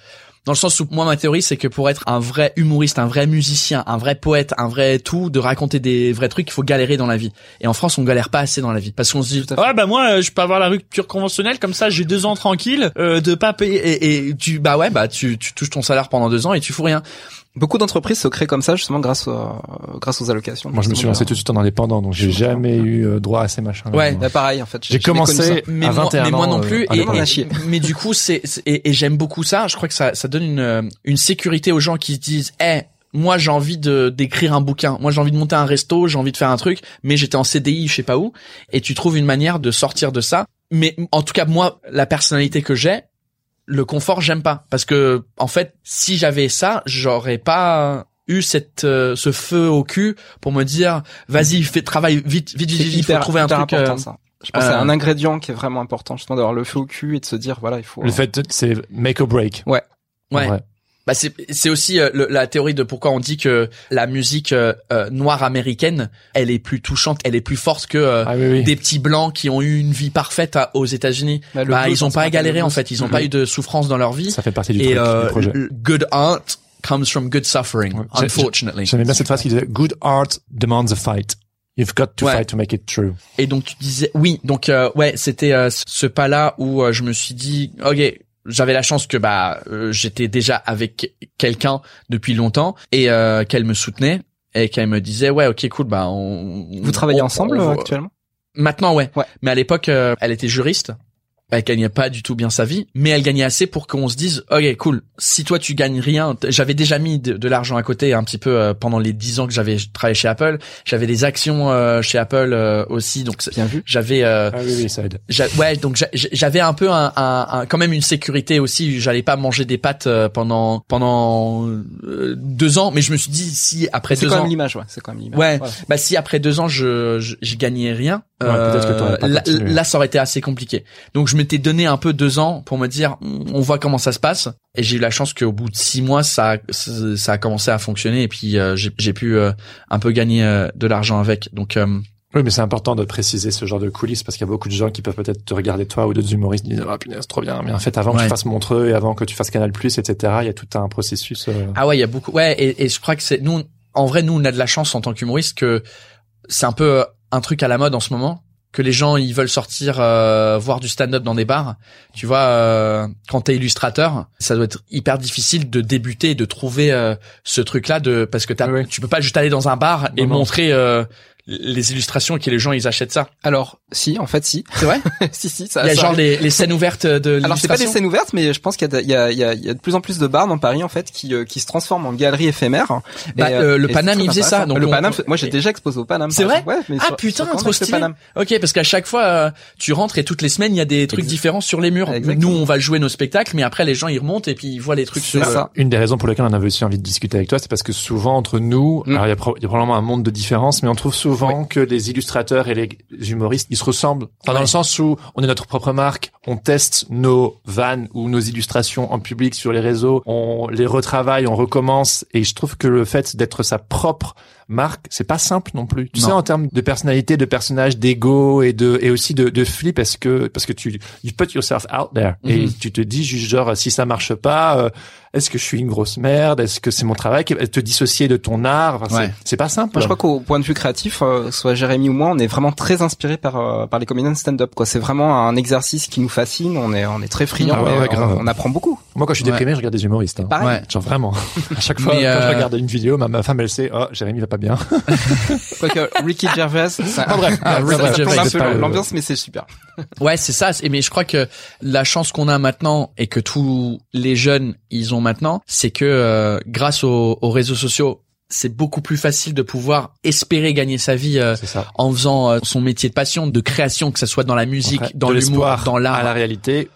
Dans le sens où moi ma théorie c'est que pour être un vrai humoriste, un vrai musicien, un vrai poète, un vrai tout, de raconter des vrais trucs, il faut galérer dans la vie. Et en France on galère pas assez dans la vie parce qu'on se dit
Tout à fait.
ouais bah moi euh, je peux avoir la rupture conventionnelle comme ça j'ai deux ans tranquille euh, de pas payer et, et tu bah ouais bah tu tu touches ton salaire pendant deux ans et tu fous rien.
Beaucoup d'entreprises se créent comme ça justement grâce aux, euh, grâce aux allocations.
Moi, je me suis lancé tout de suite en indépendant, donc j'ai jamais eu euh, droit à ces machins.
Ouais.
Bah, pareil en fait.
J'ai
je- je l'ai
commencé-
connu ça.
mais
à
moi,
21
mais moi
ans,
non
euh,
plus
à
et,
la
et-
monachier.
mais du coup c'est c'est- et, et j'aime beaucoup ça je crois que ça ça donne une euh, une sécurité aux gens qui se disent eh moi j'ai envie de d'écrire un bouquin moi j'ai envie de monter un resto j'ai envie de faire un truc mais j'étais en CDI je sais pas où et tu trouves une manière de sortir de ça mais en tout cas moi la personnalité que j'ai le confort j'aime pas parce que en fait si j'avais ça j'aurais pas eu cette euh, ce feu au cul pour me dire vas-y fais travail vite vite vite,
C'est
vite, il faut
hyper,
trouver un
hyper
truc
important
euh,
ça. Je pense que c'est
euh,
un ingrédient qui est vraiment important justement d'avoir le feu au cul et de se dire voilà il faut. euh,
Le fait, de- c'est make or break. en
ouais
vrai.
Bah c'est c'est aussi euh, le- la théorie de pourquoi on dit que la musique euh, euh, noire américaine, elle est plus touchante, elle est plus forte que euh,
Ah oui, oui.
des petits blancs qui ont eu une vie parfaite à- aux États-Unis.
Bah, le
bah
blues,
ils ont
ça
pas
s'appelle
galéré
le
en
blues.
fait, ils ont pas eu de souffrance dans leur vie.
Ça fait partie Mm-hmm. du,
Et
truc,
euh,
du projet.
le- good art comes from good suffering,
Ouais. J'ai-
unfortunately.
J'aimais bien cette phrase qui disait Good art demands a fight. You've got to
Ouais.
fight to make it true.
Et donc tu disais oui, donc euh, ouais, c'était euh, ce- ce pas là où euh, je me suis dit OK, j'avais la chance que bah euh, j'étais déjà avec quelqu'un depuis longtemps et euh, qu'elle me soutenait et qu'elle me disait ouais, OK, cool, bah on
Vous travaillez
on-
ensemble
on-
euh, actuellement
Maintenant ouais.
Ouais.
Mais à l'époque euh, elle était juriste. Elle gagnait pas du tout bien sa vie, mais elle gagnait assez pour qu'on se dise, ok, cool. Si toi tu gagnes rien, t- j'avais déjà mis de, de l'argent à côté un petit peu euh, pendant les 10 ans que j'avais travaillé chez Apple. J'avais des actions euh, chez Apple euh, aussi, donc c'est-
Bien vu.
j'avais euh,
Ah oui, oui, ça aide.
j'a- ouais, donc j'a- j'avais un peu un, un- un- quand même une sécurité aussi. J'allais pas manger des pâtes euh, pendant pendant euh, deux ans, mais je me suis dit si après
C'est
deux
quand
ans,
même l'image ouais. C'est quand même l'image.
ouais,
Voilà.
bah si après deux ans je je, je gagnais rien, euh,
Ouais, peut-être que t'aurais pas
là,
continué.
là, ça aurait été assez compliqué. Donc je m'étais donné un peu deux ans pour me dire on voit comment ça se passe et j'ai eu la chance qu'au bout de six mois ça a- ça a commencé à fonctionner et puis euh, j'ai j'ai pu euh, un peu gagner euh, de l'argent avec. Donc euh,
Oui, mais c'est important de préciser ce genre de coulisses parce qu'il y a beaucoup de gens qui peuvent peut-être te regarder toi ou d'autres humoristes disent ah punaise trop bien mais en fait avant que
Ouais.
tu fasses Montreux et avant que tu fasses Canal Plus etc il y a tout un processus euh,
Ah ouais, il y a beaucoup. Ouais, et, et je crois que c'est nous. En vrai, nous, on a de la chance en tant qu'humoriste que c'est un peu euh, un truc à la mode en ce moment que les gens ils veulent sortir euh, voir du stand-up dans des bars. Tu vois, euh, quand t'es illustrateur, ça doit être hyper difficile de débuter et de trouver euh, ce truc-là de parce que t'as-
Ouais, ouais.
tu peux pas juste aller dans un bar et
Non, non.
montrer euh, les illustrations et que les gens ils achètent ça.
Alors si en fait si [LAUGHS]
C'est vrai
si si
Il
ça.
y a
ça
genre
arrive.
les, les scènes ouvertes de l'illustration.
Alors c'est pas des scènes ouvertes, mais je pense qu'il y, a de- il y, a, il y, a, il y a de plus en plus de bars dans Paris en fait qui, euh, qui se transforment en galeries éphémères.
Bah,
Et,
euh, le
et
Paname,
c'est très
il faisait ça,
intéressant.
donc
le
on-
Paname, moi j'ai
et-
déjà exposé au Paname.
C'est
par
vrai
exemple. ouais, mais
Ah
sur-
putain,
sur Comics,
trop
le
stylé.
Paname.
Ok, parce qu'à chaque fois, euh, tu rentres et toutes les semaines, il y a des trucs
Exact-
différents sur les murs.
Exactement.
Nous, on va jouer nos spectacles, mais après, les gens, ils remontent et puis ils voient les trucs
C'est
sur...
ça.
une des raisons pour lesquelles on avait aussi envie de discuter avec toi c'est parce que souvent entre nous
Mm.
alors il y, a pro- il y a probablement un monde de différence mais on trouve
souvent que les illustrateurs et les humoristes, ils se ressemblent. Enfin, dans le sens où on est notre propre marque, on teste nos vannes ou nos illustrations en public sur les réseaux, on les retravaille, on recommence. Et je trouve que le fait d'être sa propre marque, c'est pas simple non plus. Tu
Non.
sais, en termes de personnalité, de personnage, d'ego et de et aussi de, de flip, parce que parce que tu you put yourself out there et
Mhm.
tu te dis juste genre si ça marche pas, euh, est-ce que je suis une grosse merde, est-ce que c'est mon travail, qui- te dissocier de ton art, Enfin, c'est-
Ouais.
c'est pas simple. hein.
Moi, je crois qu'au point de vue créatif, euh, soit Jérémy ou moi, on est vraiment très inspiré par euh, par les comédiens stand-up. Quoi, c'est vraiment un exercice qui nous fascine. On est on est très friand.
Ah ouais,
et
ouais,
on-
grave.
on apprend beaucoup.
Moi, quand je suis
Ouais.
déprimé, je regarde des humoristes. hein.
Pareil.
Ouais. [LAUGHS]
Genre vraiment. À chaque fois,
Mais,
quand je
euh,
regarde une vidéo, ma, ma femme, elle sait, oh, Jérémy va pas bien.
Quoique Ricky Gervais, ça,
Enfin, [LAUGHS] bref.
Ah,
Ça-
Ricky
ça
ça
plombe
Gervais,
plombe un
un
peu
peu le-
l'ambiance, mais c'est super.
Ouais, c'est ça. C'est- Mais je crois que la chance qu'on a maintenant et que tous les jeunes ils ont maintenant, c'est que euh, grâce aux, aux réseaux sociaux, c'est beaucoup plus facile de pouvoir espérer gagner sa vie euh,
C'est ça.
en faisant euh, son métier de passion, de création, que ça soit dans la musique,
Après,
dans
de
l'humour,
l'espoir
dans
à la
l'art.
réalité.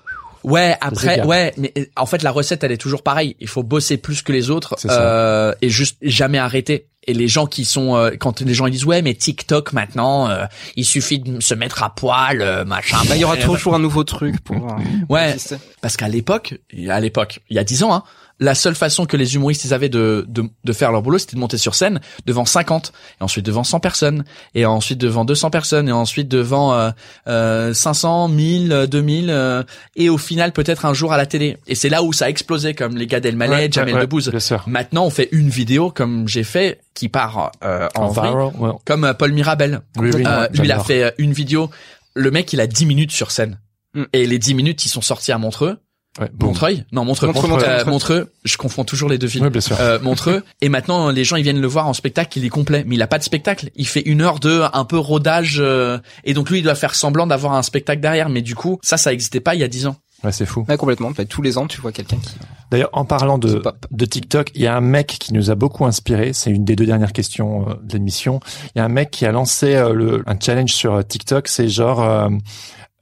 Ouais,
C'est
après,
égal.
ouais, mais euh, en fait la recette elle est toujours pareille. Il faut bosser plus que les autres
C'est ça.
euh, et juste jamais arrêter. Et les gens qui sont euh, quand les gens ils disent ouais mais TikTok maintenant euh, il suffit de se mettre à poil euh, machin.
Bah, il y aura toujours un nouveau truc
[LAUGHS]
pour. euh,
Ouais,
exister.
parce qu'à l'époque, à l'époque, il y a dix ans, hein, la seule façon que les humoristes ils avaient de, de, de faire leur boulot, c'était de monter sur scène devant 50, et ensuite devant 100 personnes, et ensuite devant 200 personnes, et ensuite devant euh, euh, 500, 1000, euh, 2000, euh, et au final peut-être un jour à la télé. Et c'est là où ça a explosé, comme les gars d'Elmaleh,
Ouais,
Jamel
ouais,
Debbouze.
Bien sûr.
Maintenant, on fait une vidéo comme j'ai fait, qui part euh, en, vrille,
viral, ouais.
comme euh, Paul Mirabel.
Oui, oui,
Euh, lui, il a
j'adore.
fait euh, une vidéo. Le mec, il a 10 minutes sur scène.
Mm.
Et les 10 minutes, ils sont sortis à Montreux.
Ouais, bon.
Montreuil Non, Montreux.
Montreux,
Montreux,
Montreux,
Euh,
Montreux.
Montreux, je confonds toujours les deux villes.
Ouais, bien sûr.
Euh, Montreux. Et maintenant, euh, les gens, ils viennent le voir en spectacle, il est complet. Mais il a pas de spectacle. Il fait une heure de un peu rodage. euh, et donc, lui, il doit faire semblant d'avoir un spectacle derrière. Mais du coup, ça, ça existait pas il y a 10 ans.
Ouais, c'est fou.
Ouais, complètement. Bah, tous les ans, tu vois quelqu'un qui.
D'ailleurs, en parlant
C'est
de,
pop.
de TikTok, il y a un mec qui nous a beaucoup inspiré. C'est une des deux dernières questions euh, de l'émission. Il y a un mec qui a lancé euh, le, un challenge sur euh, TikTok. C'est genre, euh,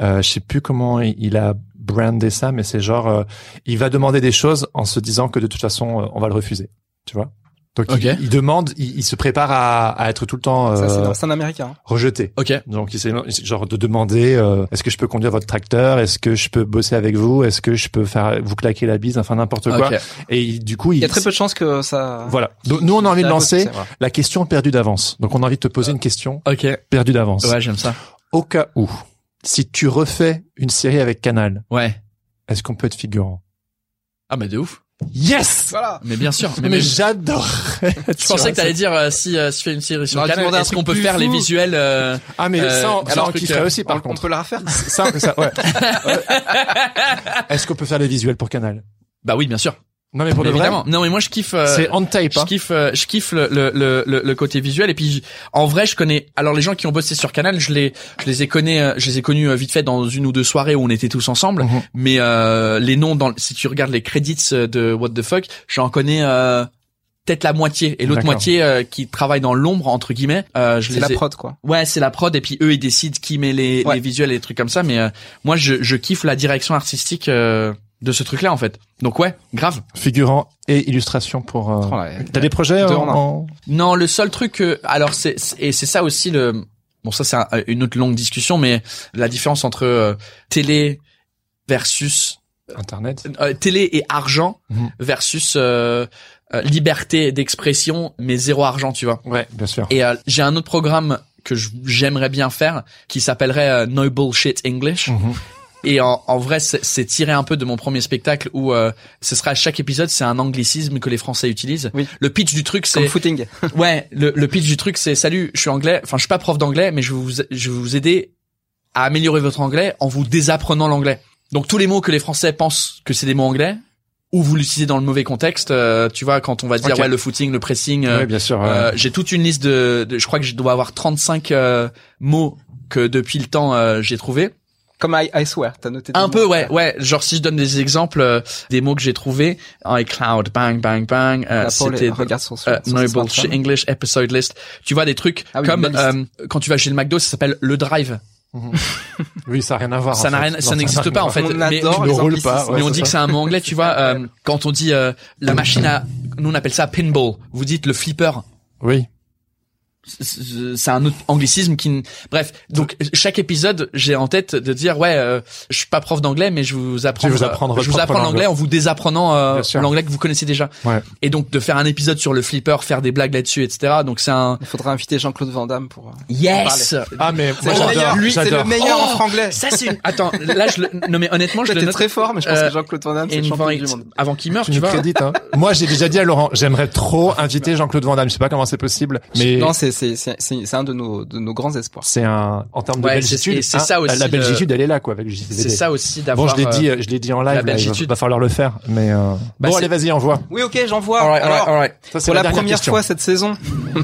euh, je sais plus comment il il a brandé ça, mais c'est genre, euh, il va demander des choses en se disant que de toute façon, euh, on va le refuser. Tu vois Donc, il-
Ok.
il, demande, il, il se prépare à, à être tout le temps
Ça, c'est
euh,
dans- c'est un américain. hein.
rejeté.
Ok.
Donc, il s'est- genre de demander euh, est-ce que je peux conduire votre tracteur Est-ce que je peux bosser avec vous Est-ce que je peux faire vous claquer la bise Enfin, n'importe quoi.
Ok.
Et il- du coup, il,
Il y a très peu de chances que ça.
voilà. Donc, nous, on a envie de
Ça,
lancer
c'est vrai.
la question perdue d'avance. Donc, on a envie de te poser une question
Ok.
perdue d'avance.
Ouais, j'aime ça.
Au cas où, si tu refais une série avec Canal,
Ouais.
est-ce qu'on peut être figurant
Ah, mais de ouf.
Yes
Voilà.
Mais bien sûr.
Mais,
mais-
j'adore.
Je pensais que t'allais dire euh, si euh, se fait une série sur
Non, tu
Canal,
demandais un
est-ce
truc
qu'on peut
plus
faire les
fou.
visuels euh,
Ah mais
Euh,
ça, on-
c'est
ça,
un
on
truc,
kifferait
euh,
aussi
On,
par
on
contre.
peut la
[LAUGHS]
refaire.
Ça, ça, ouais. Ouais. Est-ce qu'on peut faire les visuels pour Canal
Bah oui, bien sûr.
Non mais pour
Mais
de vrai,
évidemment. Non mais moi je kiffe. euh,
c'est on tape.
je
Hein.
kiffe, euh, je kiffe le, le, le, le- le côté visuel et puis je- en vrai je connais alors les gens qui ont bossé sur Canal je les je les ai connus je les ai connus euh, vite fait dans une ou deux soirées où on était tous ensemble
Mhm.
mais euh, les noms dans si tu regardes les crédits euh, de What the fuck j'en connais euh, peut-être la moitié et l'autre
D'accord.
moitié euh, qui travaille dans l'ombre entre guillemets euh, je
C'est
les
la
ai-
prod, quoi.
Ouais, c'est la prod et puis eux ils décident qui met les,
Ouais.
les visuels et les trucs comme ça. Mais euh, moi je, je kiffe la direction artistique euh, de ce truc-là en fait. Donc ouais, grave.
Figurant et illustration pour. euh,
Oh là,
T'as des projets
Deux
euh,
en un.
en-
Non, le seul truc que alors c'est c'est- et c'est ça aussi le bon ça c'est un- une autre longue discussion mais la différence entre euh, télé versus
internet
euh, télé et argent
Mhm.
versus euh, euh, liberté d'expression mais zéro argent tu vois.
Ouais, bien sûr.
Et euh, j'ai un autre programme que je- j'aimerais bien faire qui s'appellerait euh, No Bullshit English.
Mhm.
Et en, en vrai, c'est c'est tiré un peu de mon premier spectacle où euh, ce sera à chaque épisode, c'est un anglicisme que les Français utilisent.
Oui.
Le pitch du truc,
Comme
c'est
footing.
ouais, le, le pitch du truc, c'est salut, je suis anglais. Enfin, je suis pas prof d'anglais, mais je vais vous je vais vous aider à améliorer votre anglais en vous désapprenant l'anglais. Donc tous les mots que les Français pensent que c'est des mots anglais ou vous l'utilisez dans le mauvais contexte, euh, tu vois, quand on va dire
Ok.
ouais le footing, le pressing, euh,
Ouais, bien sûr. ouais.
euh, j'ai toute une liste de, de- je crois que je dois avoir 35 euh, mots que depuis le temps euh, j'ai trouvé.
Comme I, I swear, t'as noté. des
Un
mots.
peu ouais, ouais, genre si je donne des exemples euh, des mots que j'ai trouvé iCloud bang bang bang euh,
Bah,
La Paul,
c'était
regarde son, son,
euh,
son
no
smartphone.
bullshit English episode list. Tu vois des trucs
Ah oui,
comme
une belle
euh, quand tu vas chez le McDo, ça s'appelle le drive.
Oui, ça n'a rien à
Ah,
voir.
ça
en
n'a
fait.
rien
Non,
ça n'existe
n'a
pas en
rien
fait.
On
mais-
adore
tu
les
ne roules pas,
anglicismes.
ouais.
mais on
c'est
dit
ça.
que c'est un mot anglais, tu vois. euh, quand on dit euh, la machine à, nous on appelle ça pinball. Vous dites le flipper.
à voir. Oui.
c'est un autre anglicisme qui n- bref donc chaque épisode j'ai en tête de dire ouais euh, je suis pas prof d'anglais mais je vous apprends
Je vais vous apprendre
euh, je
votre
vous
propre
apprends
langue.
l'anglais en vous désapprenant euh,
Bien sûr.
l'anglais que vous connaissez déjà
Ouais.
et donc de faire un épisode sur le flipper faire des blagues là-dessus etc donc c'est un
Il faudra inviter Jean-Claude Van Damme pour. euh,
yes
Ah mais
C'est
moi
le meilleur,
j'adore,
lui, c'est le
j'adore.
meilleur en
Oh,
franglais.
ça c'est une... attends là je le... non mais honnêtement je le
C'était
note
très fort, mais je pense
Euh,
que Jean-Claude Van Damme, c'est le champion
Invite,
du monde.
avant qu'il meure
Tu
tu
nous
vois
crédites, hein. Moi, j'ai déjà dit à Laurent, j'aimerais
[LAUGHS]
trop inviter Jean-Claude Van Damme. Je sais pas comment c'est possible, mais
Non, c'est c'est c'est c'est c'est un de nos de nos grands espoirs.
c'est un, en termes de
Ouais, c'est-
belgitude,
c'est ça
hein,
aussi,
la
le-
Belgitude, elle est là, quoi, avec le JCVD.
c'est ça aussi
Bon,
d'avoir
je l'ai
euh,
dit, je l'ai dit en
la
live, là, il va,
belgitude.
va falloir le faire, mais, euh... bon,
Bah, c'est-
allez, vas-y, envoie.
Oui, ok, j'en vois.
alright, alright,
Alors,
alright.
Ça, c'est
Pour la,
dernière
première
question.
fois cette saison, [LAUGHS]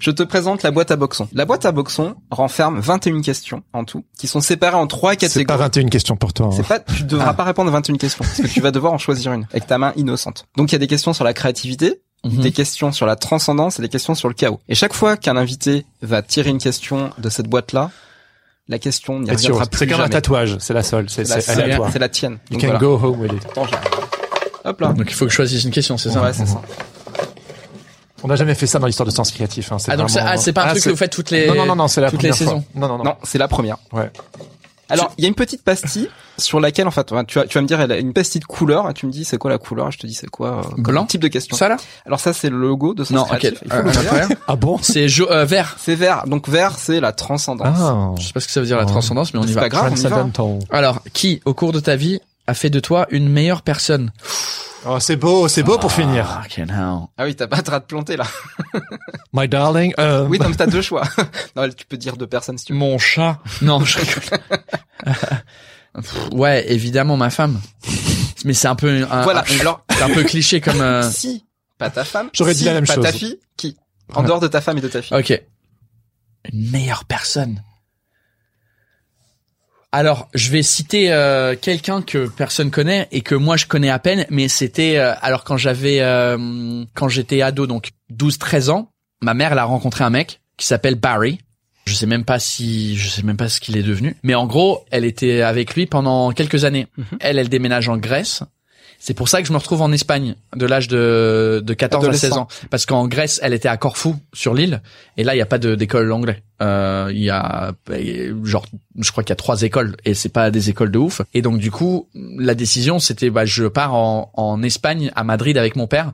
je te présente la boîte à boxon. La boîte à boxon renferme 21 questions en tout, qui sont séparées en trois
C'est pas
catégories.
21 questions pour toi. hein.
C'est pas, tu
Ah.
devras pas répondre à 21 questions, parce que tu vas devoir en choisir une, avec ta main innocente. Donc il y a des questions sur la créativité,
Mhm.
des questions sur la transcendance et des questions sur le chaos. Et chaque fois qu'un invité va tirer une question de cette boîte-là, la question n'y
Et sur-
reviendra
C'est
plus
comme un
jamais.
tatouage, c'est la seule, c'est,
C'est
c'est
la-
aléatoire.
C'est la tienne.
You
Donc,
can
voilà.
go home with it.
Attends, j'arrive. Hop là.
donc il faut que je choisisse une question c'est ça
Ouais, c'est ça.
On n'a jamais fait ça dans l'histoire de sens créatif, hein. C'est
ah donc c'est
vraiment-
ah, c'est pas un
Ah,
truc que
c'est-
vous faites toutes les
Non, non, non, non, c'est la
toutes les
première fois.
saisons.
Non, non, non.
Non, c'est la première.
Ouais.
Alors, il y a une petite pastille sur laquelle, en fait, tu vas, tu vas me dire, elle a une pastille de couleur, et tu me dis, c'est quoi la couleur, je te dis, c'est quoi, euh, comme
Blanc
type de question.
ça là
Alors ça, c'est le logo de Sens
non ok
Créatif, il faut le
Euh,
dire.
incroyable.
Ah bon?
c'est jo- euh, vert
C'est vert. Donc vert, c'est la transcendance.
Ah.
Je sais pas ce que ça veut dire la
Ouais.
transcendance, mais on y
C'est
va.
pas grave, on y va.
Transcendental.
Alors, qui, au cours de ta vie, a fait de toi une meilleure personne
Oh, c'est beau, c'est beau pour finir.
Fucking hell.
Ah oui, t'as pas de rat de planter là.
My darling, euh,
Oui, non, mais t'as deux choix. [LAUGHS] non, tu peux dire deux personnes si tu veux.
Mon chat. Non, je rigole. Pff, ouais, évidemment, ma femme. Mais c'est un peu, un,
Voilà.
un-
Alors
c'est un peu cliché comme. euh,
si pas ta femme,
J'aurais
si,
dit la même
pas ta
chose.
fille, qui En dehors de ta femme et de ta fille.
Ok. Une meilleure personne. Alors, je vais citer euh, quelqu'un que personne connaît et que moi je connais à peine, mais c'était euh, alors quand j'avais euh, quand j'étais ado donc 12 13 ans, ma mère elle a rencontré un mec qui s'appelle Barry. Je sais même pas si je sais même pas ce qu'il est devenu, mais en gros, elle était avec lui pendant quelques années. Elle elle déménage en Grèce. C'est pour ça que je me retrouve en Espagne de l'âge de de 14 à 16 ans parce qu'en Grèce, elle était à Corfou sur l'île et là il y a pas de- d'école anglais. Euh, il y a euh, genre je crois qu'il y a trois écoles et c'est pas des écoles de ouf. Et donc du coup, la décision c'était bah je pars en, en Espagne à Madrid avec mon père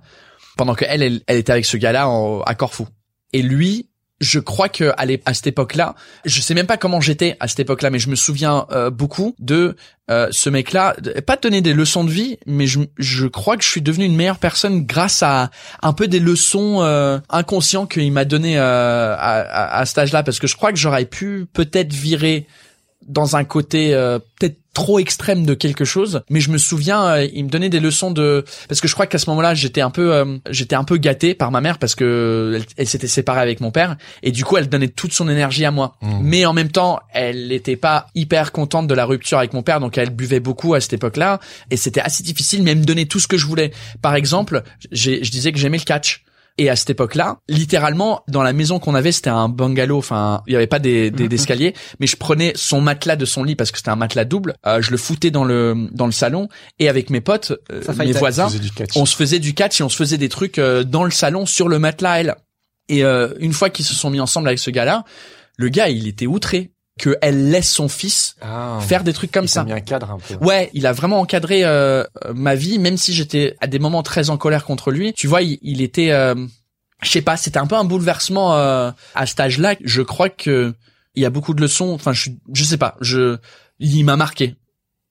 pendant que elle elle, elle était avec ce gars-là en- à Corfou. Et lui, je crois que à, l'ép- à cette époque-là, je sais même pas comment j'étais à cette époque-là, mais je me souviens euh, beaucoup de euh, ce mec-là, de- pas de donner des leçons de vie, mais je, je crois que je suis devenu une meilleure personne grâce à un peu des leçons euh, inconscientes qu'il m'a donné euh, à, à, à cet âge-là, parce que je crois que j'aurais pu peut-être virer dans un côté euh, peut-être trop extrême de quelque chose, mais je me souviens, euh, il me donnait des leçons de parce que je crois qu'à ce moment-là j'étais un peu euh, j'étais un peu gâté par ma mère parce que elle, elle s'était séparée avec mon père et du coup elle donnait toute son énergie à moi, mais en même temps elle n'était pas hyper contente de la rupture avec mon père donc elle buvait beaucoup à cette époque-là et c'était assez difficile mais elle me donnait tout ce que je voulais. Par exemple, j'ai- je disais que j'aimais le catch. Et à cette époque-là, littéralement, dans la maison qu'on avait, c'était un bungalow. Enfin, il n'y avait pas des, des- d'escalier, mais je prenais son matelas de son lit parce que c'était un matelas double. euh, je le foutais dans le dans le salon et avec mes potes, euh,
Ça
mes
fightait.
voisins,
faisait du catch.
on se faisait du catch et on se faisait des trucs euh, dans le salon sur le matelas elle. Et euh, une fois qu'ils se sont mis ensemble avec ce gars-là, le gars, il était outré que elle laisse son fils
Oh.
Ah.
faire des trucs comme
Il t'a
ça.
mis un cadre un peu.
Ouais, il a vraiment encadré euh, euh, ma vie, même si j'étais à des moments très en colère contre lui. Tu vois, il, il était, euh, je sais pas, c'était un peu un bouleversement euh, à cet âge-là. Je crois que il y a beaucoup de leçons. Enfin, je, suis- je sais pas, je, il m'a marqué.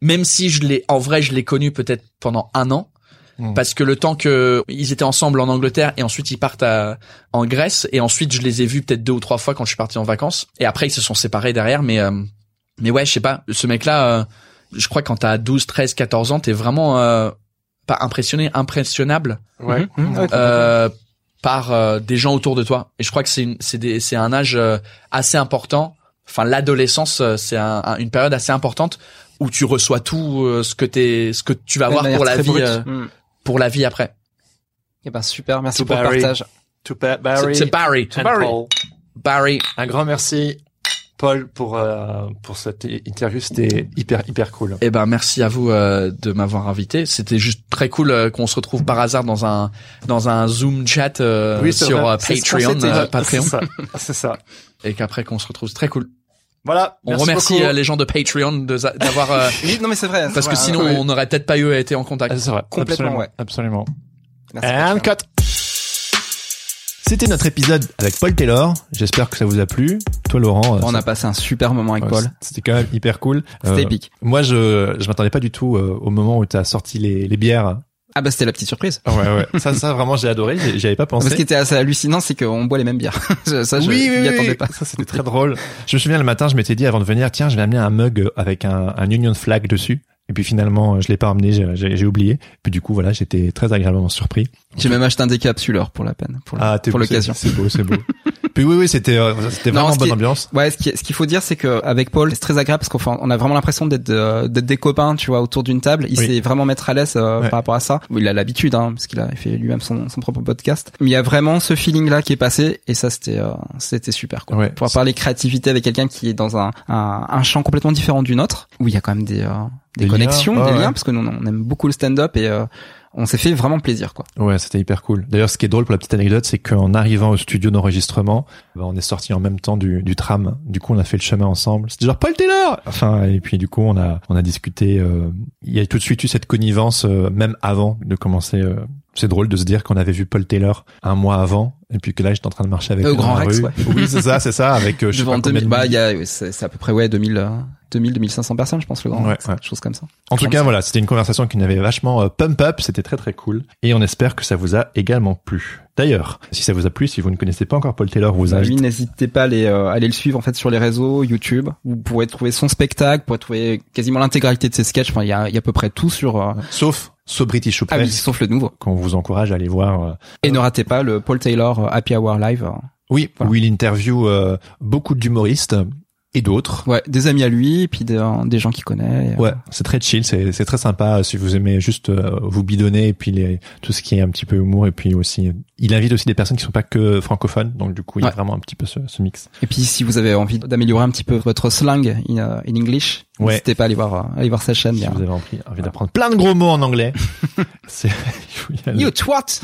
Même si je l'ai, en vrai, je l'ai connu peut-être pendant un an,
Mm.
parce que le temps que ils étaient ensemble en Angleterre et ensuite ils partent à- en Grèce et ensuite je les ai vus peut-être deux ou trois fois quand je suis parti en vacances et après ils se sont séparés derrière. Mais euh, mais ouais, je sais pas, ce mec-là. euh, je crois que quand t'as 12, 13, 14 ans, t'es vraiment euh, pas impressionné, impressionnable
Ouais.
Mhm. Ouais.
euh, par euh, des gens autour de toi. Et je crois que c'est une- c'est des- c'est un âge euh, assez important. Enfin, l'adolescence, euh, c'est un- un- une période assez importante où tu reçois tout euh, ce que t'es, ce que tu vas
De
avoir
manière
pour la
très
vie,
brute.
euh,
Mm.
pour la vie après.
Eh ben super, merci
To
pour le
Barry.
partage.
To Ba-
C'est-
Barry.
C'est Barry.
and
Barry.
Paul.
Barry.
Un grand merci Paul, pour, euh, pour cette interview. C'était hyper, hyper
[LAUGHS]
cool.
Eh ben merci à vous euh, de m'avoir invité. C'était juste très cool euh, qu'on se retrouve par hasard dans un dans un Zoom chat euh,
Oui, c'est
sur
vrai.
euh,
C'est ce qu'on
Patreon,
s'était dit.
euh, Patreon,
C'est ça. C'est ça.
et qu'après qu'on se retrouve. C'est très cool.
Voilà.
On
Merci
remercie
beaucoup.
euh, les gens de Patreon de za- d'avoir euh,
Oui, non mais c'est vrai. c'est
parce que
vrai,
sinon
hein.
on n'aurait peut-être pas eu été en contact.
Ah, C'est vrai.
Complètement,
Absolument.
ouais.
Absolument.
Merci,
And
Hein
Patrick.
cut.
C'était notre épisode avec Paul Taylor. J'espère que ça vous a plu. Toi, Laurent. euh,
On
ça-
a passé un super moment avec
ouais,
Paul.
C'était quand même hyper cool.
C'était
Euh,
épique.
Moi, je je m'attendais pas du tout euh, au moment où tu as sorti les, les bières.
Ah bah c'était la petite surprise.
Ouais, ouais. [LAUGHS] ça, ça vraiment, j'ai adoré. J'y j'y avais pas pensé.
Ce qui était assez hallucinant, c'est qu'on boit les mêmes bières. [LAUGHS] Ça, je
oui, oui,
m'y
oui,
attendais
oui.
pas.
Ça, c'était très drôle. Je me souviens le matin, je m'étais dit avant de venir, tiens, je vais amener un mug avec un, un union flag dessus. Et puis finalement, je l'ai pas ramené, j'ai- j'ai j'ai oublié. Puis du coup, voilà, j'étais très agréablement surpris. Ah,
J'ai même acheté un décapsuleur pour la peine, pour, la-
t'es
pour
beau,
l'occasion.
C'est c'est beau,
[LAUGHS]
c'est beau. puis oui, oui, c'était euh, c'était
Non,
vraiment
ce qui
bonne
est-
ambiance.
Ouais, ce qui- ce qu'il faut dire, c'est que avec Paul, c'est très agréable parce qu'on fait- on a vraiment l'impression d'être euh, d'être des copains, tu vois, autour d'une table. Il
Oui.
sait vraiment mettre à l'aise euh,
Ouais.
par rapport à ça. Il a l'habitude, hein, parce qu'il a fait lui-même son, son propre podcast. Mais il y a vraiment ce feeling-là qui est passé, et ça, c'était euh, c'était super. Quoi.
Ouais.
Pouvoir parler créativité avec quelqu'un qui est dans un, un, un champ complètement différent du nôtre, où il y a quand même des, euh, des,
Des
connexions,
liens,
des
ouais,
liens,
ouais.
parce que nous, on aime beaucoup le stand-up et euh, on s'est fait vraiment plaisir, quoi.
Ouais, c'était hyper cool. D'ailleurs, ce qui est drôle pour la petite anecdote, c'est qu'en arrivant au studio d'enregistrement, bah, on est sorti en même temps du, du tram. Du coup, on a fait le chemin ensemble. C'était genre Paul Taylor. Enfin, et puis du coup, on a on a discuté. euh, Il y a tout de suite eu cette connivence, euh, même avant de commencer. euh, c'est drôle de se dire qu'on avait vu Paul Taylor un mois avant, et puis que là, j'étais en train de marcher avec
Au
lui dans
Grand
la
Rex,
rue.
ouais.
Oui, c'est ça, c'est ça. Avec euh, je sais
Devant
pas combien
2000,
de
bah, il
milliers.
y a, c'est c'est à peu près, ouais, 2000, euh, 2000, 2500 personnes, je pense, le grand.
Ouais,
c'est
ouais.
Quelque chose comme ça.
En tout cas, voilà, c'était une conversation qui nous avait vachement euh, pump up, c'était très très cool, et on espère que ça vous a également plu. D'ailleurs, si ça vous a plu, si vous ne connaissez pas encore Paul Taylor, on vous
Bah,
invite
lui, n'hésitez pas à aller, euh, aller le suivre en fait sur les réseaux YouTube. Vous pourrez trouver son spectacle, vous pourrez trouver quasiment l'intégralité de ses sketchs. Enfin, il y a, il y a à peu près tout sur. euh,
sauf Sobrity Show
ah oui,
Press,
sauf le nouveau.
qu'on vous encourage à aller voir. euh.
Et ne ratez pas le Paul Taylor euh, Happy Hour Live. euh.
Oui,
Voilà.
où il interview euh, beaucoup d'humoristes et d'autres.
Ouais, des amis à lui, puis des, euh, des gens qu'il connaît.
Ouais, c'est très chill, c'est c'est très sympa euh, si vous aimez juste euh, vous bidonner et puis les, tout ce qui est un petit peu humour et puis aussi euh, il invite aussi des personnes qui sont pas que francophones, donc du coup il y a
Ouais.
vraiment un petit peu ce, ce mix.
Et puis, si vous avez envie d'améliorer un petit peu votre slang in, euh, in English,
Ouais.
n'hésitez pas à aller voir, euh, aller voir sa chaîne.
Si
il y a-
vous avez envie, envie d'apprendre plein de gros mots en anglais, [LAUGHS] c'est il faut y aller.
You twat!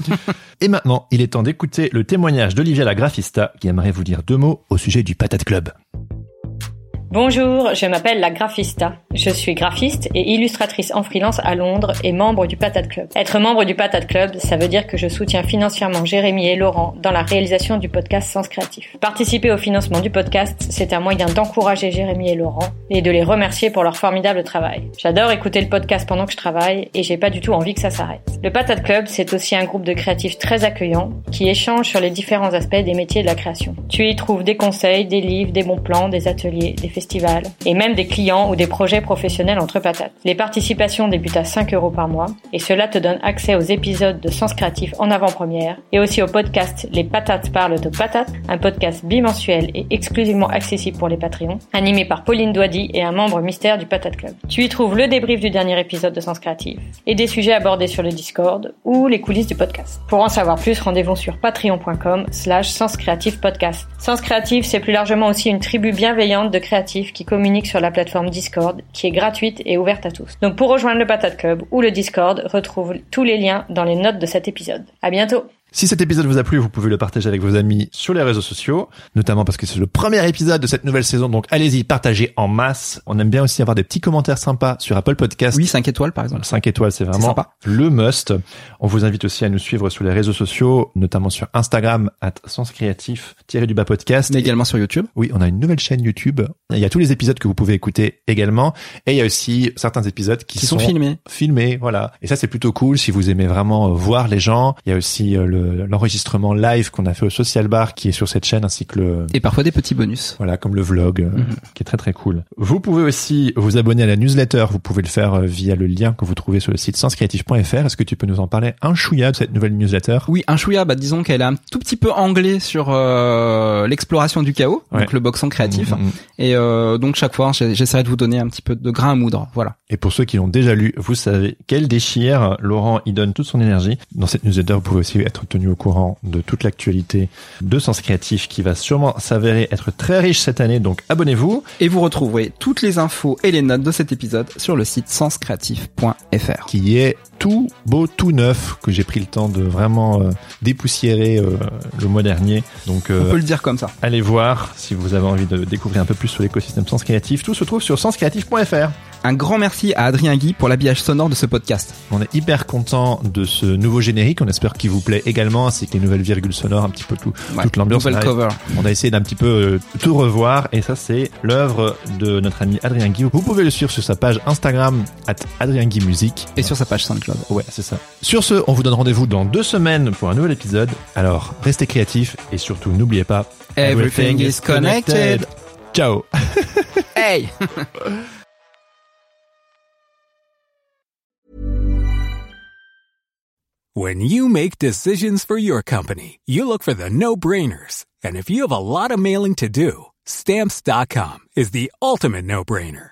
Et maintenant, il est temps d'écouter le témoignage d'Olivia la graphista qui aimerait vous dire deux mots au sujet du Patate Club.
Bonjour, je m'appelle la graphista. Je suis graphiste et illustratrice en freelance à Londres et membre du Patate Club. Être membre du Patate Club, ça veut dire que je soutiens financièrement Jérémy et Laurent dans la réalisation du podcast Sens Créatif. Participer au financement du podcast, c'est un moyen d'encourager Jérémy et Laurent et de les remercier pour leur formidable travail. J'adore écouter le podcast pendant que je travaille et j'ai pas du tout envie que ça s'arrête. Le Patate Club, c'est aussi un groupe de créatifs très accueillants qui échangent sur les différents aspects des métiers de la création. Tu y trouves des conseils, des livres, des bons plans, des ateliers, des festivals et même des clients ou des projets professionnels entre patates. Les participations débutent à 5 euros par mois et cela te donne accès aux épisodes de Sens Créatif en avant-première et aussi au podcast Les Patates parlent de patates, un podcast bimensuel et exclusivement accessible pour les Patreons, animé par Pauline Doidy et un membre mystère du Patate Club. Tu y trouves le débrief du dernier épisode de Sens Créatif et des sujets abordés sur le Discord ou les coulisses du podcast. Pour en savoir plus, rendez-vous sur patreon.com slash Sens Créatif Podcast. Sens Créatif, c'est plus largement aussi une tribu bienveillante de créatifs qui communique sur la plateforme Discord, qui est gratuite et ouverte à tous. Donc pour rejoindre le Patate Club ou le Discord, retrouve tous les liens dans les notes de cet épisode. À bientôt!
Si cet épisode vous a plu, vous pouvez le partager avec vos amis sur les réseaux sociaux, notamment parce que c'est le premier épisode de cette nouvelle saison, donc allez-y, partagez en masse. On aime bien aussi avoir des petits commentaires sympas sur Apple Podcast.
Oui, 5 étoiles, par exemple.
5 étoiles, c'est
C'est
vraiment
sympa.
le must. On vous invite aussi à nous suivre sur les réseaux sociaux, notamment sur Instagram, at sens créatif, tiré du bas podcast.
Mais également sur YouTube.
Oui, on a une nouvelle chaîne YouTube. Il y a tous les épisodes que vous pouvez écouter également. Et il y a aussi certains épisodes qui,
Qui sont filmés.
filmés, voilà. Et ça, c'est plutôt cool si vous aimez vraiment euh, voir les gens. Il y a aussi euh, le- l'enregistrement live qu'on a fait au Social Bar qui est sur cette chaîne ainsi que le,
Et parfois des petits bonus.
voilà, comme le vlog, euh,
Mhm.
qui est très très cool. Vous pouvez aussi vous abonner à la newsletter. Vous pouvez le faire euh, via le lien que vous trouvez sur le site senscreative.fr. Est-ce que tu peux nous en parler un chouïa de cette nouvelle newsletter?
Oui, un chouïa, bah disons qu'elle est un tout petit peu anglais sur euh, l'exploration du chaos,
Ouais.
donc le boxon créatif.
Mhm.
Et euh, donc chaque fois, j'ai- j'essaierai de vous donner un petit peu de grain à moudre. Voilà.
Et pour ceux qui l'ont déjà lu, vous savez qu'elle déchire. Laurent y donne toute son énergie. Dans cette newsletter, vous pouvez aussi être tenu au courant de toute l'actualité de Sens Créatif qui va sûrement s'avérer être très riche cette année, donc abonnez-vous.
Et vous retrouverez toutes les infos et les notes de cet épisode sur le site senscreatif.fr.
qui est tout beau, tout neuf, que j'ai pris le temps de vraiment euh, dépoussiérer euh, le mois dernier. Donc euh,
On peut le dire comme ça.
allez voir si vous avez envie de découvrir un peu plus sur l'écosystème Sens Créatif. Tout se trouve sur senscreatif.fr.
Un grand merci à Adrien Guy pour l'habillage sonore de ce podcast.
On est hyper content de ce nouveau générique. On espère qu'il vous plaît également, ainsi que les nouvelles virgules sonores, un petit peu tout,
Ouais,
toute l'ambiance. On
Nouvelle
a-
cover.
On a essayé d'un petit peu euh, tout revoir et ça c'est l'œuvre de notre ami Adrien Guy. Vous pouvez le suivre sur sa page Instagram at Adrien Guy Musique.
Et sur sa page SoundCloud.
Ouais, c'est ça. Sur ce, on vous donne rendez-vous dans deux semaines pour un nouvel épisode. Alors, restez créatifs et surtout, n'oubliez pas...
Everything is connected. [LAUGHS]
Ciao
Hey!
When you make decisions for your company, you look for the no-brainers. And if you have a lot of mailing to do, stamps.com is the ultimate no-brainer.